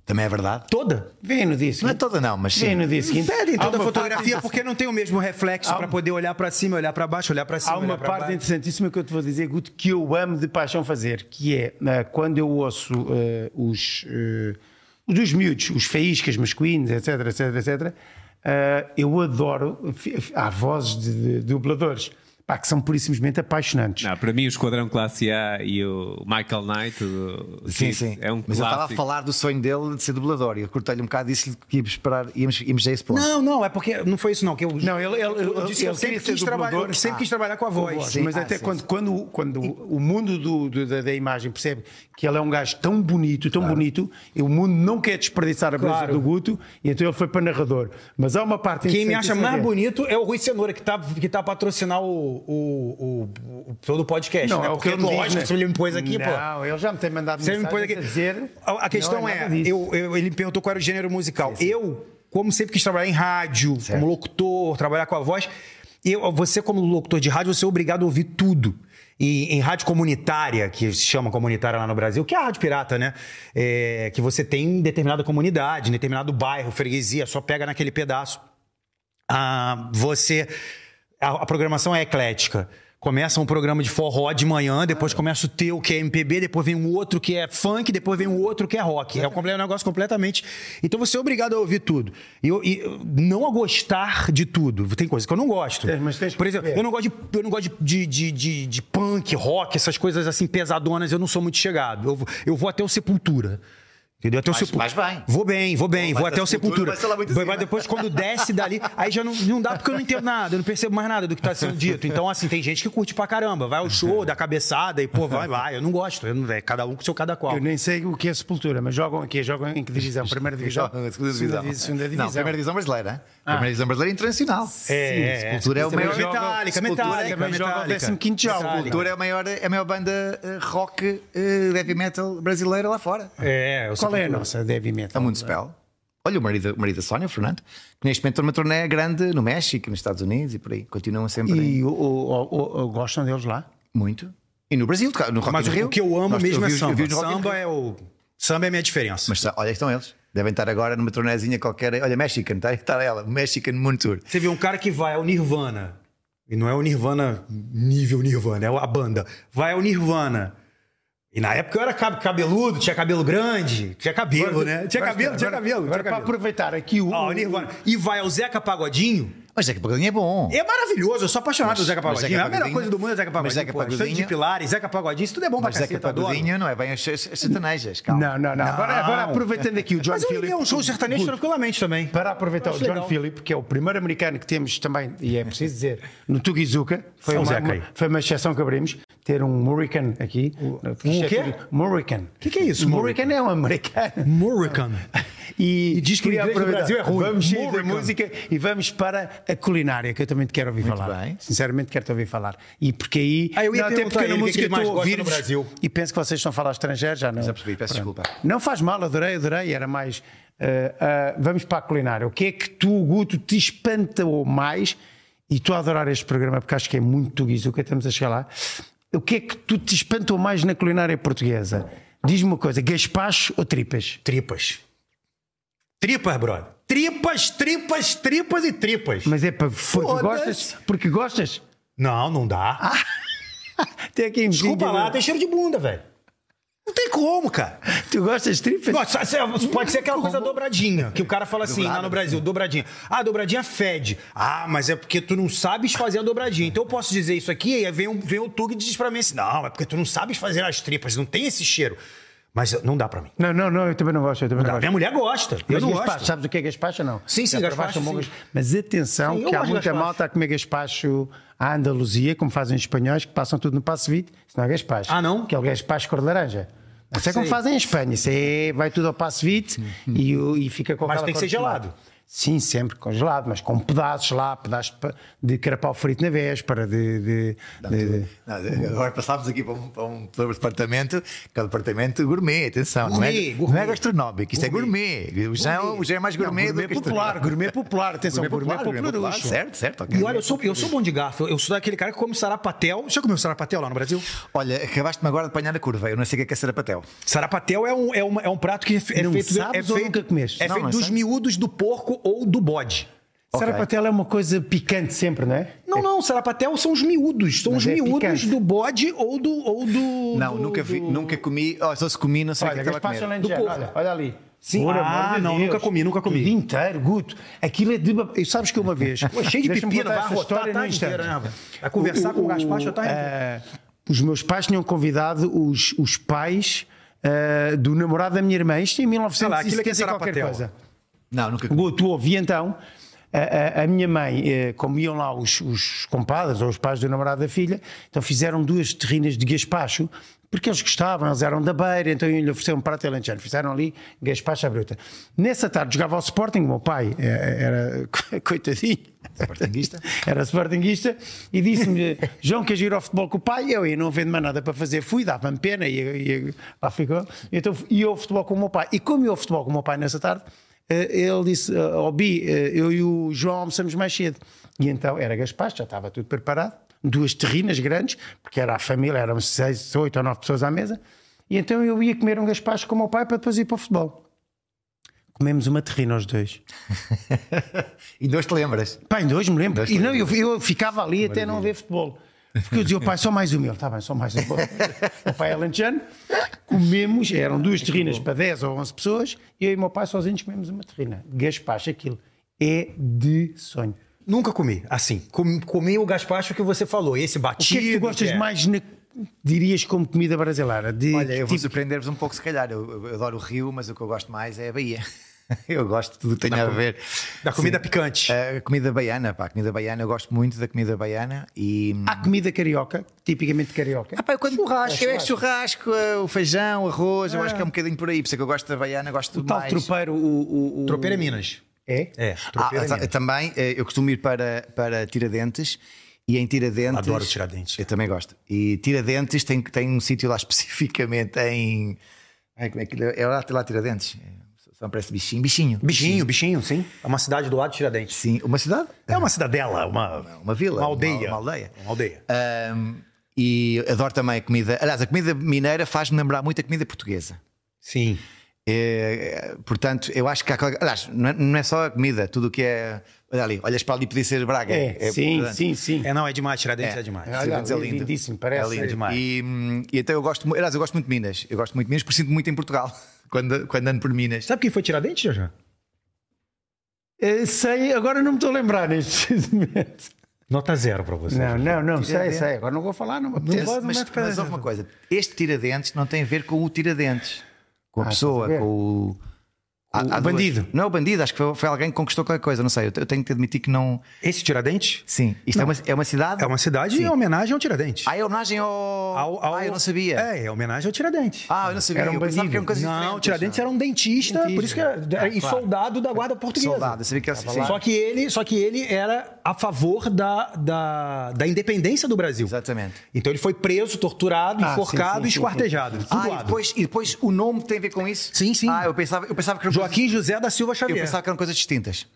C: Também é verdade.
B: Toda.
A: Vem no dia seguinte.
C: Não é toda, não, mas sim.
A: Vem no dia seguinte.
B: Perdem
A: Há
B: toda a
A: uma
B: fotografia
A: parte-
B: porque não tem o mesmo reflexo
A: Há
B: pra
A: um-
B: poder olhar pra cima, olhar pra baixo, olhar pra cima.
A: Há uma
B: olhar pra
A: parte
B: baixo.
A: interessantíssima que eu te vou dizer, Guto, que eu amo de paixão fazer, que é né, quando eu ouço eh, os eh, os dos miúdos, os faíscas masculinos, etc, etc, etc, eh, eu adoro. fi- fi- Há vozes de, de dubladores pá, que são pura e simplesmente apaixonantes.
D: Não, para mim, o Esquadrão Classe A e o Michael Knight o-
C: Sim,
D: que
C: sim.
D: é um
C: Mas eu estava a
D: clássico.
C: falar do sonho dele de ser dublador. E eu cortei-lhe um bocado e disse-lhe que íamos esperar, íamos, íamos a esse ponto.
B: Não, não, é porque não foi isso, não. Que eu,
A: Não, ele- ele-
B: eu disse que eu
A: ele
B: sempre,
A: queria ser
B: quis, trabalhar,
A: dublador.
B: eu sempre
A: Ah.
B: quis trabalhar com a voz.
A: Sim, mas
C: Ah,
A: até
C: sim,
A: quando, quando, quando o mundo do- do- da, da imagem percebe que ele é um gajo tão bonito, tão bonito, e o mundo não quer desperdiçar a beleza
B: Claro.
A: do Guto, e então ele foi para narrador. Mas há uma parte
B: Quem me acha
A: interessantíssima
B: mais
A: que é-
B: bonito é o Rui Cenoura, que tá, que tá a patrocinar o, o- o- o- todo o podcast.
A: Não,
B: né?
A: é o que
B: Porque,
A: ele me diz,
B: lógico,
A: né?
B: se ele me pôs aqui, pô.
A: Não, ele já me tem mandado
B: Se ele me pôs
A: mensagem
B: aqui.
A: a dizer.
B: A, a questão
A: Não é
B: é,
A: nada disso.
B: eu, eu- ele me perguntou qual era o gênero musical. Eu, como sempre quis trabalhar em rádio, como locutor, trabalhar com a voz, eu, você, como locutor de rádio, você é obrigado a ouvir tudo. E em rádio comunitária, que se chama comunitária lá no Brasil, que é a rádio pirata, né? É, que você tem em determinada comunidade, em determinado bairro, freguesia, só pega naquele pedaço. Ah, você. A, a programação é eclética. Começa um programa de forró de manhã, depois
A: Ah.
B: começa o teu, que é MPB, depois vem um outro que é funk, depois vem um outro que é rock. É um comple- um negócio completamente. Então você é obrigado a ouvir tudo. E, eu- e eu- não a gostar de tudo. Tem coisas que eu não gosto.
A: É, mas tem que
B: Por exemplo,
A: ver.
B: eu não gosto, de, eu não gosto de, de, de, de- de punk, rock, essas coisas assim pesadonas, eu não sou muito chegado. Eu, vou- eu vou até o Sepultura. Entendeu? Até o
C: Mas-
B: Sepul-
C: mas vai.
B: Vou bem, vou bem,
C: Mas
B: vou até
C: a
B: o
C: Sepultura
B: Sepultura.
C: vai ser lá muito
B: Mas-
C: acima.
B: mas depois, quando desce dali, aí já não, não dá porque eu não entendo nada, eu não percebo mais nada do que tá sendo dito. Então, assim, tem gente que curte pra caramba, vai ao show, dá cabeçada e, pô, vai, vai. Eu não gosto, eu não, é cada um com seu cada qual.
A: Eu nem sei o que é Sepultura, mas jogam aqui, jogam em que divisão? Primeira divisão?
C: Segunda divisão.
A: Segunda, segunda
C: Não,
A: divisão.
C: primeira divisão brasileira. hein? Primeira divisão brasileira internacional.
B: Ah. É,
C: Sim, Sepultura é, o maior.
A: joga-
B: Metallica,
C: Sepultura
B: Metallica,
A: também joga o
B: Metallica.
A: 15º jogo.
B: Metallica.
C: Sepultura é a maior, é a maior banda eh, rock eh, heavy metal brasileira lá fora.
B: É, eu
A: Qual é a
B: Sepultura.
A: nossa Debbie
B: Tá
A: Metal?
C: A Municipal. Olha o marido, o marido da Sónia, o Fernando, que neste momento está numa turnê grande no México, nos Estados Unidos e por aí. Continuam sempre
A: E o- o- o- o- gostam deles lá?
C: muito. E no Brasil, no Rock
B: Mas
C: in
B: o,
C: Rio.
B: o que eu amo
C: Nós-
B: mesmo é
C: vi os- eu vi
B: samba.
C: os Rock in Rio.
B: Samba é o. Samba é a minha diferença.
C: Mas sa- olha, estão eles. Devem estar agora numa tá? tornezinha qualquer. Olha, Mexican, está, está ela, Mexican Moon Tour.
B: Você vê um cara que vai ao Nirvana, E não é o Nirvana nível Nirvana, é a banda. Vai ao Nirvana. E na época eu era cab- cabeludo, tinha cabelo grande, tinha cabelo, né? Tinha cabelo, tinha cabelo.
A: Agora,
B: tinha
A: para
C: é
B: cabelo.
A: aproveitar aqui o.
B: Ó, o Nirvana. E vai ao Zeca Pagodinho.
C: Mas Zeca Pagodinho é bom.
B: É maravilhoso, eu sou apaixonado pelo Zeca
C: mas
B: Pagodinho.
C: Zeca
B: a melhor
C: Pagodinho-
B: coisa do mundo é Zeca Pagodinho.
C: mas Zeca
B: pô. Estante de
C: Pagodinho-
B: pilares, Zeca Pagodinho, isso tudo é bom pra
C: Mas
B: caceta,
C: Zeca
B: adoro.
C: Pagodinho não é bem as, as, as sertanejas, calma.
A: Não, não, não. Agora, agora aproveitando aqui o John
B: Mas eu
A: Philip.
B: iria ao show sertanejo tranquilamente também.
A: Para aproveitar o
B: Acho
A: John
B: legal.
A: Philip, que é o primeiro americano que temos também, e é preciso dizer, no Tugizuka, foi,
B: São
A: uma,
B: Zeca aí.
A: uma- foi uma exceção que abrimos, ter um Murican aqui. é
B: um o quê?
A: Murican. O
B: que que é isso,
A: Murican é um americano.
B: Murican.
A: E,
B: E diz que o
A: queria
B: inglês no
A: aproveitar.
B: Brasil é ruim.
A: Vamos sair da
B: Murican.
A: música e vamos para a culinária, que eu também te quero ouvir falar.
C: bem.
A: Sinceramente, quero te ouvir falar. E porque aí.
B: Ah, eu ia
A: não, até
B: perguntar
A: porque
B: a ele
A: na
B: o que é que
A: música
B: ele mais
A: estou a
B: gosta no
A: ouvir-vos
B: Brasil.
A: E penso que vocês estão a falar estrangeiro, já não.
C: Já percebi, peço desculpa.
A: Não faz mal, adorei, adorei, era mais. eh, ah, vamos para a culinária. O que é que tu, Guto, te espantou mais? E tu a adorar este programa, porque acho que é muito tuguiz, o que estamos a chegar lá. O que é que tu te espantou mais na culinária portuguesa? Diz-me uma coisa, gaspacho ou tripas?
B: Tripas. Tripas, brother. Tripas, tripas, tripas e tripas.
A: Mas é para, porque
B: Foda-se.
A: gostas? Porque gostas?
B: Não, não dá.
A: Tem aqui em
B: Desculpa
A: Virgínia,
B: lá, tem cheiro de bunda, velho. Não tem como, cara.
A: Tu gostas de tripas?
B: Nossa, cê- pode ser aquela coisa dobradinha, que o cara fala assim, lá no Brasil, dobradinha. Ah, dobradinha fede. Ah, mas é porque tu não sabes fazer a dobradinha. Então eu posso dizer isso aqui, e aí vem, um- vem o Tug e diz pra mim assim, não, é porque tu não sabes fazer as tripas, não tem esse cheiro. Mas eu- não dá pra mim.
A: Não, não, não, eu também não gosto, eu também não,
B: A
A: gosto.
B: minha mulher gosta, eu
A: Mas
B: não
A: gaspacho,
B: gosto.
A: sabes o que é gaspacho ou não?
B: Sim, sim,
A: Já
B: gaspacho,
A: provaste um bom
B: sim.
A: gaspacho. Mas atenção,
B: Sim, eu
A: que há
B: gosto de
A: muita
B: gaspacho.
A: malta a comer gaspacho à Andaluzia, como fazem os espanhóis, que passam tudo no passo vite, isso não é gaspacho.
B: Ah, não?
A: Que é o gaspacho cor de laranja. Isso é como
B: Sei.
A: fazem em Espanha, isso é, vai tudo ao passo vite e, o- e fica com
B: Uhum. Mas
A: aquela
B: tem que
A: cor
B: ser
A: de tomate.
B: gelado.
A: Sim, sempre congelado, mas com pedaços lá, pedaços de pa- de carapau frito na véspera, de- de- de, de
C: Não, agora passámos aqui para um, para um para um departamento, que é o departamento gourmet, atenção, não,
B: Gourmet,
C: é, não
B: gourmet.
C: é gastronómico, isto é gourmet. O Jean, o Jean é mais gourmet,
A: Não,
C: do que
A: popular, gourmet popular, atenção,
C: Gourmet popular, gourmet popular,
A: luxo.
C: certo, certo. ok.
B: E olha, eu sou, eu sou bom de garfo, eu- eu sou daquele cara que come sarapatel. Já comeu sarapatel lá no Brasil?
C: Olha, acabaste-me agora de apanhar a curva, eu não sei o que é que é sarapatel.
B: Sarapatel é um, é uma- é um prato que é, fe- é
A: Não
B: feito, é
A: sabes ou
B: feito,
A: nunca comeste?
B: é
C: Não,
B: feito
C: não
B: dos
C: sei.
B: miúdos do porco ou do bode.
A: Sarapatel é uma coisa picante sempre, não é?
B: Não, não, sarapatel são os miúdos. São
A: Mas
B: os
A: é
B: miúdos
A: picante.
B: do bode ou do. Ou do
C: Não,
B: do-
C: nunca vi,
B: do-
C: nunca comi, oh, só se comi, não sei o que
A: Olha,
C: é que estava a
A: Gaspacho
C: comer.
A: Alentejano,
B: Do povo.
A: olha, olha ali.
B: Sim.
A: Por
B: Ah,
A: amor de
B: não,
A: Deus.
B: nunca comi, nunca comi.
A: O dia inteiro, Guto. Aquilo é de... ba- E sabes que uma vez...
B: Pô, é cheio de
A: Deixa-me
B: pepino,
A: contar
B: vai
A: esta
B: arrotar a
A: num
B: tarde
A: instante.
B: inteira, né? rapaz? Vai conversar com o tá Gaspacho a tarde inteira.
A: eh, os meus pais tinham convidado os, os pais eh, do namorado da minha irmã. Isto em
B: Olha lá, aquilo é que é
A: 1970 e qualquer
B: Sarapatel.
A: coisa.
C: Não, nunca comi.
A: Guto, ouve, e então a, a- a minha mãe, eh, como iam lá os, os compadres ou os pais do namorado da filha, então fizeram duas terrinas de gaspacho, porque eles gostavam, eles eram da beira, então iam-lhe oferecer um prato alentejano. Fizeram ali gaspacho à bruta. Nessa tarde jogava ao Sporting, o meu pai eh, era coitadinho.
C: Sportinguista?
A: Era sportinguista e disse-me: João, queres ir ao futebol com o pai? Eu ia, não havendo mais nada para fazer, fui, dava-me pena e, e lá ficou. Então ia ao futebol com o meu pai. E como ia ao futebol com o meu pai nessa tarde, eh, ele disse: eh, Ó Bi, eh, eu e o João almoçamos mais cedo. E então era Gaspacho, já estava tudo preparado, duas terrinas grandes, porque era a família, eram seis, oito ou nove pessoas à mesa. E então eu ia comer um Gaspacho com o meu pai para depois ir para o futebol. Comemos uma terrina aos dois.
C: E dois te lembras?
A: Pá, ainda hoje me lembro. E não, eu, eu ficava ali até não ver futebol. Porque eu dizia, "Ó pai, só mais um meu. Está bem, só mais um. o pai é alentejano. Comemos, eram duas terrinas para 10 ou 11 pessoas. E eu e o meu pai sozinhos comemos uma terrina. Gaspacho, aquilo. É de sonho. é
B: Nunca comi, assim. Comi, comi o Gaspacho que você falou, esse
A: O que
B: batido.
A: é que tu gostas
B: é.
A: mais, na- dirias, como comida brasileira? De
C: Olha, eu
A: que
C: vou
A: tipo?
C: surpreender-vos um pouco, se calhar. Eu, eu adoro o Rio, mas o que eu gosto mais é a Bahia. Eu gosto de tudo que tem a ver.
B: Da comida picante.
A: É
C: A comida baiana, pá, a comida baiana, eu gosto muito da comida baiana e.
A: Há comida carioca, tipicamente carioca.
C: Ah, pá, eu quando churrasco, eu é churrasco, eh, o feijão, o arroz, eu acho que é um bocadinho por aí, por isso é que eu gosto da baiana,
A: Ah.
C: gosto
A: O
C: de
A: tal
C: mais.
A: tropeiro, o. o, o...
B: Tropeira Minas.
A: É?
B: É,
C: Ah,
B: tropeira
C: eu ta-
B: Minas.
C: também, eh, eu costumo ir para, para Tiradentes e em Tiradentes.
B: Adoro Tiradentes.
C: Eu também gosto. E Tiradentes tem, tem um sítio lá especificamente em. Ai, como é que é? É lá, lá Tiradentes. É, Só parece bichinho. Bichinho.
B: Bichinho, bichinho, sim. É uma cidade do lado de Tiradentes.
C: Sim, uma cidade?
B: É uma cidadela,
A: É
B: uma,
C: Uma vila.
B: uma aldeia.
C: Uma, aldeia.
B: Uma aldeia.
C: Ahm, e adoro também a comida. Aliás, a comida mineira faz-me lembrar muito a comida portuguesa.
B: Sim.
C: É, portanto, eu acho que há qualquer- Aliás, não é, não é só a comida, tudo o que é. Olha ali, olhas para ali podia ser Braga.
A: É, sim,
C: portanto,
A: sim, sim.
B: É, não, é demais, Tiradentes é, demais.
A: Olha,
C: Tiradentes é lindo.
A: lindíssimo, parece.
C: É lindo.
A: É
B: demais.
C: E, hum, e então eu gosto, mu- aliás, eu gosto muito de Minas. Eu gosto muito de Minas, porque sinto muito em Portugal quando, quando ando por Minas.
B: Sabe quem foi Tiradentes, Jojo?
A: Eh, Sei, agora não me estou a lembrar neste precisamente.
B: Nota zero pra você.
A: Não,
B: Jojo.
A: não, não, sei, sei. Agora não vou falar, não me apetece.
C: Mas, mas, mas houve uma coisa: este Tiradentes não tem a ver com o Tiradentes, com a
A: Ah,
C: pessoa,
A: estás a ver?
C: com o. há- há duas-
A: bandido.
C: Não, é o bandido, acho que foi, foi alguém que conquistou qualquer coisa, não sei. Eu te- eu tenho que admitir que não.
B: Esse Tiradentes
C: Sim, isto é uma, é uma cidade.
B: é uma cidade em homenagem ao Tiradentes.
C: Ah, é homenagem ao. Ah, eu não sabia.
B: É, é homenagem ao Tiradentes.
C: Ah, eu não sabia.
A: Era um
C: eu pensava que era uma coisa diferente. né?
B: não, o Tiradentes era um dentista,
A: Dentista.
B: por isso que era,
C: Ah,
B: e
C: claro.
B: soldado da guarda portuguesa.
C: Soldado, eu sabia que era assim.
B: Só que ele, só que ele era a favor da, da, da independência do Brasil.
C: Exatamente.
B: Então ele foi preso, torturado,
A: Ah,
B: enforcado
A: sim, sim,
B: e
A: sim,
B: esquartejado.
C: Ah, e
B: Suado.
C: depois, e depois o nome tem a ver com isso?
B: Sim, sim.
C: Ah, eu pensava, eu pensava que eram
B: Joaquim José da Silva
C: coisas,
B: Xavier.
C: eu pensava que eram coisas distintas.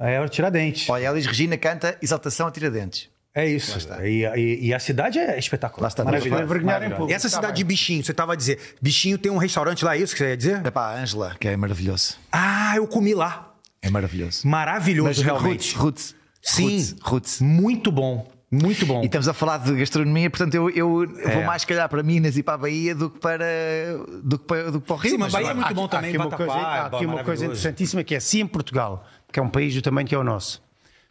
B: É o Tiradentes.
C: Olha, Elis Regina canta Exaltação a Tiradentes.
B: É isso. E, e- e a cidade é espetacular.
C: Lá está.
A: Vai
B: Maravilhosa.
A: vergonhar em público.
B: Essa
A: Tá
B: cidade de
A: bem.
B: Bichinho, você tava a dizer. Bichinho tem um restaurante lá, é isso que você ia dizer?
C: É pá, Ângela, que é maravilhoso.
B: Ah, eu comi lá.
C: É maravilhoso.
B: Maravilhoso, realmente.
C: Roots, roots.
B: Sim.
C: Roots, roots.
B: Muito bom. Muito bom.
C: E
A: Então,
C: estamos a falar de gastronomia, portanto eu, eu
B: É.
C: vou mais, se calhar, para Minas e para a Bahia do que para, do que para, do que para o Rio.
B: Sim, mas Bahia é muito
A: Há-
B: bom
A: há
B: também,
A: aqui uma coisa,
B: Vatapá,
A: há aqui
B: é
A: uma coisa
B: maravilhoso.
A: interessantíssima que é se em Portugal, que é um país do tamanho que é o nosso,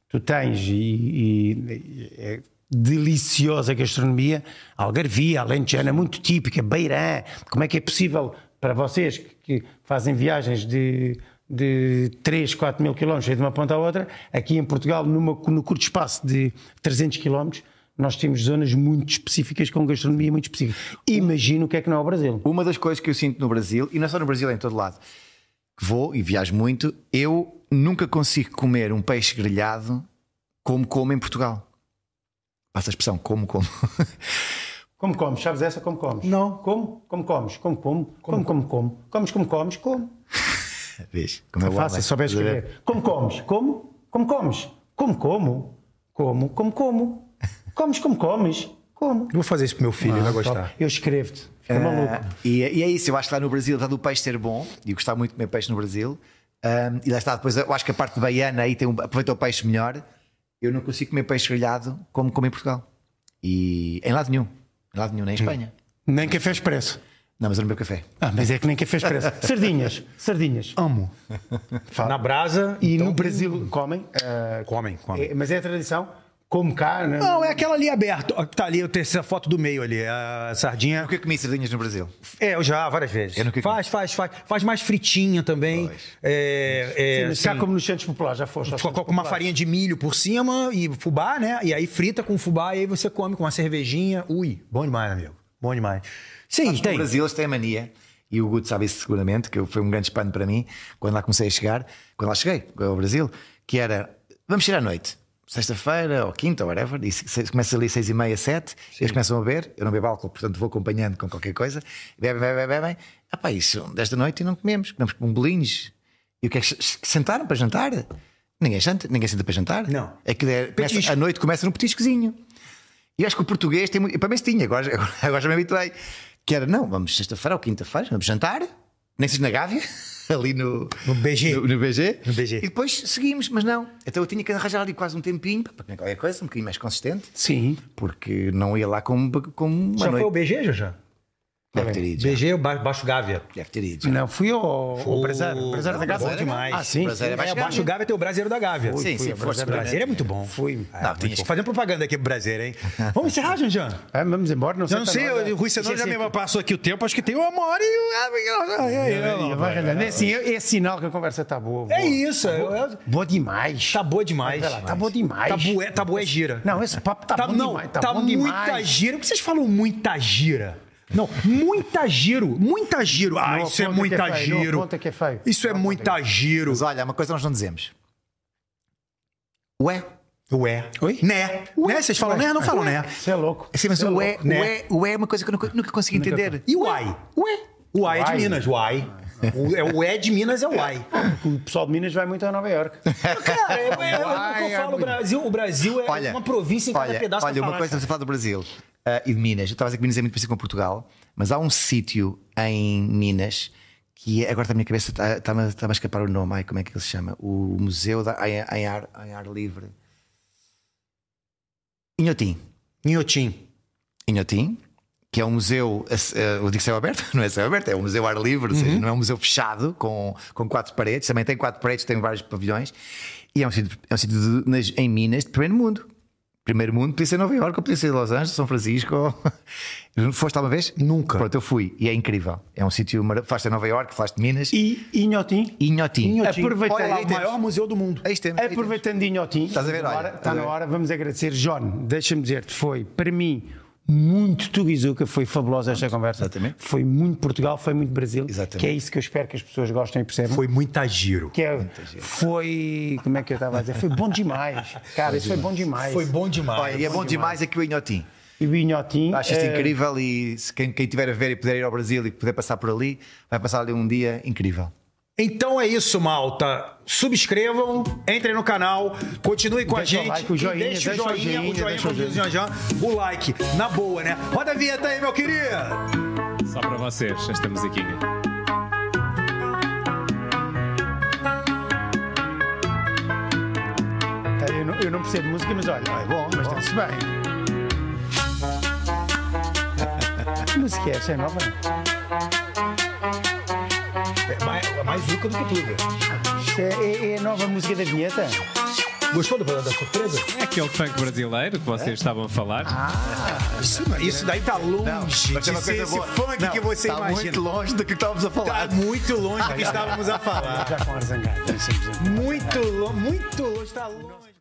A: tu tens e, e- e é deliciosa gastronomia, Algarvia, Alentejana, é muito típica, Beirã, como é que é possível para vocês que que fazem viagens de de 3, 4 mil quilómetros de uma ponta à outra, aqui em Portugal, numa, no curto espaço de 300 quilómetros, nós temos zonas muito específicas com gastronomia muito específica. Imagino o que é que não é o Brasil.
C: Ah, Uma das coisas que eu sinto no Brasil, e não é só no Brasil, é em todo lado, que vou e viajo muito, eu nunca consigo comer um peixe grelhado como como em Portugal. Passa a expressão, como como.
A: Como comes? Sabes essa? Como comes?
B: Não.
A: Como? Como comes? Como como? Como como como? Comes como comes? Como?
C: Vês? Como
B: Então
C: é o
A: Faça,
C: homem.
A: se souberes
C: Estás a ver?
A: escrever. Como comes? Como? Como comes? Como como? Como? Como como? Comes como comes? Como?
B: Eu Vou fazer isso pro meu filho, ele
A: Ah,
B: vai gostar.
A: Eu escrevo-te. Fica maluco.
C: E, é- e é isso, eu acho que lá no Brasil, apesar do peixe ser bom, e eu gostava muito de comer peixe no Brasil, hum, e lá está, depois eu acho que a parte baiana aí tem um, aproveita o peixe melhor. Eu não consigo comer peixe grelhado como como em Portugal. E em lado nenhum. Em lado nenhum, nem em Espanha.
A: Nem café expresso.
C: Não, mas eu não bebo café.
A: Ah, mas é que nem café expresso. Sardinhas. Sardinhas.
B: Amo. Na brasa. então.
A: E no Brasil comem, ah,
B: Comem, comem.
A: é- mas é a tradição. Como cá, né?
B: Não, é aquela ali aberta. ó, que Tá ali, eu tenho essa foto do meio ali. A sardinha.
C: Porque eu comi sardinhas no Brasil.
B: É, eu já, várias vezes.
C: Eu nunca
B: faz, faz, faz. Faz mais fritinha também.
C: Pois.
B: É, é,
A: Sim, mas cá
B: assim,
A: como nos centros populares, já foste. aos
B: Coloca
A: centros
B: uma
A: populares.
B: farinha de milho por cima e fubá, né? E aí frita com fubá e aí você come com uma cervejinha. Ui, bom demais, amigo. Bom demais. Sim,
C: Sabes que
B: tem.
C: No Brasil eles têm a mania, e o Guto sabe isso seguramente, que foi um grande espanto para mim, quando lá comecei a chegar, quando lá cheguei ao Brasil, que era, vamos tirar à noite. Sexta-feira ou quinta ou whatever, e se- se- começa ali seis e meia, sete, eles começam a beber. Eu não bebo álcool, portanto vou acompanhando com qualquer coisa. Bebem, bebem, bebem. Ah, pá, isso, dez da noite e não comemos, comemos com bolinhos. E o que é que se- sentaram para jantar? Ninguém senta, ninguém senta para jantar.
B: Não.
C: É que é, começa-
B: Petisco.
C: a noite começa num petiscozinho. E acho que o português tem muito. Para mim se tinha, agora, agora, agora já me habituei. Que era, não, vamos sexta-feira ou quinta-feira, vamos jantar, nem seja na Gávea, ali no.
B: No BG.
C: No, no BG.
B: No BG.
C: E depois seguimos, mas não. Então eu tinha que arranjar ali quase um tempinho para comer qualquer coisa, um bocadinho mais consistente,
A: Sim.
C: porque não ia lá com, com uma
B: Já foi
C: noite.
B: o BG, Jojo?
C: Deve ter ido. já.
B: BG, Ba- Baixo Gávea.
C: Deve ter ido. já.
A: Não, fui ao, ao Brasil. é Brasil da
B: Não,
A: Gávea.
B: bom demais.
A: Ah, sim.
C: Brasil
A: sim.
C: é mais
B: É,
C: caro.
B: Baixo Gávea tem o Brasileiro da Gávea.
C: Sim, sim, força.
B: O Brasileiro é muito bom.
A: Fui.
B: É,
C: Não,
B: muito
C: tinhas
B: bom.
C: que-
B: Fazendo propaganda aqui pro Brasileiro, hein? Vamos encerrar, Janjan?
A: Ah, vamos embora, não sei.
B: Eu não sei, o Rui Senhor já me passou aqui o tempo, acho que tem uma hora Ah, e.
A: É, assim, é, é sinal que a conversa está boa. boa.
B: É isso. eu- eu-
A: Boa demais.
B: Tá boa demais.
A: Vai lá, tá boa demais.
B: Tá bué, tá bué gira.
A: Não, esse papo tá,
B: Tá,
A: bom
B: não,
A: demais. Tá,
B: tá,
A: bom
B: muita
A: demais.
B: gira. Por que vocês falam muita gira? Não, muita giro, muita giro. Ah,
A: Não
B: isso
A: aponta que
B: é
A: é
B: muita
A: feio, não
B: giro.
A: aponta que é feio.
B: Isso é muita giro.
C: Mas olha, há uma coisa que nós não dizemos. Ué?
B: Ué.
A: Oi?
B: Né. Né? Vocês falam né? Não falam né.
A: Você é louco.
C: Sim, mas
B: Sei
C: o
B: lá,
C: ué,
B: né?
C: ué, ué é uma coisa que eu nunca, nunca consegui entender.
B: E o ai?
C: Ué?
B: O ai é de
A: Uai. Ah.
B: Minas, o ai. O, é, o é de Minas é o ai.
A: O pessoal de Minas vai muito a Nova York.
B: Cara, é, é, é, o
C: Uai,
B: que
C: é
B: eu falo, o
C: muito-
B: Brasil, o Brasil é uma província em cada
C: olha,
B: pedaço
C: Olha,
B: pra
C: uma
B: falar,
C: coisa
B: cara.
C: você fala do Brasil eh, ah, e de Minas. Eu estava a dizer que Minas é muito parecido com Portugal, mas há um sítio em Minas que é- agora está a minha cabeça, está- está-me está a escapar o nome, ai, como é que ele se chama? O Museu da, em, em ar, em Ar Livre. Inhotim.
B: Nhotim.
C: Inhotim, que é um museu, eh, eu digo céu aberto, não é céu aberto, é um museu ar livre, ou
A: Uhum.
C: seja, não é um museu fechado com, com quatro paredes, também tem quatro paredes, tem vários pavilhões, e é um sítio, é um sítio de- nas- em Minas de primeiro mundo. Primeiro mundo, podia ser Nova Iorque, podia ser Los Angeles, São Francisco. Foste alguma vez?
B: Nunca.
C: Pronto, eu fui e é incrível. É um sítio maravilhoso. Falaste em Nova Iorque, falaste de Minas.
A: E Inhotim,
C: Inhotim.
A: Inhotim. Aproveitei-
C: Olha,
B: Olha lá,
C: aí
B: o
C: temos.
B: maior museu do mundo.
C: Aí temos, aí temos.
A: Aproveitando de Inhotim,
C: é Estás a ver, olha,
A: agora,
C: estás
A: está
C: a
A: na
C: ver.
A: hora, vamos agradecer. John, deixa-me dizer-te, foi para mim muito Tuguizuca, foi fabulosa esta conversa.
C: Exatamente.
A: Foi muito Portugal, foi muito Brasil,
C: Exatamente.
A: que é isso que eu espero que as pessoas gostem e percebam.
B: Foi muita giro.
A: que é, foi, como é que eu estava a dizer? Foi bom demais. Cara, isso foi bom demais.
B: Foi bom
C: Olha,
B: demais.
C: e é bom demais aqui o Inhotim.
A: E o Inhotim.
C: Acho isto
A: eh,
C: incrível e se quem, quem tiver a ver e puder ir ao Brasil e puder passar por ali, vai passar ali um dia incrível.
B: Então é isso, malta. Subscrevam, entrem no canal, continuem com
A: Deixa
B: a
A: o
B: gente.
A: like, o joinha,
B: e deixa,
A: deixa
B: o
A: o
B: joinha, o
A: joinha,
B: joinha,
A: deixa
B: o
A: o
B: joinha,
A: joinha.
B: o joinha, o like, na boa, né? Roda a vinheta aí, meu querido!
D: Só para vocês, esta musiquinha.
A: Eu não, eu não percebo música, mas olha, é bom, mas está-se bem. Que música é essa? É nova? não?
B: É mais, é mais rica do que tudo.
A: Isto é, é- é a nova música da vinheta?
B: Gostou do, da surpresa?
D: É aquele funk brasileiro que
C: É?
D: vocês estavam a falar.
B: Isso, isso daí tá longe
C: Mas é
B: de
C: uma
B: ser
C: coisa
B: esse
C: boa.
B: funk
C: Não,
B: que você
C: tá
B: imagina.
C: muito longe do que estávamos a falar.
B: Tá muito longe do que estávamos a falar.
A: Já com a zangada.
B: Muito longe, muito longe, tá longe.